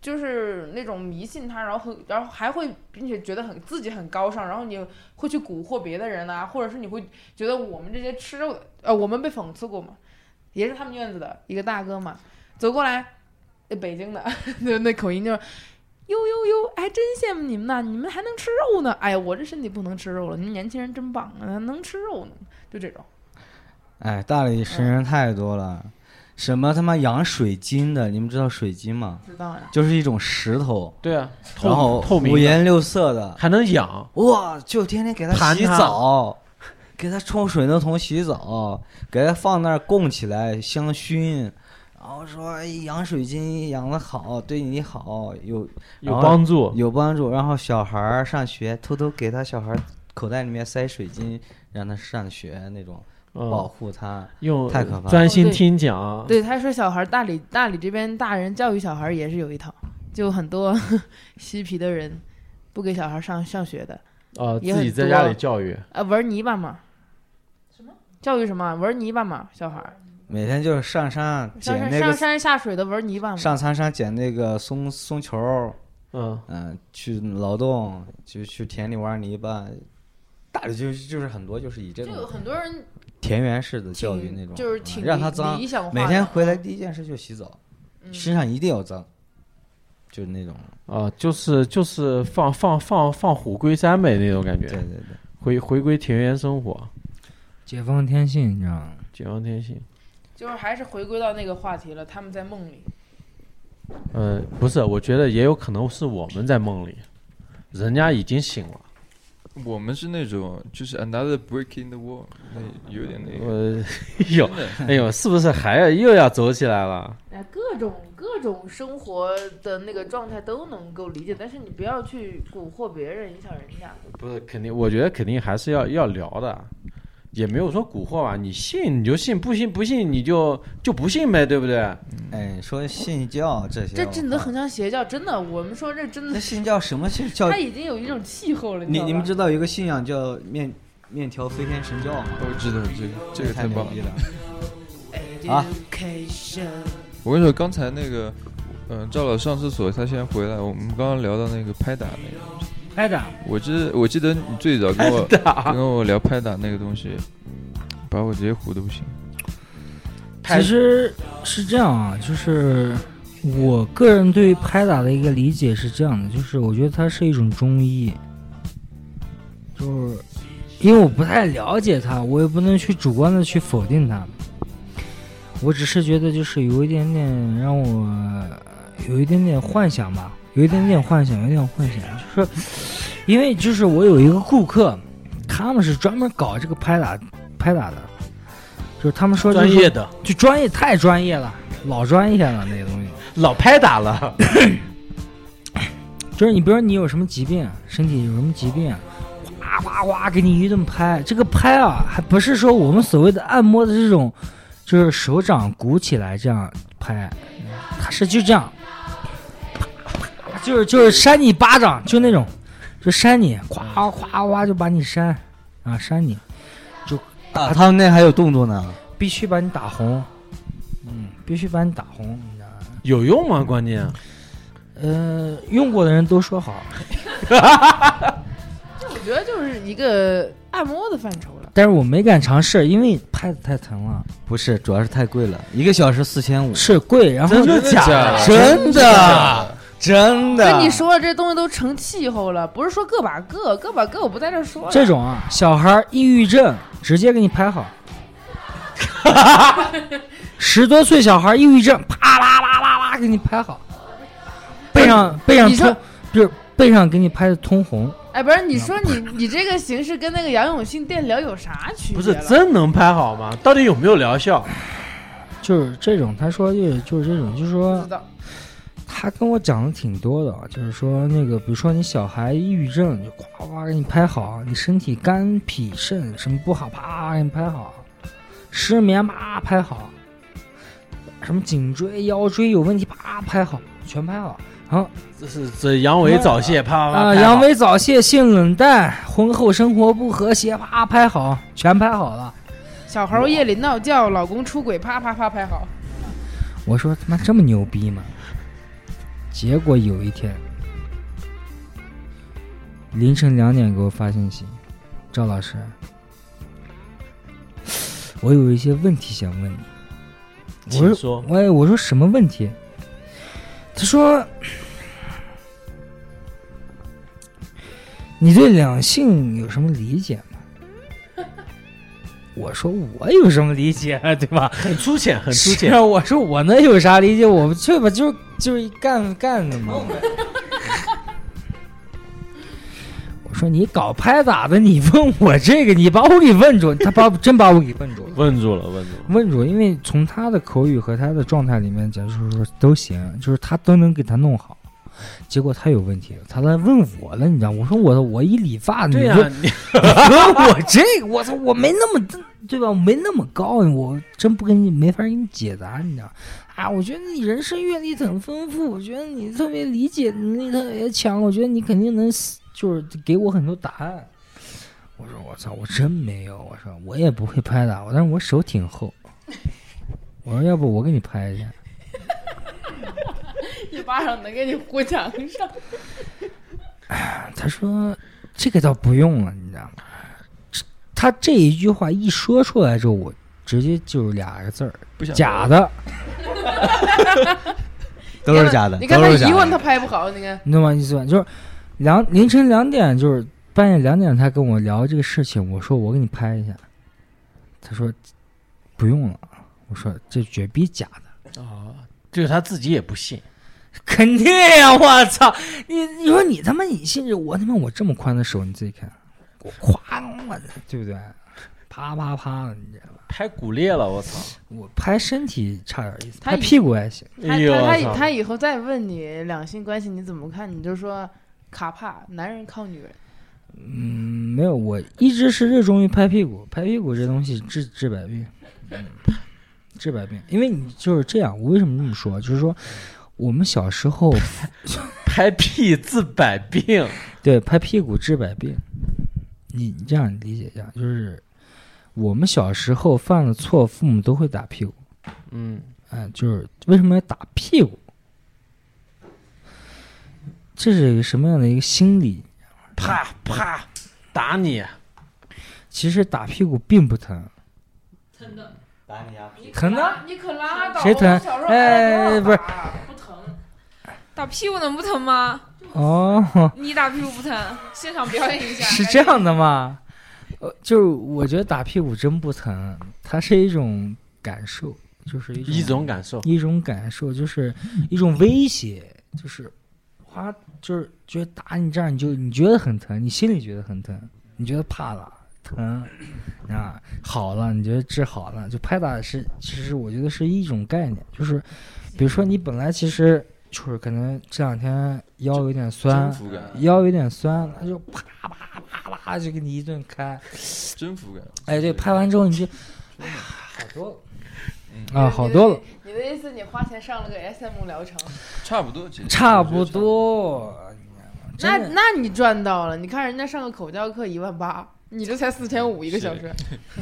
S5: 就是那种迷信他，然后很然后还会，并且觉得很自己很高尚，然后你会去蛊惑别的人啊，或者是你会觉得我们这些吃肉的，呃，我们被讽刺过嘛，也是他们院子的一个大哥嘛，走过来，呃北京的， 就那口音就是。呦呦呦，还真羡慕你们呐！你们还能吃肉呢。哎呀，我这身体不能吃肉了。你们年轻人真棒啊，能吃肉呢。就这种。
S2: 哎，大理神人太多了，什么他妈养水晶的，你们知道水晶吗？
S5: 知道呀，
S2: 就是一种石头，
S4: 对啊，透
S2: 然后
S4: 透明
S2: 五
S4: 的
S2: 颜六色的，
S4: 还能养，
S2: 哇，就天天给它
S4: 盘
S2: 洗
S4: 它
S2: 澡，给它冲水龙头洗澡，给它放那儿供起来香薰，然后说哎养水晶养的好，对你好有
S4: 有
S2: 然后
S4: 帮助。
S2: 有帮助。然后小孩儿上学，偷偷给他小孩儿口袋里面塞水晶，让他上学那种，保
S4: 嗯，
S2: 护他。
S4: 用
S2: 太可怕了
S4: 专
S5: 哦
S4: 心
S5: 对
S4: 听讲，
S5: 对，他说小孩儿大理大理这边大人教育小孩儿也是有一套，就很多 嬉皮的人不给小孩儿上上学的，
S4: 呃，
S5: 也
S4: 自己
S5: 很
S4: 在
S5: 多
S4: 家里教育，
S5: 呃，玩泥巴嘛，什么教育什么玩泥巴嘛，小孩儿
S2: 每天就是上山
S5: 上
S2: 捡
S5: 山
S2: 那
S5: 上
S2: 个
S5: 山下水的玩泥巴嘛，
S2: 上苍山捡那个松松球儿，
S4: 嗯，
S2: 嗯、去劳动，就去田里玩泥巴。大理就是就是很多就是以这
S5: 就有
S2: 种
S5: 很多人
S2: 田园式的教育
S5: 挺
S2: 那种，
S5: 就是
S2: 嗯
S5: 挺
S2: 让
S5: 理
S2: 他脏
S5: 理，想化的，
S2: 每天回来第一件事就洗澡，
S5: 嗯
S2: 身上一定要脏，就是那种。
S4: 啊，就是就是放放放放虎归山呗那种感
S2: 对
S4: 觉，
S2: 对对，
S4: 回回归田园生活，
S1: 解放天性，你知道吗？
S4: 解放天性。
S5: 就是还是回归到那个话题了，他们在梦里，
S4: 嗯，不是，我觉得也有可能是我们在梦里，人家已经醒了。
S3: 我们是那种就是 another brick in the wall，那有点那个。
S4: 呃， 有，
S3: 真的
S4: 哎呦，是不是还要又要走起来了？
S5: 哎，各种各种生活的那个状态都能够理解，但是你不要去蛊惑别人，影响人家。
S4: 不是，肯定，我觉得肯定还是要要聊的，也没有说蛊惑吧，你信你就信，不信不信你就就不信呗，对不对？
S2: 哎，说信教这些，
S5: 这
S2: 啊我
S5: 真的
S2: 靠
S5: 很像邪教，真的，我们说这真
S2: 那
S5: 的，
S2: 信教什么信教
S5: 它？已经有一种气候了。
S2: 你
S5: 知
S2: 你
S5: 道
S2: 们
S5: 吧
S2: 知道有个信仰叫面面条飞天神教吗？
S3: 我知道这个，这个
S2: 太
S3: 太
S2: 牛
S3: 棒了
S2: 逼！了！啊
S5: Education
S3: 我跟你说，刚才那个，嗯、赵老上厕所，他先回来。我们刚刚聊到那个拍打那个，
S1: 拍打，
S3: 我记我记得你最早跟我跟我聊拍打那个东西，把我直接唬的不行。
S1: 其实是这样啊，就是我个人对于拍打的一个理解是这样的，就是我觉得它是一种中医，就是因为我不太了解它，我也不能去主观的去否定它，我只是觉得就是有一点点让我有一点点幻想吧，有一点点幻想，有一点幻想，就是因为就是我有一个顾客，他们是专门搞这个拍打拍打的。就是他们说就是
S4: 专
S1: 说
S4: 业的
S1: 就专业太专业了，老专业了那个东西。
S4: 老拍打了，
S1: 就是你比如说你有什么疾病，身体有什么疾病，哗哗哗给你一顿拍。这个拍啊，还不是说我们所谓的按摩的这种，就是手掌鼓起来这样拍，他是就这样，啪就是就是扇你一巴掌，就那种，就扇你，咵咵咵就把你扇啊扇你，
S2: 啊，他们那还有动作呢。
S1: 必须把你打红，嗯，必须把你打红，你知道吗？
S4: 有用吗？关键
S1: 呃，用过的人都说好，嗯
S5: 我觉得就是一个按摩的范畴了。
S1: 但是我没敢尝试，因为拍的太疼了，
S2: 不是，主要是太贵了，一个小时四千五，
S1: 是贵，然后
S4: 的假的？
S2: 真的，真的。
S5: 跟你说了，这东西都成气候了，不是说个把个，个把个我不在这儿说了。
S1: 这种啊，小孩儿抑郁症直接给你拍好，十多岁小孩儿抑郁症，啪啦啦啦啦给你拍好，背上背上
S5: 你说
S1: 通，就是背上给你拍的通红，
S5: 哎，不是，你说你你这个形式跟那个杨永信电疗有啥区别？
S4: 不是，真能拍好吗？到底有没有疗效？
S1: 就是这种。他说就是就是这种，就是
S5: 不
S1: 说
S5: 知道。
S1: 他跟我讲的挺多的啊，就是说那个，比如说你小孩抑郁症，就夸夸给你拍好，你身体肝脾肾什么不好，啪给你拍好，失眠啪拍好，什么颈椎腰椎有问题啪拍好，全拍好。然后
S4: 这是这阳痿早泄，啪啪啪
S1: 啊、
S4: 拍好。
S1: 阳痿早泄、性冷淡、婚后生活不和谐，啪拍好，全拍好了。
S5: 小猴夜里闹觉，老公出轨，啪啪啪拍 好。
S1: 我说他妈这么牛逼吗？结果有一天凌晨两点给我发信息，赵老师，我有一些问题想问你。我
S4: 请
S1: 说
S4: 说，
S1: 喂，我说什么问题？他说，你对两性有什么理解吗？我说我有什么理解啊，对吧？
S4: 很粗浅，很 粗
S1: 是
S4: 浅。
S1: 啊，我说我能有啥理解？我不去吧，就是就是干干的嘛。 我说你搞拍打的，你问我这个，你把我给问住，他把我真把我给问住了。
S4: 问住了，问住了。
S1: 问住，因为从他的口语和他的状态里面讲，就是说都行，就是他都能给他弄好。结果他有问题，他来问我了，你知道？我说我我一理发，你
S4: 对啊呀
S1: 问、，
S4: 你
S1: 我这个，我操，我没那么对吧？我没那么高，我真不跟你没法给你解答，你知道？啊，我觉得你人生阅历很丰富，我觉得你特别理解能力特别强，我觉得你肯定能就是给我很多答案。我说我操，我真没有，我说我也不会拍打，我但是我手挺厚。我说要不我给你拍一下，
S5: 一巴掌能给你呼墙上。
S1: 他说这个倒不用了，你知道吗？这他这一句话一说出来之后，我直接就是俩个字儿。
S3: 不想
S1: 假的，
S2: 都是假的，
S5: 你看他
S2: 都是假
S5: 一问
S2: 的。
S5: 他拍不好，你看
S1: 你懂吗？意思吧？就是两凌晨两点，就是半夜两点，他跟我聊这个事情，我说我给你拍一下，他说不用了，我说这绝逼假的，
S4: 啊，就是他自己也不信。
S1: 肯定呀！我操，你你说你他妈你信这我他妈我这么宽的手，你自己看，我夸我的，对不对？啪啪啪的，你知道吗？
S4: 拍骨裂了，我操！
S1: 我拍身体差点意思，
S5: 他
S1: 拍
S5: 以
S1: 屁股还行。
S5: 他
S4: 哎呦，
S5: 他他
S4: 我
S5: 以
S4: 操！
S5: 他以后再问你两性关系你怎么看，你就说卡帕，男人靠女人。
S1: 嗯，没有，我一直是热衷于拍屁股，拍屁股这东西治治百病，嗯，治百病。因为你就是这样，我为什么这么说？就是说，我们小时候
S4: 拍屁治百病，
S1: 对拍屁股治百病，你你这样理解一下，就是我们小时候犯了错，父母都会打屁股，
S4: 嗯，
S1: 哎、就是为什么要打屁股？这是一个什么样的一个心理？
S4: 啪啪打你，
S1: 其实打屁股并不疼，
S2: 啊
S1: 疼的
S5: 你可拉
S1: 倒谁疼我
S5: 小时
S1: 候哎挨过不是，
S5: 不疼。
S6: 打屁股能不疼吗？
S1: 哦。
S6: 你打屁股不疼，现场表演一下。
S1: 是这样的吗？呃，就是我觉得打屁股真不疼，它是一种感受，就是一种
S4: 一种感 受。
S1: 一种感受，就是一种威胁，就是哇，就是觉得打你这样，你就你觉得很疼，你心里觉得很疼，你觉得怕了疼啊，好了，你觉得治好了，就拍打是其实我觉得是一种概念，就是比如说你本来其实就是可能这两天腰有点酸
S3: 征，服感，
S1: 腰有点酸，他就啪啪啪啪就给你一顿开。
S3: 征服感。
S1: 哎，对，拍完之后你就，哎呀，好多了。啊，好
S5: 你的
S1: 多了。
S5: 你的意思，你花花钱上了个 SM 疗程。
S3: 差不多，其实
S1: 差不。多。
S5: 那
S1: 真的
S5: 那你赚到了，你看人家上个口交课一万八，你这才四千五一个小时，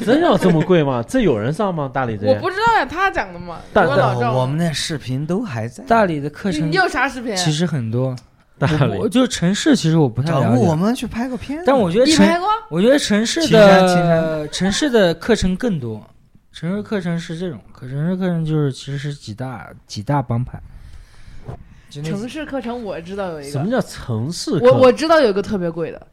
S4: 真要这么贵吗？这有人上吗？大理这
S5: 我不知道呀，他讲的嘛，
S4: 但
S5: 我老赵，
S2: 我们那视频都还在。
S1: 大理的课
S5: 你
S1: 程
S5: 你有啥视频？啊
S1: 其实很多，
S4: 大
S1: 我我
S4: 理
S1: 就城市其实我不太
S2: 找
S1: 了
S2: 我
S1: 解，
S2: 们去拍个片，
S1: 但我觉得
S5: 你
S1: 城
S5: 拍过？
S1: 我觉得城市
S2: 秦山秦
S1: 的城市的课程更多，城市课程是这种，可城市课程就是其实是几大几大帮派，就那
S5: 城市课程我知道有一
S4: 什
S5: 个
S4: 么，叫城市课？
S5: 我我知道有一个特别贵的，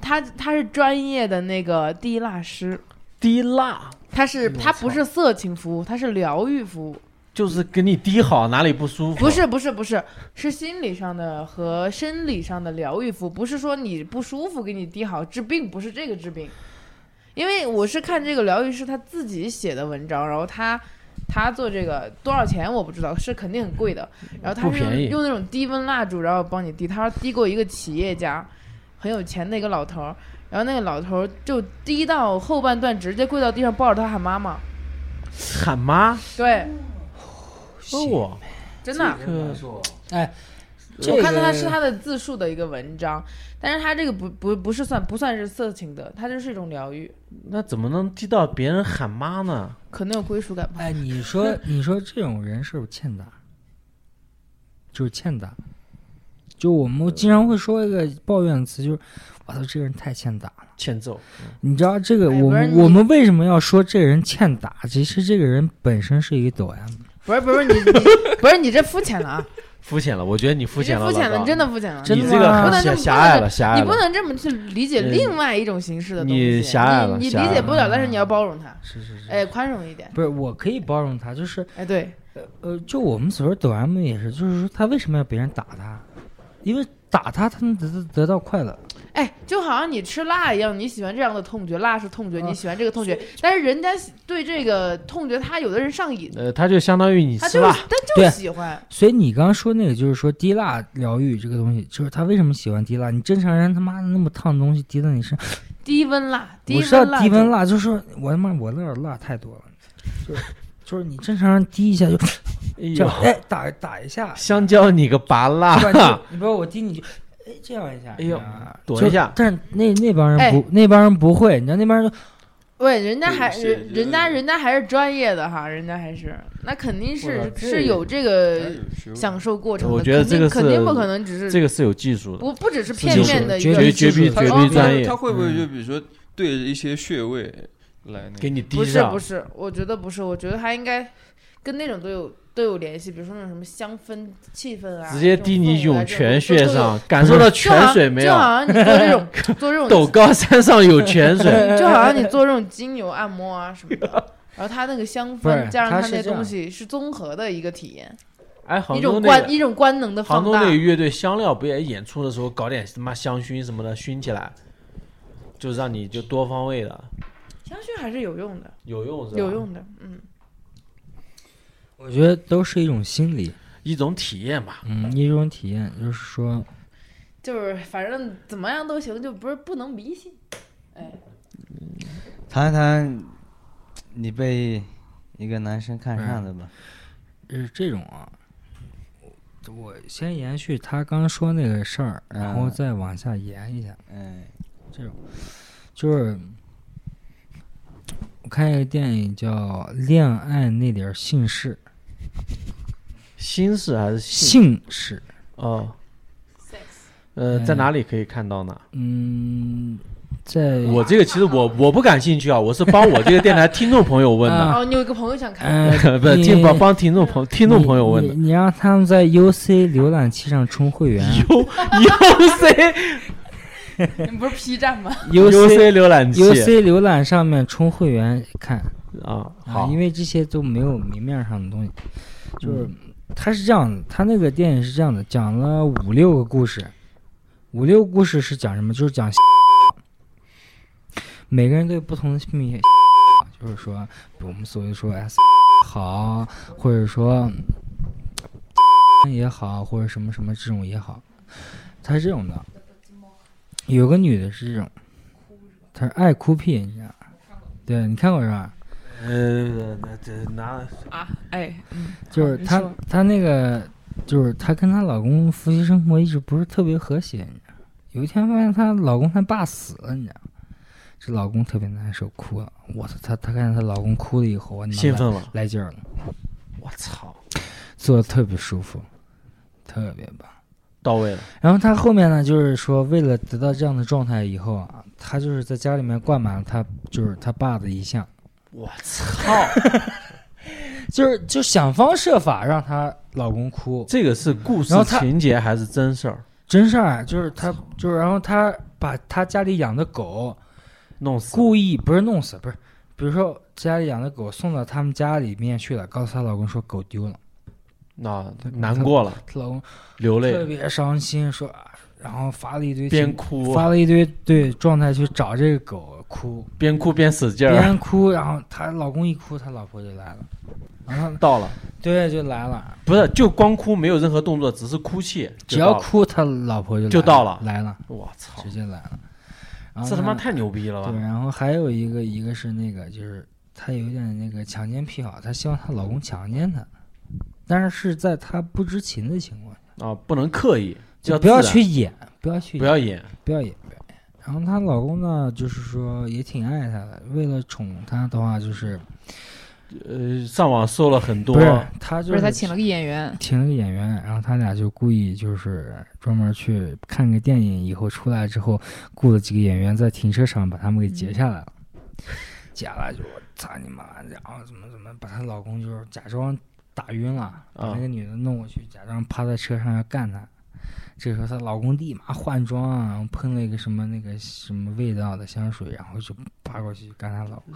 S5: 他他是专业的那个滴蜡师，
S4: 滴蜡
S5: 他是
S2: 哎呦
S5: 他
S2: 我操
S5: 不是色情服务，他是疗愈服务，
S4: 就是给你滴好哪里不舒服，
S5: 不是不是不是，是心理上的和生理上的疗愈服务，不是说你不舒服给你滴好治病，不是这个治病。因为我是看这个疗愈师他自己写的文章，然后他他做这个多少钱我不知道，是肯定很贵的。然后他
S4: 不
S5: 是
S4: 便宜
S5: 用用那种低温蜡烛，然后帮你滴。他说滴过一个企业家，很有钱的一个老头儿，然后那个老头儿就滴到后半段直接跪到地上抱着他喊妈妈，
S4: 喊妈，
S5: 对，
S4: 说我
S5: 真的。
S1: 这
S5: 我看到
S1: 个
S5: 他是他的自述的一个文章，但是他这个不不不是算不算是色情的，他就是一种疗愈，
S4: 那怎么能滴到别人喊妈呢？
S5: 可能有归属感吧。
S1: 哎，你说你说这种人是不是欠打？就是欠打。就我们经常会说一个抱怨词，就是“我操，这个人太欠打了
S4: 欠揍，”。
S1: 你知道这个，
S5: 哎
S1: 我
S5: 不是
S1: 们
S5: 你
S1: 我们为什么要说这个人欠打？其实这个人本身是一个抖 M，
S5: 不是不是你你不是你这肤浅了啊！
S4: 肤浅了，我觉得你 肤
S5: 你
S4: 浅
S5: 这
S4: 了，
S5: 肤浅了，
S4: 老
S5: 你
S4: 高
S5: 真的肤浅了。
S1: 真的
S4: 你这个
S1: 吗
S5: 不
S4: 很狭
S5: 能这么
S4: 狭隘了，狭隘
S5: 你
S4: 了
S5: 不。能这么去理解
S4: 嗯
S5: 另外一种形式的东西，
S4: 你狭隘了
S5: 你你
S4: 狭隘
S5: 理解
S4: 了嗯
S5: 不了，但是你要包容他，
S1: 是是是，
S5: 哎，宽容一点，
S1: 不是，我可以包容他，就是
S5: 哎，对，
S1: 呃，就我们所说抖 M 也是，就是说他为什么要别人打他？因为打他，他能得得到快乐。
S5: 哎，就好像你吃辣一样，你喜欢这样的痛觉，辣是痛觉，
S4: 嗯
S1: 啊
S5: 你喜欢这个痛觉，但是人家喜对这个痛觉，他有的人上瘾，
S4: 呃，他就相当于你
S5: 他
S4: 吃
S5: 就是
S4: 辣，
S5: 他就
S1: 对
S5: 喜欢，
S1: 所以你刚刚说那个，就是说滴蜡疗愈这个东西，就是他为什么喜欢滴蜡？你正常人他妈的那么烫的东西滴到你身上，
S5: 低温辣，低
S1: 我知道
S5: 温辣
S1: 低
S5: 就
S1: 温蜡，就是说我他妈我那点蜡太多了，就是就是你正常人滴一下就
S4: 哎
S1: 这
S4: 呦
S1: 样，哎打打一下，
S4: 香蕉你个拔辣，
S1: 不然 就你不要我滴你就哎这样一下，
S4: 啊哎呦
S1: 啊
S4: 躲一下
S1: 就但是那那帮人
S5: 哎
S1: 不那帮人不会，你知道那帮人就
S5: 喂，人家还
S3: 对
S5: 人
S3: 是
S5: 人家人家还是专业的哈，人家还是那肯定
S4: 我
S5: 是
S4: 操这
S5: 是有这个享
S3: 想
S5: 受过程的，
S4: 我觉得
S5: 肯定
S4: 这个
S5: 肯定
S4: 是
S5: 不可能只
S4: 这
S5: 是
S4: 个是有技术的，
S5: 不不只是片面的一
S1: 绝
S5: 个
S1: 对
S4: 绝绝壁
S1: 他
S4: 绝壁专业
S3: 他，会不会就比如说对着一些穴位来那
S4: 给
S3: 个？
S4: 你滴
S5: 不是不
S4: 上，
S5: 是，我觉得不是，我觉得他应该跟那种都有都有联系，比如说那种什么香氛、气氛啊，
S4: 直接
S5: 这种
S4: 滴你
S5: 氛围啊
S4: 涌
S5: 这种
S4: 泉
S5: 都
S4: 穴
S5: 都有
S4: 上，感受到
S5: 就好
S4: 泉水没有啊
S5: 就？好像你做这种 做这种
S4: 陡高山上有泉水，
S5: 就好
S4: 呃
S5: 像你做这种精油按摩啊什么的，然后它那个香
S1: 不是
S5: 氛加上
S1: 它
S5: 它
S1: 是
S5: 那
S1: 这样
S5: 东西是综合的一个体验，
S4: 哎，杭
S5: 一
S4: 州
S5: 种
S4: 那
S5: 官
S4: 个
S5: 一种官能的
S4: 杭
S5: 放
S4: 州
S5: 大
S4: 那。个乐队香料不也演出的时候搞点他妈香薰什么的熏起来，就让你就多方位的
S5: 香薰还是有用的，
S4: 有用是吧？
S5: 有，用的，嗯，
S1: 我觉得都是一种心理，
S4: 一种体验吧。
S1: 嗯，一种体验，就是说
S5: 就是反正怎么样都行，就不是不能迷信。哎，
S2: 谈一谈你被一个男生看上的吧？
S1: 是这种啊。我先延续他刚说那个事儿，然
S4: 啊
S1: 后
S2: 嗯
S1: 再往下延一下。
S2: 嗯，
S1: 就是我看一个电影叫《恋爱那点姓事
S4: 心事还是》，性？
S1: 姓氏，
S4: 哦，呃，在哪里可以看到呢？
S1: 嗯，在
S4: 我这个其实我我不感兴趣啊，我是帮我这个电台听众朋友问的，
S1: 啊
S5: 哦，你有一个朋友想
S4: 哎
S5: 看，
S1: 呃
S4: 不是
S1: 你
S4: 听帮帮听众朋听众朋友问的
S1: 你。你，你让他们在 UC 浏览器上充会员啊
S4: U U C
S5: 你们不是 P 站吗？
S4: U
S1: ，UC
S4: C 浏览器
S1: UC 浏览上面充会员看，
S4: 啊，
S1: 啊，
S4: 好
S1: 因，为这些都没有明面上的东西，就是它是这样的，它那个电影是这样的，讲了五六个故事，五六个故事是讲什么？就是讲每个人都有不同的秘密，就是说我们所谓说 S 好，或者说也好，或者什么什么这种也好，它是这种的。有个女的是这种，她是爱哭屁，你知道吗？对你看过是吧？
S4: 呃，那这拿
S6: 啊，哎，
S1: 就是
S6: 你
S1: 她
S6: 说
S1: 她那个就是她跟她老公夫妻生活一直不是特别和谐，你知道吗。有一天发现她老公她爸死了，你知道吗。这老公特别难受，哭了。我操，她她看见她老公哭了以后，我他妈
S4: 兴
S1: 来
S4: 奋了，
S1: 来劲儿了，
S4: 我操，
S1: 做的特别舒服，特别棒。
S4: 到位了，
S1: 然后她后面呢，就是说为了得到这样的状态以后啊，她就是在家里面灌满了她就是她爸的遗像，
S4: 我操，
S1: 就是就想方设法让她老公哭。
S4: 这个是故事
S1: 然后他
S4: 情节还是真事儿？
S1: 真事儿啊，就是她
S4: 嗯
S1: 就是然后她把她家里养的狗
S4: 弄死
S1: 故意不是弄死，不是，比如说家里养的狗送到他们家里面去了，告诉她老公说狗丢了，
S4: 那
S1: 对
S4: 难过了，
S1: 她老公
S4: 流
S1: 特
S4: 泪，
S1: 别伤心，说啊，然后发了一堆
S4: 边
S1: 情
S4: 哭啊
S1: 发了一堆对状态去找这个狗哭，
S4: 边哭边使劲儿，
S1: 边哭，然后她老公一哭，她老婆就来了，然后
S4: 到了，
S1: 对就来了，
S4: 不是就光哭，没有任何动作，只是哭泣，
S1: 只要
S4: 哭，
S1: 哭，她老婆就
S4: 就
S1: 来
S4: 到
S1: 了
S4: 了，
S1: 来了，
S4: 我操
S1: 直，接来了，然后
S4: 这他妈
S1: 她
S4: 太牛逼了
S1: 啊对，
S4: 吧？
S1: 然后还有一个，一个是那个，就是她有点那个强奸癖好，她希望她老公强奸她，但是是在她不知情的情况下，
S4: 啊，不能刻意，
S1: 就
S4: 要
S1: 不要
S4: 自然
S1: 去，演，不要去
S4: 不
S1: 演，
S4: 要演，
S1: 不要演，不要演。然后她老公呢，就是说也挺爱她的，为了宠她的话，就是
S4: 呃，上网搜了很多
S1: 不，是她就
S6: 不是他请了个演员，
S1: 请了个演员，然后他俩就故意就是专门去看个电影，以后出来之后雇了几个演员在停车场把他们给截下来了，截了就我操你妈，然后怎么怎么把她老公就是假装打晕了，把
S4: 啊
S1: 那个女的弄过去，假装趴在车上要干她。这时候她老公立马换装啊，然后喷了一个什么那个什么味道的香水，然后就爬过去干她老婆。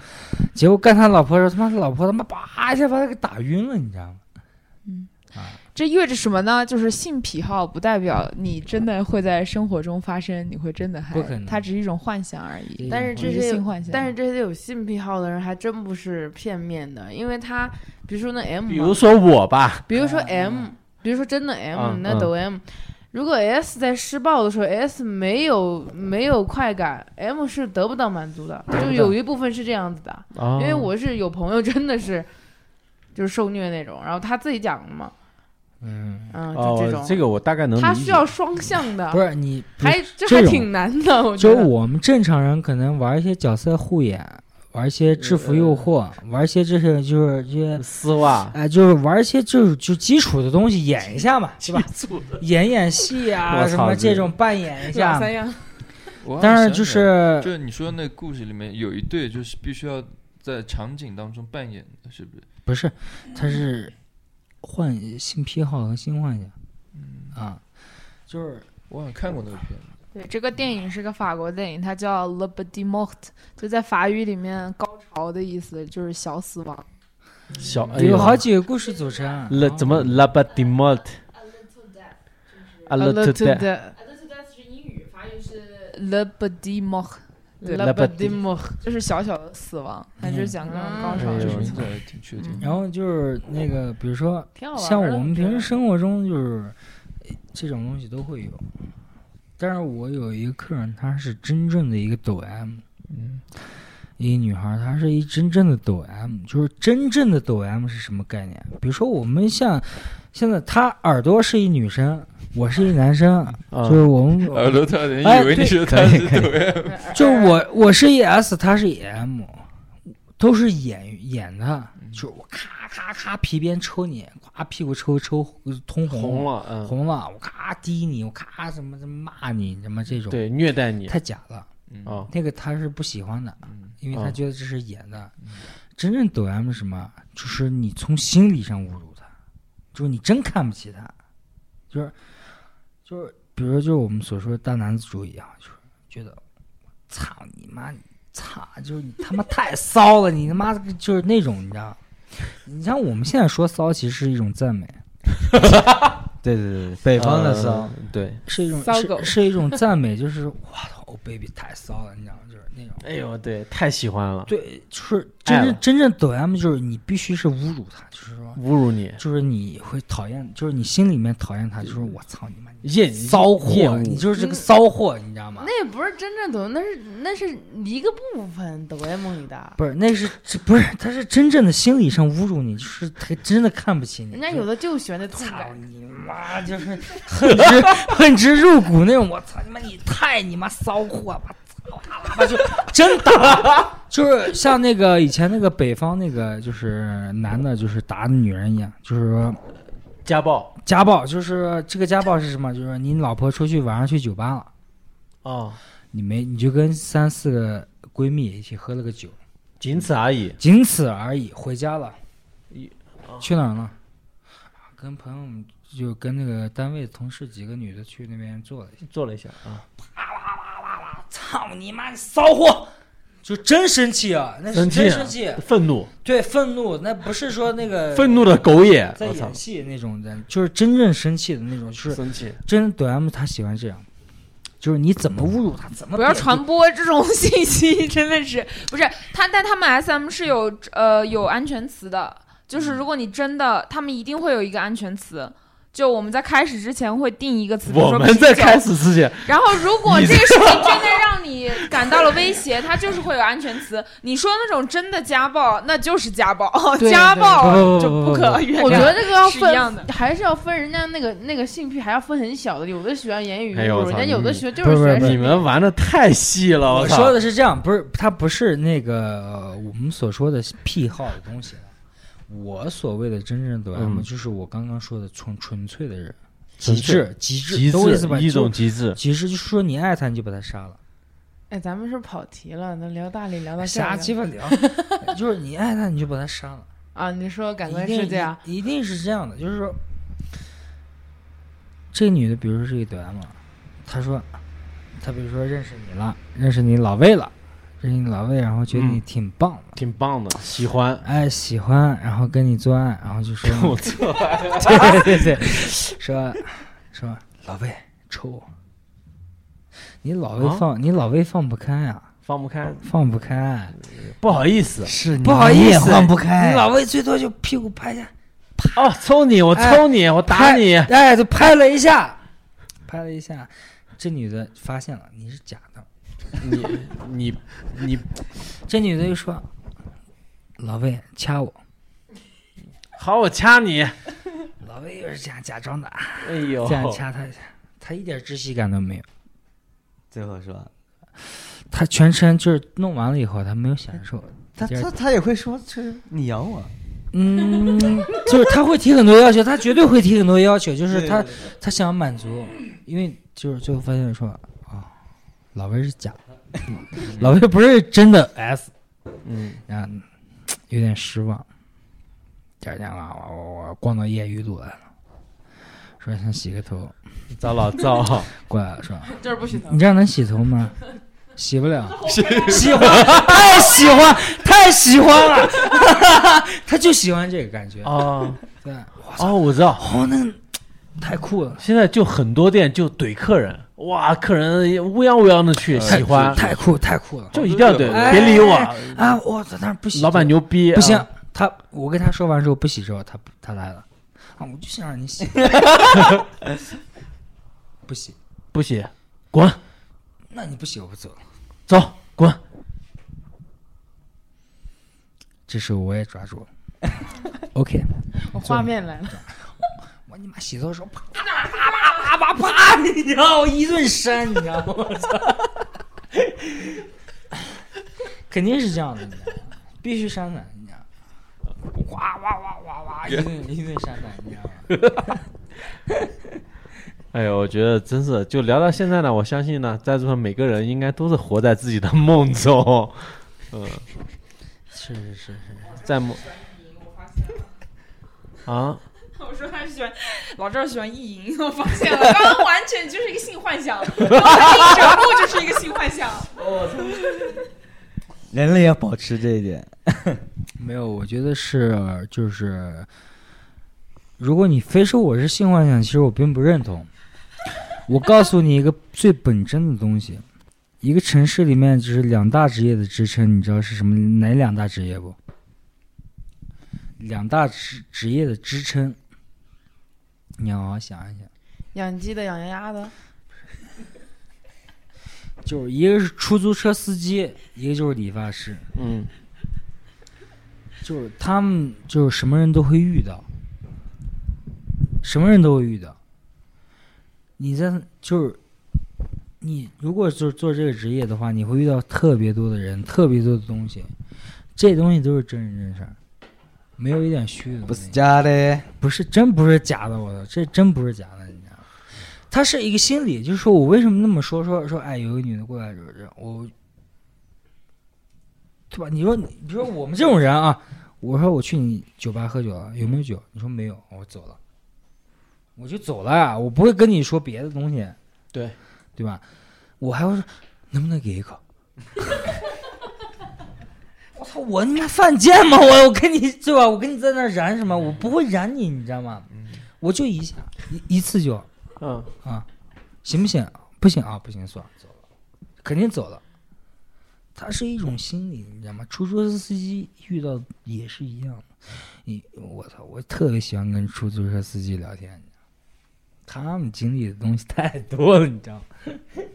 S1: 结果干她老婆的时候，他妈她老婆他妈叭一下把她给打晕了，你知道吗？
S6: 这意味着什么呢？就是性癖好不代表你真的会在生活中发生，你会真的嗨
S1: 不可能，
S6: 它只是一种幻想而已。
S5: 但是
S6: 嗯
S5: 这
S6: 是
S5: 些
S6: 性幻想，
S5: 但是这些有性癖好的人还真不是片面的，因为他比如说那 M，
S4: 比如说我吧，
S5: 比如说 M，比如说真的 M，、
S4: 啊嗯
S5: 那抖 M，、如果 S 在施暴的时候，S 没有没有快感，M 是得不到满足的，就有一部分是这样子的，
S4: 啊，
S5: 因为我是有朋友真的是就是受虐那种，然后他自己讲的嘛，
S1: 嗯。
S5: 嗯，就这
S4: 哦
S5: 种，，
S4: 这个我大概能
S5: 他
S4: 理
S5: 需
S4: 解
S5: 要双向的，
S1: 不是你，不
S5: 啊还这
S1: 这
S5: 还
S1: 种
S5: 挺难的，我觉
S1: 就
S5: 得。
S1: 我们正常人可能玩一些角色护眼，玩一些制服
S4: 呃
S1: 诱惑，玩一些这些就是这些，
S4: 丝 袜，
S1: 哎、就是玩一些就是就基础的东西演一下嘛，是吧？ 演演戏
S4: 我
S1: 啊，
S4: 操
S1: 什么
S4: 这
S1: 这种扮演一
S6: 两
S1: 下。
S6: 三样，
S3: 我好像
S1: 当然
S3: 想
S1: 就
S3: 起来了
S1: 是
S3: 就是你说那故事里面有一对，就是必须要在场景当中扮演的，是不是？
S1: 不是，他是换性癖好和性幻想，
S4: 嗯
S1: 啊，就是
S3: 我好像看过那个片子，
S6: 对，这个电影是个法国电影，它叫《Le Petit Mort》，就在法语里面高潮的意思，就是小死亡。
S4: 小哎
S1: 有
S4: 呦
S1: 好几个故事组成啊。
S4: 了怎么 la b a d i m o t a
S5: A
S4: l
S5: little
S4: t e
S5: death,
S6: Le Petit Mort 对
S5: la
S4: La
S5: petite mort
S6: 就是小小的死亡，它就是讲这种高潮
S4: 哎
S6: 的
S4: 呦
S6: 事
S3: 这
S6: 情
S3: 名。字还挺确定。
S1: 然后就是那个，比如说
S5: 挺好玩的
S1: 像我们平时
S5: 觉
S1: 生活中就是呃这种东西都会有，但是我有一个客人，她是真正的一个抖 M，
S3: 嗯，
S1: 一个女孩儿，她是一真正的抖 M，就是真正的抖 M 是什么概念？比如说我们像现在她耳朵是一女生，我是一男生，
S4: 啊
S1: 就是我们
S3: 耳朵特人
S1: 哎
S3: 以为你
S1: 对
S3: 是
S1: 可
S3: 他
S1: 以
S3: 是
S1: 可以
S3: 抖 M，
S5: 得
S1: 就是我我是一 S，她是一 M，都是演演的，就是我咔咔咔皮鞭抽你，咵屁股抽抽呃通
S4: 红了，嗯，
S1: 红了，我咔滴你，我咔什么什么骂你，什么这种，
S4: 对，虐待你
S1: 太假了。
S3: 嗯
S4: 啊，
S1: 那个他是不喜欢的，
S3: 嗯
S1: 因为
S4: 啊
S1: 他觉得这是演的。
S4: 嗯
S1: 真正抖 M 是什么？就是你从心理上侮辱他，就是你真看不起他，就是就是，比如说就是我们所说的大男子主义啊，就是觉得操你妈，你操，就是你他妈太骚了，你他妈就是那种，你知道。你像我们现在说骚，其实是一种赞美，
S2: 对对对，北方的
S4: 呃
S2: 骚，
S4: 对，
S1: 是一种
S6: 骚狗
S1: 是是一种赞美，就是哇， ，Oh baby 太骚了，你知道吗？就是那种，
S4: 哎呦，对，太喜欢了，
S1: 对，就是
S4: 爱
S1: 真
S4: 了
S1: 正真正抖 M 就是你必须是侮辱他，就是说，
S4: 侮辱你，
S1: 就是你会讨厌，就是你心里面讨厌他，就是我操你妈，你
S4: 厌
S1: 骚
S4: 厌
S1: 货，
S4: 恶
S1: 你就是个骚货，你知道吗？
S5: 那也不是真正抖 M，那是那是一个部分抖 M 里的。
S1: 不是，那是这不是，他是真正的心理上侮辱你，就是他真的看不起你。
S5: 人家
S1: 就
S5: 有的就喜欢那痛
S1: 操
S5: 感，
S1: 你妈，就是恨之恨之入骨那种。我操你妈，你太你妈骚货吧！操他妈的，就真打，就是像那个以前那个北方那个，就是男的，就是打女人一样，就是说
S4: 家暴
S1: 家暴，就是这个家暴是什么？就是说你老婆出去晚上去酒吧了，
S4: 哦，
S1: 你没你就跟三四个闺蜜一起喝了个酒，
S4: 仅此而已。
S1: 仅此而已，回家了
S4: 一。
S1: 去哪儿了？啊跟朋友们就跟那个单位同事几个女的去那边坐了一下。
S4: 做了一下啊，
S1: 操你妈，你骚货！就真生气啊，那是
S4: 生
S1: 真
S4: 气
S1: 生气，
S4: 愤怒，
S1: 对，愤怒，那不是说那个
S4: 愤怒的狗眼，
S1: 在
S4: 我操
S1: 演，戏那种的，就是真正生气的那种，就是
S4: 生气，
S1: 真抖 M 他喜欢这样，就是你怎么侮辱他，怎么
S6: 不要
S1: 贬低
S6: 传播这种信息，真的是不是他？但他们 S M 是有呃有安全词的，就是如果你真的，他们一定会有一个安全词。就我们在开始之前会定一个词，比如
S4: 我
S6: 说
S4: 们在
S6: 啤酒
S4: 开始之前，
S6: 然后如果这个事情真的让你感到了威胁，它就是会有安全 词。你说那种真的家暴，那就是家暴，
S5: 对
S6: 家暴
S1: 对
S6: 啊就不
S4: 哦
S6: 可原谅。
S5: 我觉得这个要
S6: 是一样的
S5: 分，还是要分人家那个那个性癖，还要分很小的。有的喜欢言语
S4: 哎呦
S5: 侮
S4: 我
S5: 辱，人
S4: 操
S5: 家有的
S4: 你
S5: 学就
S1: 不
S5: 是
S1: 是不
S5: 学
S1: 是不是
S4: 你们玩的太细了，
S1: 我
S4: 哦操！
S1: 说的是这样，不是他不是那个呃我们所说的癖好的东西。啊我所谓的真正的 M，、
S4: 嗯
S1: 就是我刚刚说的纯纯粹的人，
S4: 纯
S1: 极致极致，
S4: 极
S1: 懂我意思吧？
S4: 致，一种
S1: 就
S4: 极致，
S1: 极致，就是说你爱他，你就把他杀了，
S5: 哎，咱们是不是跑题了，那聊大理聊到这儿
S1: 瞎
S5: 了
S1: 鸡巴 聊，就是你爱他，你就把他杀了。
S5: 啊？你说感官
S1: 一定
S5: 世界啊？
S1: 一定是这样的，就是说，这个女的，比如说是一个 M，她说，她比如说认识你了，认识你老魏了，认识你老魏，然后觉得你
S4: 嗯
S1: 挺棒的。
S4: 挺棒的，喜欢。，
S1: 哎，喜欢，然后跟你做爱，然后就说
S4: 我操！
S1: 对对对，说说老魏抽我，你老魏
S4: 啊
S1: 放、你老魏放不开啊，
S4: 放不开，
S1: 放不开，
S4: 不好意思。
S2: 是
S1: 不好意思，
S2: 呃换不开。
S1: 你老魏最多就屁股拍一下，
S4: 哦，抽你，我抽你，我打
S1: 拍
S4: 你。
S1: 哎，就拍了一下，拍了一下，这女的发现了你是假的，
S4: 你你你
S1: 这女的就说，老魏掐我，
S4: 好，我掐你。
S1: 老魏又是这样假装的，
S4: 哎呦
S1: 这，样掐她一下，她一点窒息感都没有。
S2: 最后是吧？
S1: 他全身就是弄完了以后，他没有享受，
S2: 他
S1: 就是
S2: 他他也会说，就是你咬我，
S1: 嗯， 就是他会提很多要求，他绝对会提很多要求，就是他
S2: 对
S1: 他想满足，因为就是最后发现说啊、老魏是假的，老魏不是真的 S，
S4: 嗯，
S1: 啊，有点失望。第二天啊，我我我逛到夜雨路来了，说想洗个头，
S4: 找老赵，
S1: 过来了说
S5: 就是不许疼。
S1: 啊你这样能洗头吗？洗不 了，喜欢，太喜欢，太喜欢了， 他就喜欢这个感觉。
S4: 哦
S1: 对，
S4: 哦，我知道，
S1: 哦，那个太酷了，
S4: 现在就很多店就怼客人，哇，客人乌泱乌泱的去，
S3: 哎
S4: 喜欢
S1: 太酷，太酷了。
S4: 就一定要怼，
S1: 哎
S4: 别理我，
S1: 啊，我操，但是不洗，
S4: 老板牛逼，
S1: 不行
S4: 啊，
S1: 他我跟他说完之后不洗之后，他他来了，啊，我就想让你 洗，不洗，
S4: 不洗，滚，
S1: 那你不洗我不走了。
S4: 走，滚，
S1: 这时候我也抓住了 ，OK，
S5: 我画面来了，
S1: 我你妈洗头的时候啪啪啪啪啪啪，你知道我一顿扇，你知道吗？我操，肯定是这样的，你知道吗？必须扇的，你知道吗？哇哇哇哇哇，一顿一顿扇的，你知道吗？
S4: 哎呦，我觉得真是，就聊到现在呢，我相信呢，在座的每个人应该都是活在自己的梦中，嗯
S1: 是是是是，
S4: 在梦啊，
S6: 我说他是喜欢老赵喜欢意淫，我发现了，刚刚完全就是一个性幻 想，刚刚一整部就是一个性幻想。
S2: 人类要保持这一点。
S1: 没有，我觉得是就是，如果你非说我是性幻想，其实我并不认同。我告诉你一个最本真的东西，一个城市里面就是两大职业的支撑，你知道是什么哪两大职业不？两大职职业的支撑，你要好好想一想，
S5: 养鸡的、养鸭的，
S1: 就是一个是出租车司机，一个就是理发师，
S4: 嗯，
S1: 就是他们就是什么人都会遇到，什么人都会遇到。你在就是你如果就是做这个职业的话，你会遇到特别多的人，特别多的东西，这东西都是真人真事儿，没有一点虚的东西。
S2: 不是假的，
S1: 不是真不是假的，我操，这真不是假的，你知道吗？他是一个心理，就是说我为什么那么说说说，哎，有个女的过来就是我，对吧？你说你，比如说我们这种人啊，我说我去你酒吧喝酒了，有没有酒？你说没有，我走了，我就走了啊，我不会跟你说别的东西，
S4: 对
S1: 对吧？我还会说能不能给一口？我操！我他妈犯贱吗？ 我我跟你对吧？我跟你在那儿燃什么？我不会燃你，你知道吗？我就一下一一次就
S4: 嗯，
S1: 啊，行不行？不行啊，不行，算了，走了，肯定走了。它是一种心理，你知道吗？出租车司机遇到也是一样的。你我操，我特别喜欢跟出租车司机聊天，你知道吗他们经历的东西太多了，你知道吗？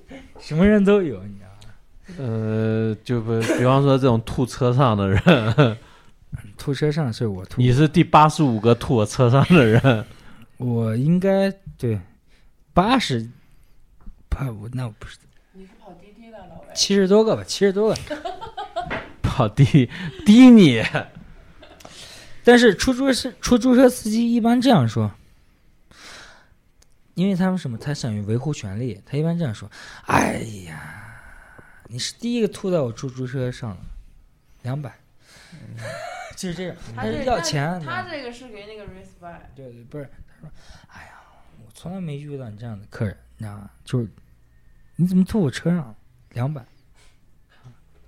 S1: 什么人都有，你知道吗？
S4: 呃，就不，比方说这种吐车上的人，
S1: 吐车上是我吐
S4: 你是第八十五个吐我车上的人，
S1: 我应该对八十，怕我那我不是。你是跑滴滴的老七十多个吧，七十多个。
S4: 跑 低低你，
S1: 但是出租车出租车司机一般这样说，因为他们什么，他想于维护权利，他一般这样说：“哎呀，你是第一个吐在我出租车上了，两百。”嗯就是这样，
S5: 他
S1: 是
S5: 这
S1: 要钱，
S5: 他这个是给那个 respect，
S1: 对对，不是，他说，哎呀，我从来没遇到你这样的客人，你知道吗？就是你怎么吐我车上两百，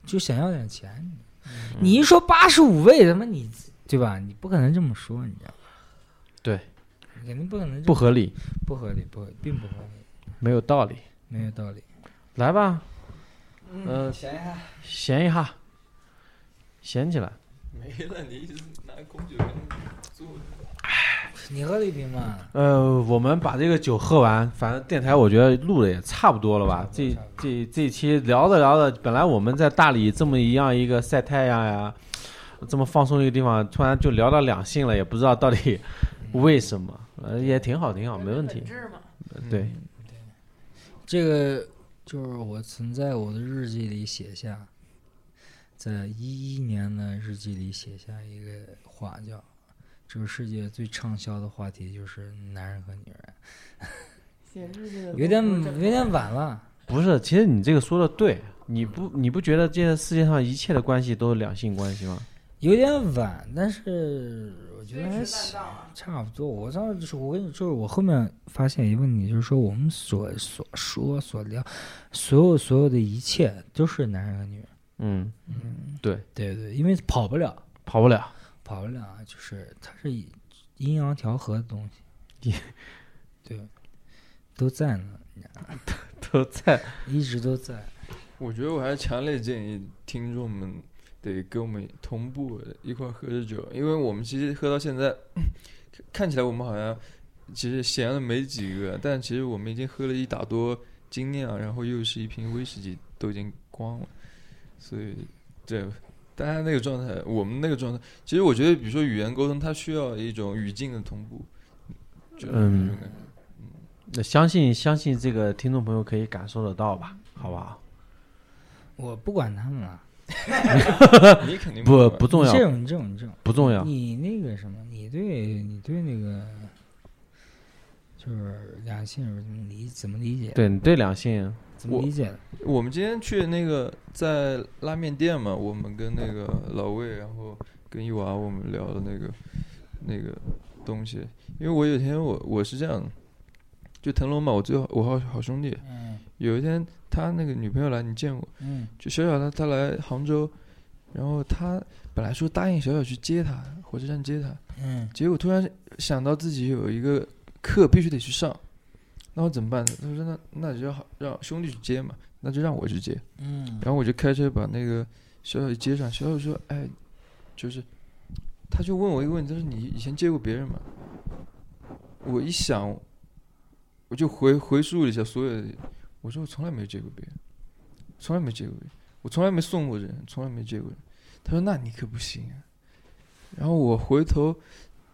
S1: 就想要点钱，
S4: 嗯
S1: 你一说八十五位，他妈你对吧？你不可能这么说，你知道吗？
S4: 对，
S1: 你肯定不可能这
S4: 不合理，
S1: 不合理，不合理，并不合理，
S4: 没有道理。
S1: 没有道理。
S4: 来吧，呃，闲一下，闲起来。
S3: 没了，你一直拿空酒瓶做。
S1: 你喝了一瓶嘛？
S4: 呃，我们把这个酒喝完，反正电台我觉得录的也差不多了吧。这这这期聊着聊着，本来我们在大理这么一样一个晒太阳呀，这么放松一个地方，突然就聊到两性了，也不知道到底 为什么，呃，也挺好，挺好，没问题。嗯
S5: 质嘛。
S4: 呃对，
S1: 这个就是我曾在我的日记里写下，在一一年的日记里写下一个话叫“这个世界最畅销的话题就是男人和女人
S5: 写日记的”，
S1: 有点
S7: 嗯
S1: 有点晚了。
S4: 不是，其实你这个说的对，你不你不觉得这个世界上一切的关系都是两性关系吗？
S1: 有点晚，但是我觉得还
S5: 真
S1: 行，差不多。我上就是我跟你就是我后面发现一个问题，就是说我们所所说所聊，所有所有的一切都是男人和女人，
S4: 嗯，
S1: 对对，因为跑不了。
S4: 跑不了。
S1: 跑不了啊，就是它是以阴阳调和的东西，对，都在呢，
S4: 都在
S1: 一直都在。
S3: 我觉得我还是强烈建议听众们得跟我们同步一块儿喝着酒，因为我们其实喝到现在， 看起来我们好像其实闲了没几个，但其实我们已经喝了一打多精酿，然后又是一瓶威士忌，都已经光了，所以这大家那个状态，我们那个状态，其实我觉得，比如说语言沟通，它需要一种语境的同步，就
S4: 嗯
S3: 那种感觉
S4: 那相信相信这个听众朋友可以感受得到吧，好不好？
S1: 我不管他们了，
S3: 你肯定
S4: 不
S3: 会
S4: 不重
S1: 你这
S4: 要，
S1: 种你这种你这种，
S4: 不重要。
S1: 你那个什么，你对你对那个就是两性有什么理怎么理解？
S4: 对你对两性，
S1: 怎么
S3: 我
S1: 理解的？
S3: 我们今天去那个在拉面店嘛，我们跟那个老魏，然后跟一娃，我们聊了那个那个东西。因为我有一天我我是这样的，就腾龙嘛，我最好我好好兄弟，
S1: 嗯
S3: 有一天他那个女朋友来，你见过？
S1: 嗯
S3: 就小小他他来杭州，然后他本来说答应小小去接他，火车站接他，
S1: 嗯，
S3: 结果突然想到自己有一个课必须得去上，那我怎么办呢？他说那那就要好让兄弟去接嘛。那就让我去接。
S1: 嗯
S3: 然后我就开车把那个小小接上。小小说：“哎，就是，他就问我一个问题，他说你以前接过别人吗？”我一想，我就回回溯了一下所有的，我说我从来没有接过别人，从来没接过别人，我从来没送过人，从来没接过人。他说：“那你可不行啊。”然后我回头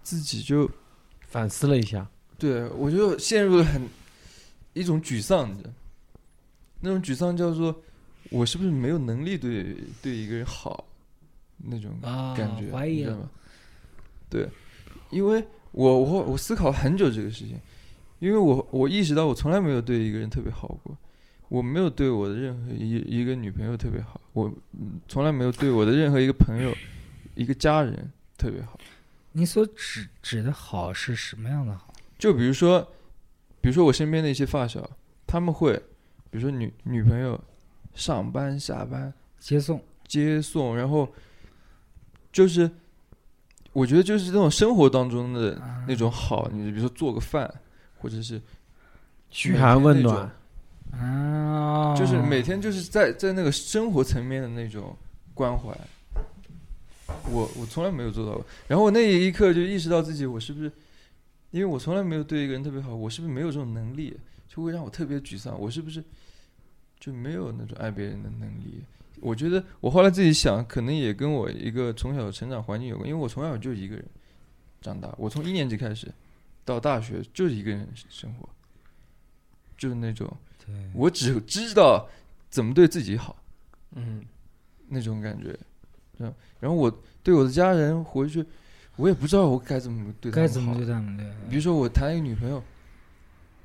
S3: 自己就
S4: 反思了一下，
S3: 对我就陷入了很一种沮丧，你知道，那种沮丧叫做我是不是没有能力对对一个人好那种
S1: 啊
S3: 感觉，
S1: 怀疑
S3: 你知道
S1: 了，
S3: 吗？对，因为我我我思考很久这个事情，因为我我意识到我从来没有对一个人特别好过，我没有对我的任何一一个女朋友特别好，我嗯从来没有对我的任何一个朋友、一个家人特别好。
S1: 你所指指的好是什么样的好？
S3: 就比如说，比如说我身边的一些发小，他们会，比如说女女朋友上班下班
S1: 接送，
S3: 接送，然后就是我觉得就是那种生活当中的
S4: 啊
S3: 那种好，你比如说做个饭，或者是
S4: 嘘寒问
S3: 那
S4: 暖
S3: 种，
S1: 啊，
S3: 就是每天就是在在那个生活层面的那种关怀，我我从来没有做到过。然后我那一刻就意识到自己，我是不是因为我从来没有对一个人特别好，我是不是没有这种能力，就会让我特别沮丧。我是不是就没有那种爱别人的能力？我觉得我后来自己想，可能也跟我一个从小成长环境有关，因为我从小就一个人长大，我从一年级开始到大学就是一个人生活，就是那种。
S1: 对
S3: 我只知道怎么对自己好
S4: 嗯，
S3: 那种感觉，嗯，然后我对我的家人回去，我也不知道我该怎么对他
S1: 该
S3: 们
S1: 怎么
S3: 好
S1: 对他们对？
S3: 比如说我谈一个女朋友，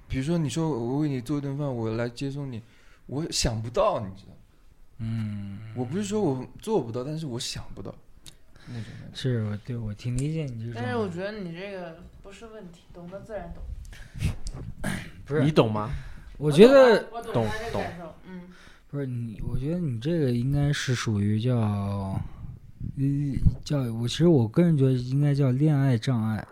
S3: 比如说你说我为你做一顿饭，我来接送你，我想不到，你知道吗，
S1: 嗯，
S3: 我不是说我做不到，但是我想不到那种感觉。
S1: 是我对我挺理解你这种，
S5: 但是我觉得你这个不是问题，懂得自然懂。
S1: 不是
S4: 你懂吗？
S1: 我觉得
S5: 我懂啊
S4: 懂
S5: 他这
S4: 懂
S5: 感受，嗯，
S1: 不是你，我觉得你这个应该是属于叫，嗯，叫我其实我个人觉得应该叫恋爱障碍，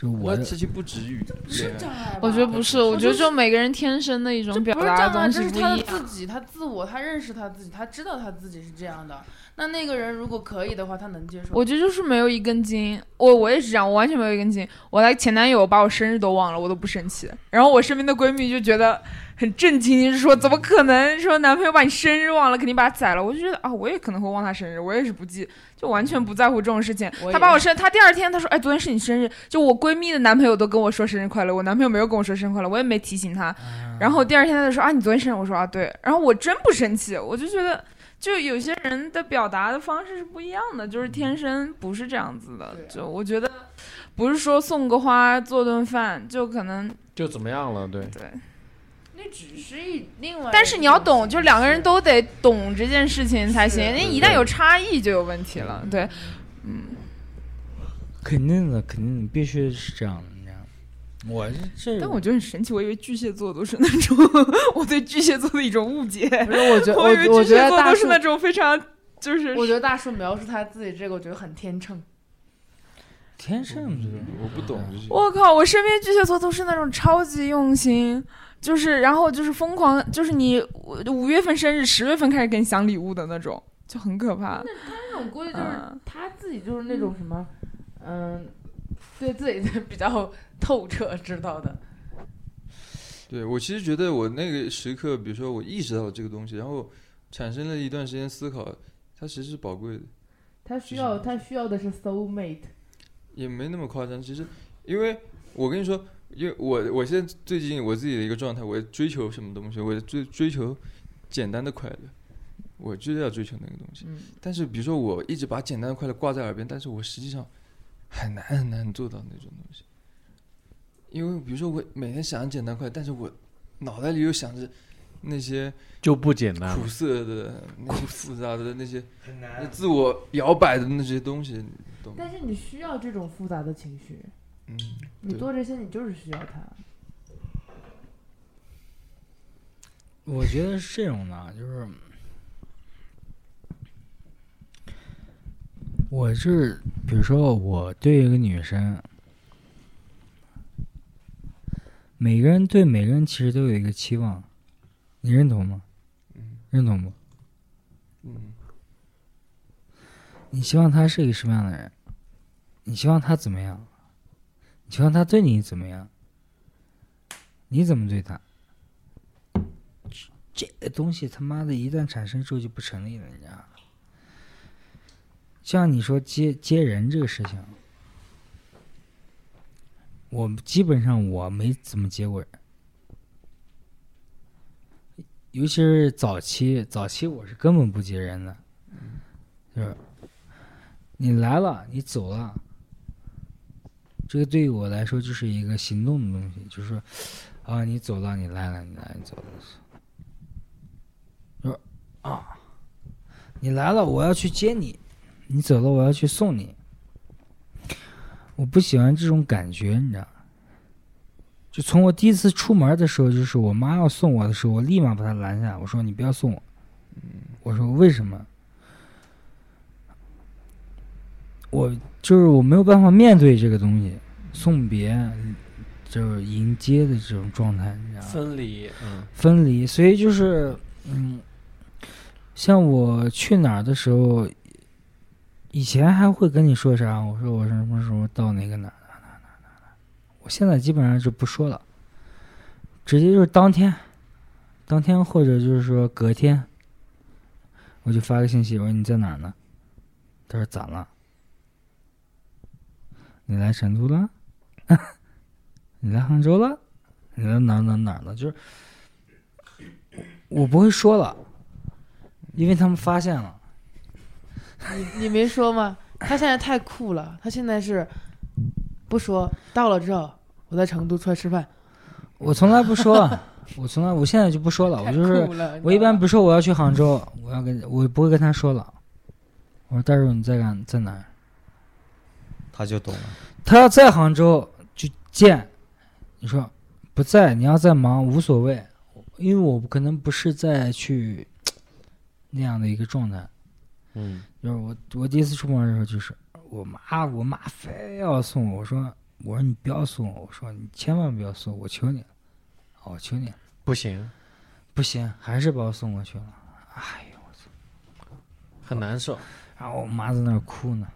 S1: 就我
S3: 我
S1: 的
S3: 其实不止于恋爱，
S5: 碍吧
S8: 我觉得不是，我觉得就每个人天生的一
S5: 这
S8: 种
S5: 不
S8: 表
S5: 是
S8: 达
S5: 障
S8: 的
S5: 碍，
S8: 东
S5: 这
S8: 西
S5: 是
S8: 不
S5: 他
S8: 一
S5: 自己，他自我，他认识他自己，他知道他自己是这样的。那那个人如果可以的话，他能接受。
S8: 我觉得就是没有一根筋，我我也是这样，我完全没有一根筋。我的前男友把我生日都忘了，我都不生气。然后我身边的闺蜜就觉得很震惊，说怎么可能？说男朋友把你生日忘了，肯定把他宰了。我就觉得啊，我也可能会忘他生日，我也是不记，就完全不在乎这种事情
S5: 我。也
S8: 他把我生，他第二天他说，哎，昨天是你生日，就我闺蜜的男朋友都跟我说生日快乐，我男朋友没有跟我说生日快乐，我也没提醒他。然后第二天他就说啊，你昨天生日，我说啊对，然后我真不生气，我就觉得。就有些人的表达的方式是不一样的，就是天生不是这样子的
S5: 对啊。
S8: 就我觉得，不是说送个花做顿饭，就可能
S4: 就怎么样了？对，
S8: 对。
S5: 那只是一另外一个东西，
S8: 但是你要懂，就两个人都得懂这件事情才行。
S5: 是
S8: 那一旦有差异就有问题了。对，
S1: 肯定的，肯定必须是这样的，你知道吗？我是这，
S8: 但我觉得很神奇，我以为巨蟹座都是那种 我对巨蟹座的一种误 解。
S7: 不是，我 觉
S8: 以为
S7: 我我
S8: 巨
S7: 觉
S8: 蟹
S7: 得
S8: 座
S7: 大
S8: 都是
S7: 树
S8: 那种非常就是
S5: 我觉得大树描述他自己这个，我觉得很天秤。
S1: 天生就是
S3: 我不懂这些。
S8: 我靠！我身边巨蟹座都是那种超级用心，就是然后就是疯狂，就是你五五月份生日，十月份开始给你想礼物的那种，就很可怕。
S5: 那种估计就是
S8: 嗯，
S5: 他自己就是那种什么，嗯，对自己的比较透彻，知道的。
S3: 对我其实觉得我那个时刻，比如说我意识到了这个东西，然后产生了一段时间思考，它其实是宝贵的，
S5: 他需
S3: 要
S5: 要他需要的是 soul mate。
S3: 也没那么夸张。其实，因为我跟你说，因为我我现在最近我自己的一个状态，我追求什么东西，我追追求简单的快乐，我就是要追求那个东西。
S5: 嗯
S3: 但是比如说我一直把简单的快乐挂在耳边，但是我实际上很难很难做到那种东西，因为比如说我每天想简单快乐，但是我脑袋里又想着那些。
S4: 就不简单了
S3: 苦。涩的、那些复杂的、那些那自我摇摆的那些东西，你懂吗？
S5: 但是你需要这种复杂的情绪，
S3: 嗯，
S5: 你
S3: 对
S5: 做这些你就是需要它。
S1: 我觉得是这种的，就是我是比如说我对一个女生，每个人对每个人其实都有一个期望，你认同吗？认同不？
S3: 嗯，
S1: 你希望他是一个什么样的人？你希望他怎么样？你希望他对你怎么样？你怎么对他？这这东西他妈的一旦产生之后就不成立了，你知道吗？像你说接接人这个事情，我基本上我没怎么接过人，尤其是早期，早期我是根本不接人的，就是你来了，你走了，这个对于我来说就是一个行动的东西，就是说啊，你走了，你来了，你来了，你走了，就是啊，你来了，我要去接你，你走了，我要去送你，我不喜欢这种感觉，你知道吗。就从我第一次出门的时候，就是我妈要送我的时候，我立马把她拦下，我说你不要送我，我说为什么？我就是我没有办法面对这个东西，送别，就是迎接的这种状态，你知道吗？
S4: 分离，嗯，
S1: 分离，所以就是嗯，像我去哪儿的时候，以前还会跟你说啥，我说我什么时候到哪个哪儿哪儿哪儿哪儿哪儿，我现在基本上就不说了，直接就是当天，当天或者就是说隔天，我就发个信息，我说你在哪儿呢？他说咋了？你来成都了？ 你来杭州了？你来哪儿哪儿哪儿了？就是。我不会说了，因为他们发现了。
S5: 你你没说吗？他现在太酷了，他现在是不说到了之后，我在成都出来吃饭，
S1: 我从来不说，啊 我从来，我现在就不说了。我
S5: 太
S1: 就是
S5: 酷了。你知道吗
S1: 我一般不说我要去杭州，我要跟我不会跟他说了。我说大叔你在干在哪儿？
S2: 他就懂了。
S1: 他要在杭州就见，你说不在，你要在忙无所谓，因为我可能不是在去那样的一个状态。
S4: 嗯，
S1: 就是我我第一次出门的时候，就是我妈我妈非要送我，我说我说你不要送我，我说你千万不要送我，我求你了，啊我求你了，
S4: 不行，
S1: 不行，还是把我送过去了，哎呦，
S4: 很难受，
S1: 然后我妈在那儿哭呢，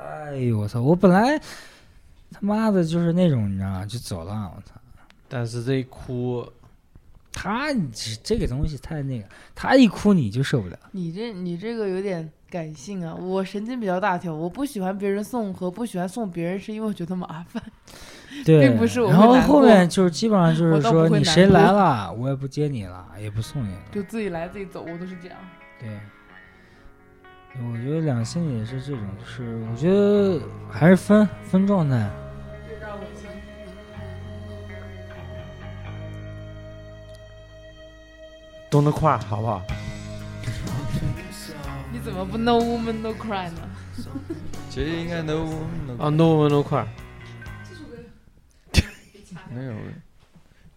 S1: 哎呦我操，我本来他妈的就是那种你知道吗？就走了，我操，
S4: 但是这一哭，
S1: 他这这个东西太那个，他一哭你就受不了，
S5: 你这你这个有点感性啊，我神经比较大条，我不喜欢别人送和不喜欢送别人，是因为我觉得麻烦。
S1: 对，
S5: 并不是我
S1: 然
S5: 会
S1: 后
S5: 难
S1: 后
S5: 过
S1: 面就是基本上就
S5: 我
S1: 是
S5: 倒不
S1: 说
S5: 会
S1: 你
S5: 难
S1: 谁
S5: 过
S1: 来了，我也不接你了，也不送你了。
S5: 就自己来自己走，我都是这样。
S1: 对，我觉得两性也是这种，就是我觉得还是分分状态。
S4: 动动块儿好不好？
S5: 你怎么不 no woman no cry 呢？
S3: 其实应该能哦
S4: 啊，no woman no 块儿，
S3: 没有，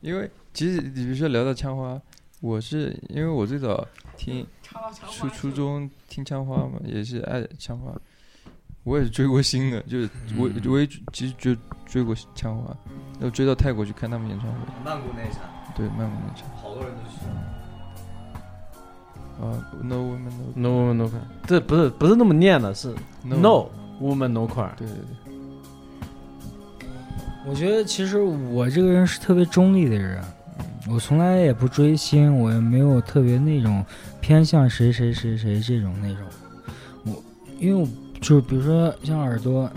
S3: 因为其实比如说聊到枪花，我是因为我最早听初初中听枪花嘛，也是爱枪花，我也是追过星的，就是我我也其实追追过枪花，然后追到泰国去看他们演唱会，
S2: 曼谷那一场，
S3: 对曼谷那场
S2: 好多人都去了。
S3: 啊，No Woman No
S4: No woman no 块，这不是不是那么念的，是 no woman no 块儿。
S3: 对对对，
S1: 我觉得其实我这个人是特别中立的人，嗯我从来也不追星，我也没有特别那种偏向谁谁谁谁这种那种。我因为我就是比如说像耳朵，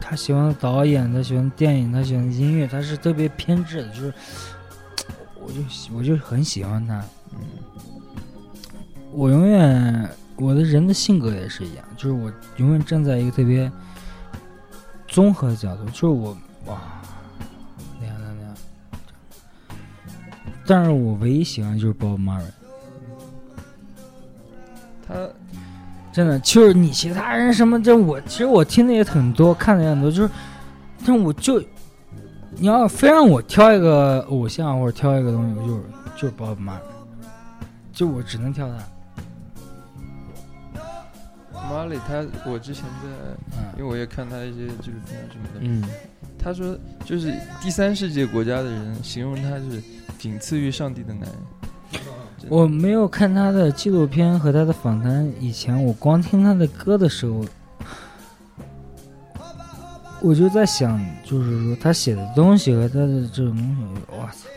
S1: 他喜欢的导演，他喜欢的电影，他喜欢的音乐，他是特别偏执的，就是我就喜我就很喜欢他。嗯我永远我的人的性格也是一样，就是我永远站在一个特别综合的角度，就是我哇，那样那样那样。但是我唯一喜欢就是 Bob Marley，
S3: 他
S1: 真的就是你其他人什么这我其实我听的也很多，看的也很多，就是，但我就你要非让我挑一个偶像或者挑一个东西，我就是就是 Bob Marley，就我只能挑他，
S3: m a r l e y 他我之前在，因为
S1: 嗯
S3: 我也看他一些纪录片啊什么的，
S4: 嗯，
S3: 他说就是第三世界国家的人形容他是仅次于上帝的男人。真的
S1: 我没有看他的纪录片和他的访谈，以前我光听他的歌的时候，我就在想，就是说他写的东西和他的这种东西，哇塞，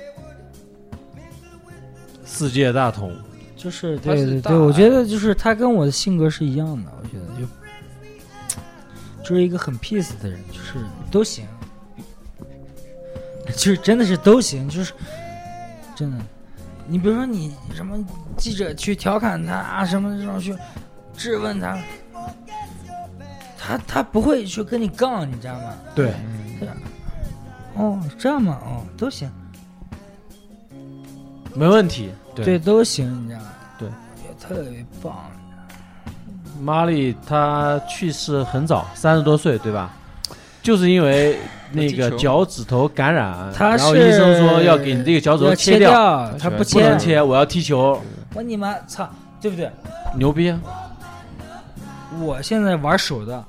S4: 世界大同，
S1: 就是
S3: 他
S1: 对
S3: 是
S1: 对
S3: 大
S1: 对，我觉得就是他跟我的性格是一样的，我觉得就就是一个很 peace 的人，就是都行， 就是真的是都行，就是真的。你比如说你什么记者去调侃他啊，什么这种去质问他，他他不会去跟你杠，你知道吗？
S4: 对，
S1: 哦，这样吗？哦，都行，
S4: 没问题。
S1: 对，，都行，你知道吗？
S4: 对
S1: 我觉得特别棒。
S4: 玛丽她去世很早，三十多岁，对吧？就是因为那个
S3: 踢球
S4: 脚趾头感染，
S1: 他
S4: 然后
S1: 是
S4: 医生说要给你这个脚趾头
S1: 要
S4: 切掉，
S1: 掉，他不
S4: 不
S1: 切
S4: 能，切，我要踢球，
S1: 我你妈操，对不对？
S4: 牛逼啊！
S1: 我现在玩手的，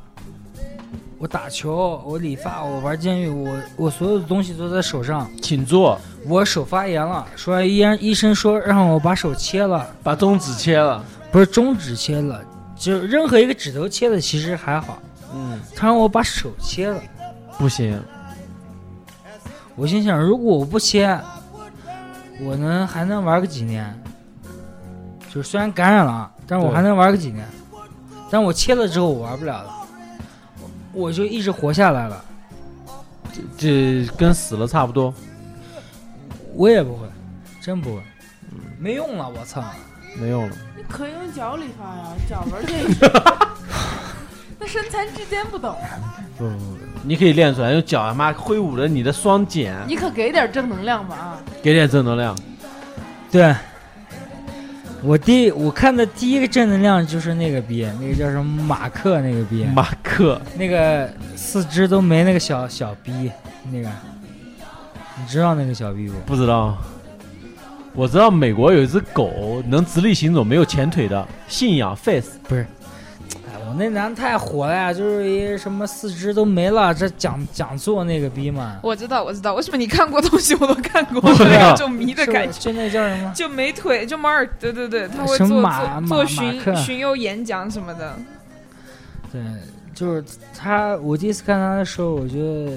S1: 我打球，我理发，我玩监狱，我我所有的东西都在手上。
S4: 请坐，
S1: 我手发炎了，说医生医生说让我把手切了，
S4: 把中指切了，
S1: 不是中指切了，就任何一个指头切的其实还好，
S4: 嗯，
S1: 他让我把手切了。
S4: 不行，
S1: 我心想，如果我不切，我能还能玩个几年？就是虽然感染了啊，但是我
S4: 对
S1: 还能玩个几年。但我切了之后，我玩不了了，我我就一直活下来了。
S4: 这跟死了差不多。
S1: 我也不会，真不会，
S4: 嗯
S1: 没用了，我操！
S4: 没用了，
S5: 你可以用脚理发呀，脚纹儿 这那身材之间不等，啊
S4: 不不不，你可以练出来，用脚他啊妈挥舞着你的双锏，
S5: 你可给点正能量吧啊！
S4: 给点正能量。
S1: 对，我第我看的第一个正能量就是那个逼，那个叫什么马克那个逼，
S4: 马克，
S1: 那个四肢都没那个小小逼，那个你知道那个小逼不？
S4: 不知道，我知道美国有一只狗能直立行走，没有前腿的，信仰 face。
S1: 哎，我那男的太火了呀，就是一什么四肢都没了，这讲讲座那个逼嘛，
S6: 我知道，我知道，为什么你看过东西我都看过，
S4: 我知
S6: 我
S4: 道
S6: 有一种迷的
S1: 是
S6: 感觉。
S1: 就那叫什么？
S6: 就没腿，就马尔，对对对，他会
S1: 什
S6: 做
S1: 么马
S6: 做
S1: 马
S6: 做
S1: 马
S6: 巡
S1: 克
S6: 巡游演讲什么的，
S1: 对，就是他。我第一次看他的时候，我觉得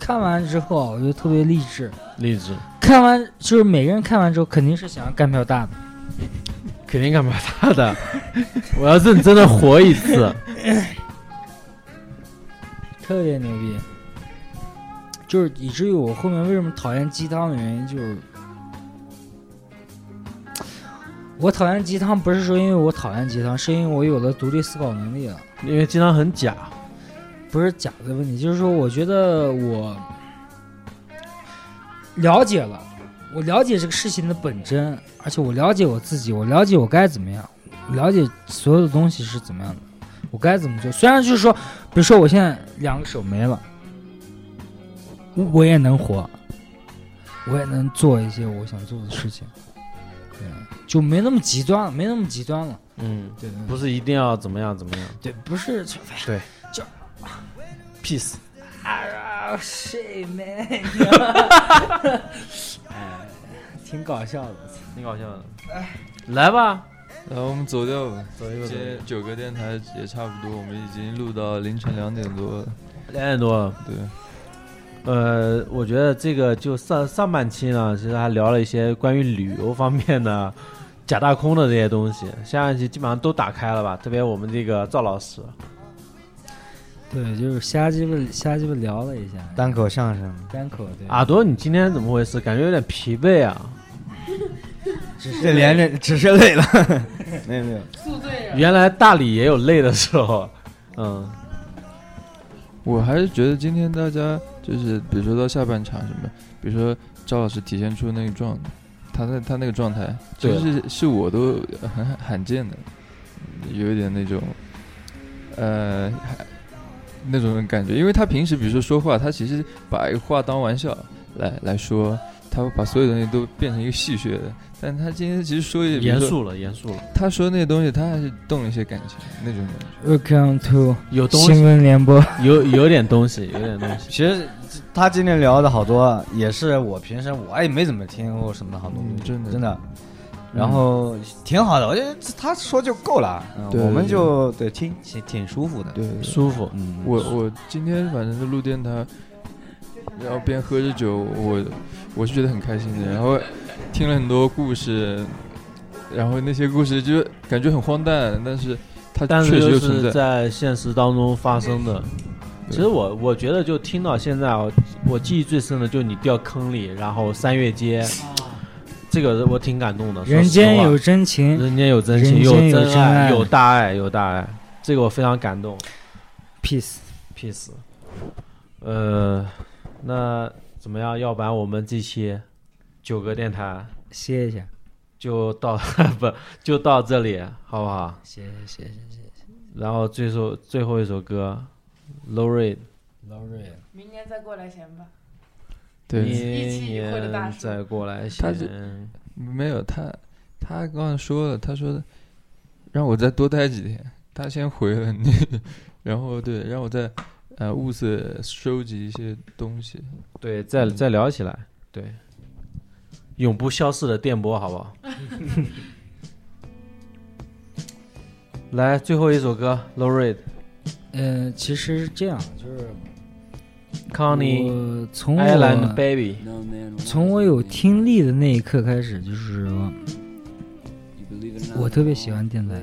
S1: 看完之后啊，我觉得特别励志。
S4: 励志，
S1: 看完就是每个人看完之后，肯定是想要干票大的。
S4: 肯定干不了他的。 我要认真的活一次。
S1: 特别牛逼。就是以至于我后面为什么讨厌鸡汤的原因，就是我讨厌鸡汤，不是说因为我讨厌鸡汤，是因为我有了独立思考能力了，
S4: 因为经常很假，
S1: 不是假的问题，就是说我觉得我了解了，我了解这个事情的本真，而且我了解我自己，我了解我该怎么样，我了解所有的东西是怎么样的，我该怎么做。虽然就是说，比如说我现在两个手没了，我我也能活，我也能做一些我想做的事情，对，就没那么极端了，没那么极端了，
S4: 嗯，
S1: 对对
S4: 不是一定要怎么样怎么样
S1: 对，不是就
S4: ，peace。
S1: 啊，睡美，哎，挺搞笑的。
S4: 挺搞笑的。来吧，
S3: 然啊后我们走掉吧。
S4: 走一个
S3: 今天九个电台也差不多，我们已经录到凌晨两点多了。
S4: 两点多了。
S3: 对，
S4: 呃，我觉得这个就上上半期呢，其实还聊了一些关于旅游方面的假大空的这些东西，下半期基本上都打开了吧？特别我们这个赵老师，
S1: 对，就是瞎鸡巴瞎鸡巴聊了一下
S2: 单口相声，啊
S1: 单口，对
S4: 耳朵，你今天怎么回事？感觉有点疲惫啊。
S2: 这连着只是累了，没有没有，
S5: 宿醉人，
S4: 原来大理也有累的时候，嗯，
S3: 我还是觉得今天大家就是，比如说到下半场什么，比如说赵老师体现出那个状，他的他那个状态，
S4: 对
S3: 其实是是我都很罕见的，有一点那种，呃，那种感觉。因为他平时比如说说话，他其实把话当玩笑来来说，他会把所有东西都变成一个戏谑的。但他今天其实说一些比如
S4: 严
S3: 说
S4: 肃了，严肃了，
S3: 他说那些东西，他还是动了一些感情那种感觉。
S1: Welcome to
S4: 有东
S1: 新
S4: 西，
S1: 闻联播。
S4: 有有点东西，有点东西。
S2: 其实他今天聊的好多也是我平时我哎也没怎么听过什么好多东
S3: 嗯
S2: 西，
S3: 真的嗯
S2: 真的。然后挺好的，我觉得他说就够了，嗯
S3: 对
S2: 我们
S3: 对
S2: 就对听挺挺舒服的。
S3: 对，对
S4: 舒服，
S2: 嗯，
S3: 我我今天反正是录电台，然后边喝着酒，我我是觉得很开心的。然后听了很多故事，然后那些故事就感觉很荒诞，但是它
S4: 但
S3: 确
S4: 是就
S3: 实就存
S4: 是
S3: 在。
S4: 在现实当中发生的。其实我我觉得就听到现在啊，我记忆最深的就是你掉坑里，然后三月街，这个我挺感动的。说
S1: 人间
S4: 实话
S1: 有真情，
S4: 人间有真
S1: 人
S4: 情，
S1: 间
S4: 有
S1: 有
S4: 真
S1: 真爱
S4: 有大爱，有大爱，这个我非常感动。
S1: peace。
S4: peace。呃，那怎么样？要不然我们这期九个电台
S1: 歇一下，
S4: 就到 不就到这里，好不好？
S1: 歇一下，歇一下。
S4: 然后最首最后一首歌，Low Rate，
S5: 明年再过来前吧。
S3: 对，
S5: 一期一会的大
S4: 年
S5: 叔
S4: 再过来
S3: 他是
S4: 先。
S3: 没有他，他刚刚说了，他说的让我再多待几天，他先回了你， 然后对，让我再呃物色收集一些东西。
S4: 对，再再聊起来，对，永不消逝的电波，好不好？来，最后一首歌，Low Rate，
S1: 嗯，其实是这样，就是
S4: 康妮
S1: 我嗯从
S4: ，Island
S1: 我
S4: Baby，
S1: 从我有听力的那一刻开始，就是说我特别喜欢电台，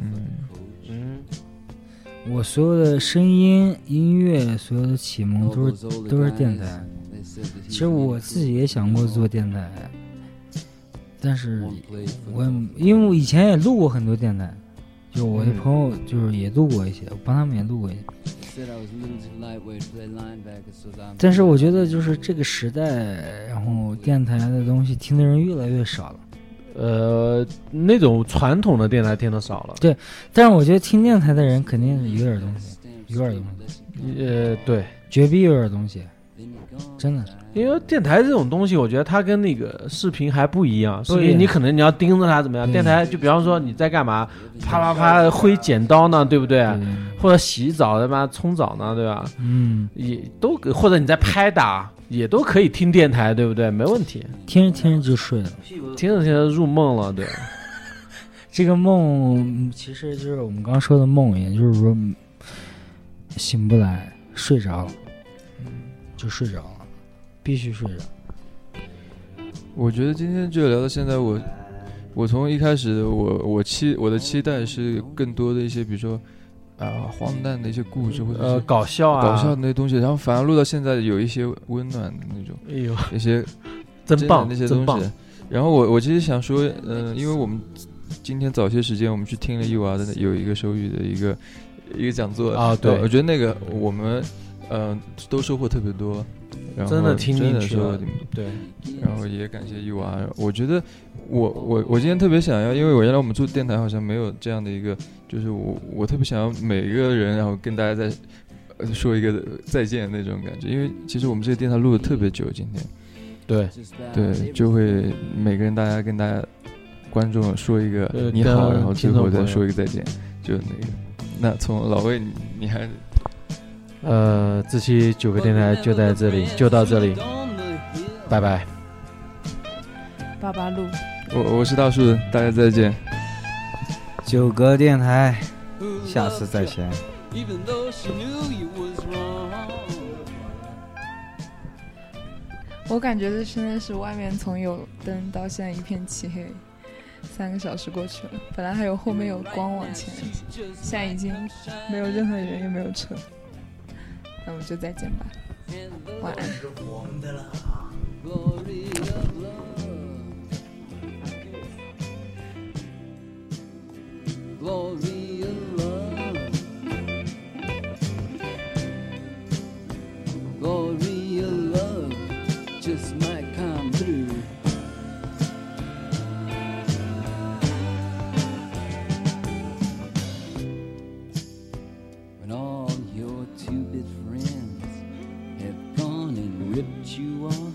S3: 嗯，
S4: 嗯，
S1: 我所有的声音、音乐、所有的启蒙都是都是电台。其实我自己也想过做电台，但是我也因为我以前也录过很多电台，就我的朋友就是也录过一些，我帮他们也录过一些。但是我觉得就是这个时代，然后电台的东西听的人越来越少了。
S4: 呃，那种传统的电台听的少了，
S1: 但是我觉得听电台的人肯定是有点东西，有点东西，
S4: 呃，对，
S1: 绝逼有点东西，真的。
S4: 因为电台这种东西，我觉得它跟那个视频还不一样，视
S1: 对
S4: 频你可能你要盯着它怎么样，
S1: 对
S4: 电台就比方说你在干嘛，啪啪啪挥剪刀呢，对不对？
S1: 对
S4: 或者洗澡他妈冲澡呢，对吧？
S1: 嗯，
S4: 也都或者你在拍打，也都可以听电台，对不对？没问题，
S1: 听着听着就睡了。
S4: 听着听着入梦了，对，
S1: 这个梦嗯其实就是我们刚说的梦魇，就是说嗯醒不来，睡着了，嗯就睡着了，必须睡着。
S3: 我觉得今天就聊到现在，我我从一开始我我期我的期待是更多的一些，比如说啊、荒诞的一些故事或者
S4: 呃，
S3: 是
S4: 搞笑啊，
S3: 搞笑的那些东西，然后反而录到现在有一些温暖的那种
S4: 哎呦，
S3: 一些
S4: 真
S3: 的
S4: 棒，
S3: 那些
S4: 真
S3: 东
S4: 棒
S3: 西，。然后我我其实想说，嗯，因为我们今天早些时间我们去听了伊娃的那有一个手语的一个一个讲座
S4: 啊对
S3: 我觉得那个我们呃都收获特别多，然后
S4: 真的听
S3: 真
S4: 进
S3: 的
S4: 去
S3: 收获
S4: 了
S3: 挺多。，
S4: 对，
S9: 嗯
S3: 然后也感谢伊娃。我觉得我我我今天特别想要，因为我原来我们做电台好像没有这样的一个，就是我我特别想要每一个人，然后跟大家再呃说一个再见那种感觉。因为其实我们这个电台录的特别久，今天
S4: 对，
S9: 嗯
S3: 对，就会每个人大家跟大家观众说一个
S4: 呃
S3: 你好，
S4: 跟
S3: 然后最
S4: 听众
S3: 后再
S4: 朋友
S3: 说一个再见，就那个。那从老魏，你你还
S4: 呃，这期九个电台就在这里，就到这里，拜拜。
S5: 八八路。
S3: 我我是大树，大家再见。
S2: 九哥电台，下次再见。
S9: Even though she knew you was wrong.
S6: 我感觉这真的是外面从有灯到现在一片漆黑，三个小时过去了，本来还有后面有光往前，现在已经没有任何人也没有车，那我们就再见吧，晚安。
S9: Glory of love. Glory of love just might come through. When all your two-bit friends have gone and ripped you off.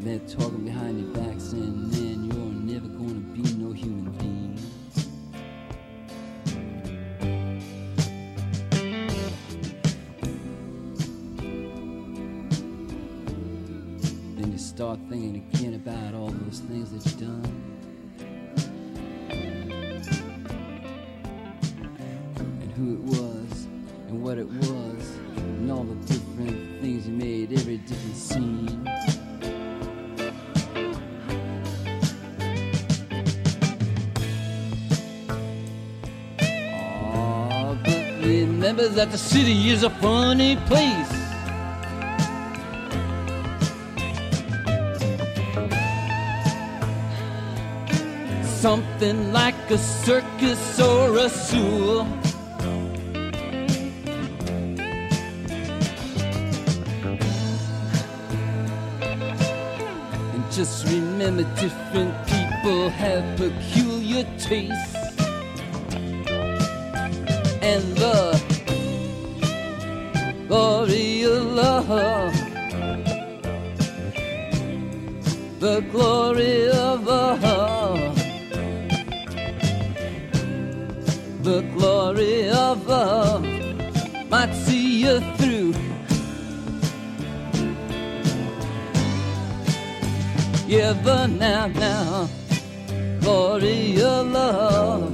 S9: That talking behind your back saying, man, you're never gonna be no human being. Then you start thinking again about all those things that you've done. And who it was, and what it was, and all the different things you made, every different scene. Aw, but remember that the city is a funny place. Something like a circus or a sewer. And just remember different people have peculiar tastes and the glory of love. The glory of love. The glory of love might see you through. Yeah, but now, now, glory of love.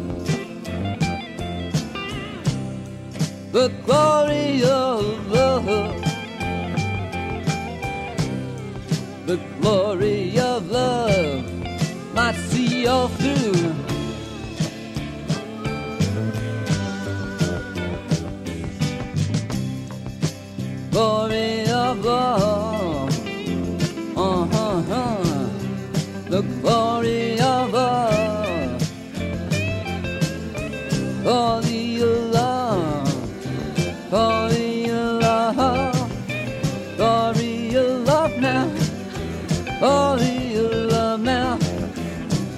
S9: the glory of love. The glory of love might see all through. Glory of love. Uh-huh. The glory of love. Glory of love. Glory of love, glory of love now, glory of love now,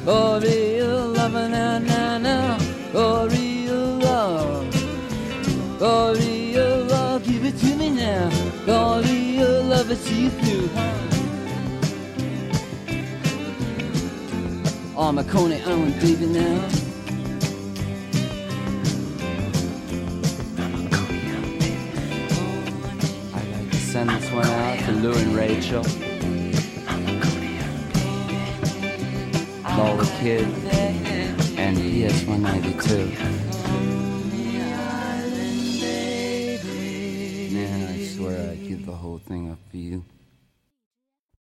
S9: glory of love now, now, now, glory of love, glory of love, give it to me now, glory of love, it's you through. On my Coney Island, baby, now. I'd like to send this one out to Lou and Rachel. Lola Kid. And PS192. Man, I swear I'd give the whole thing up for you.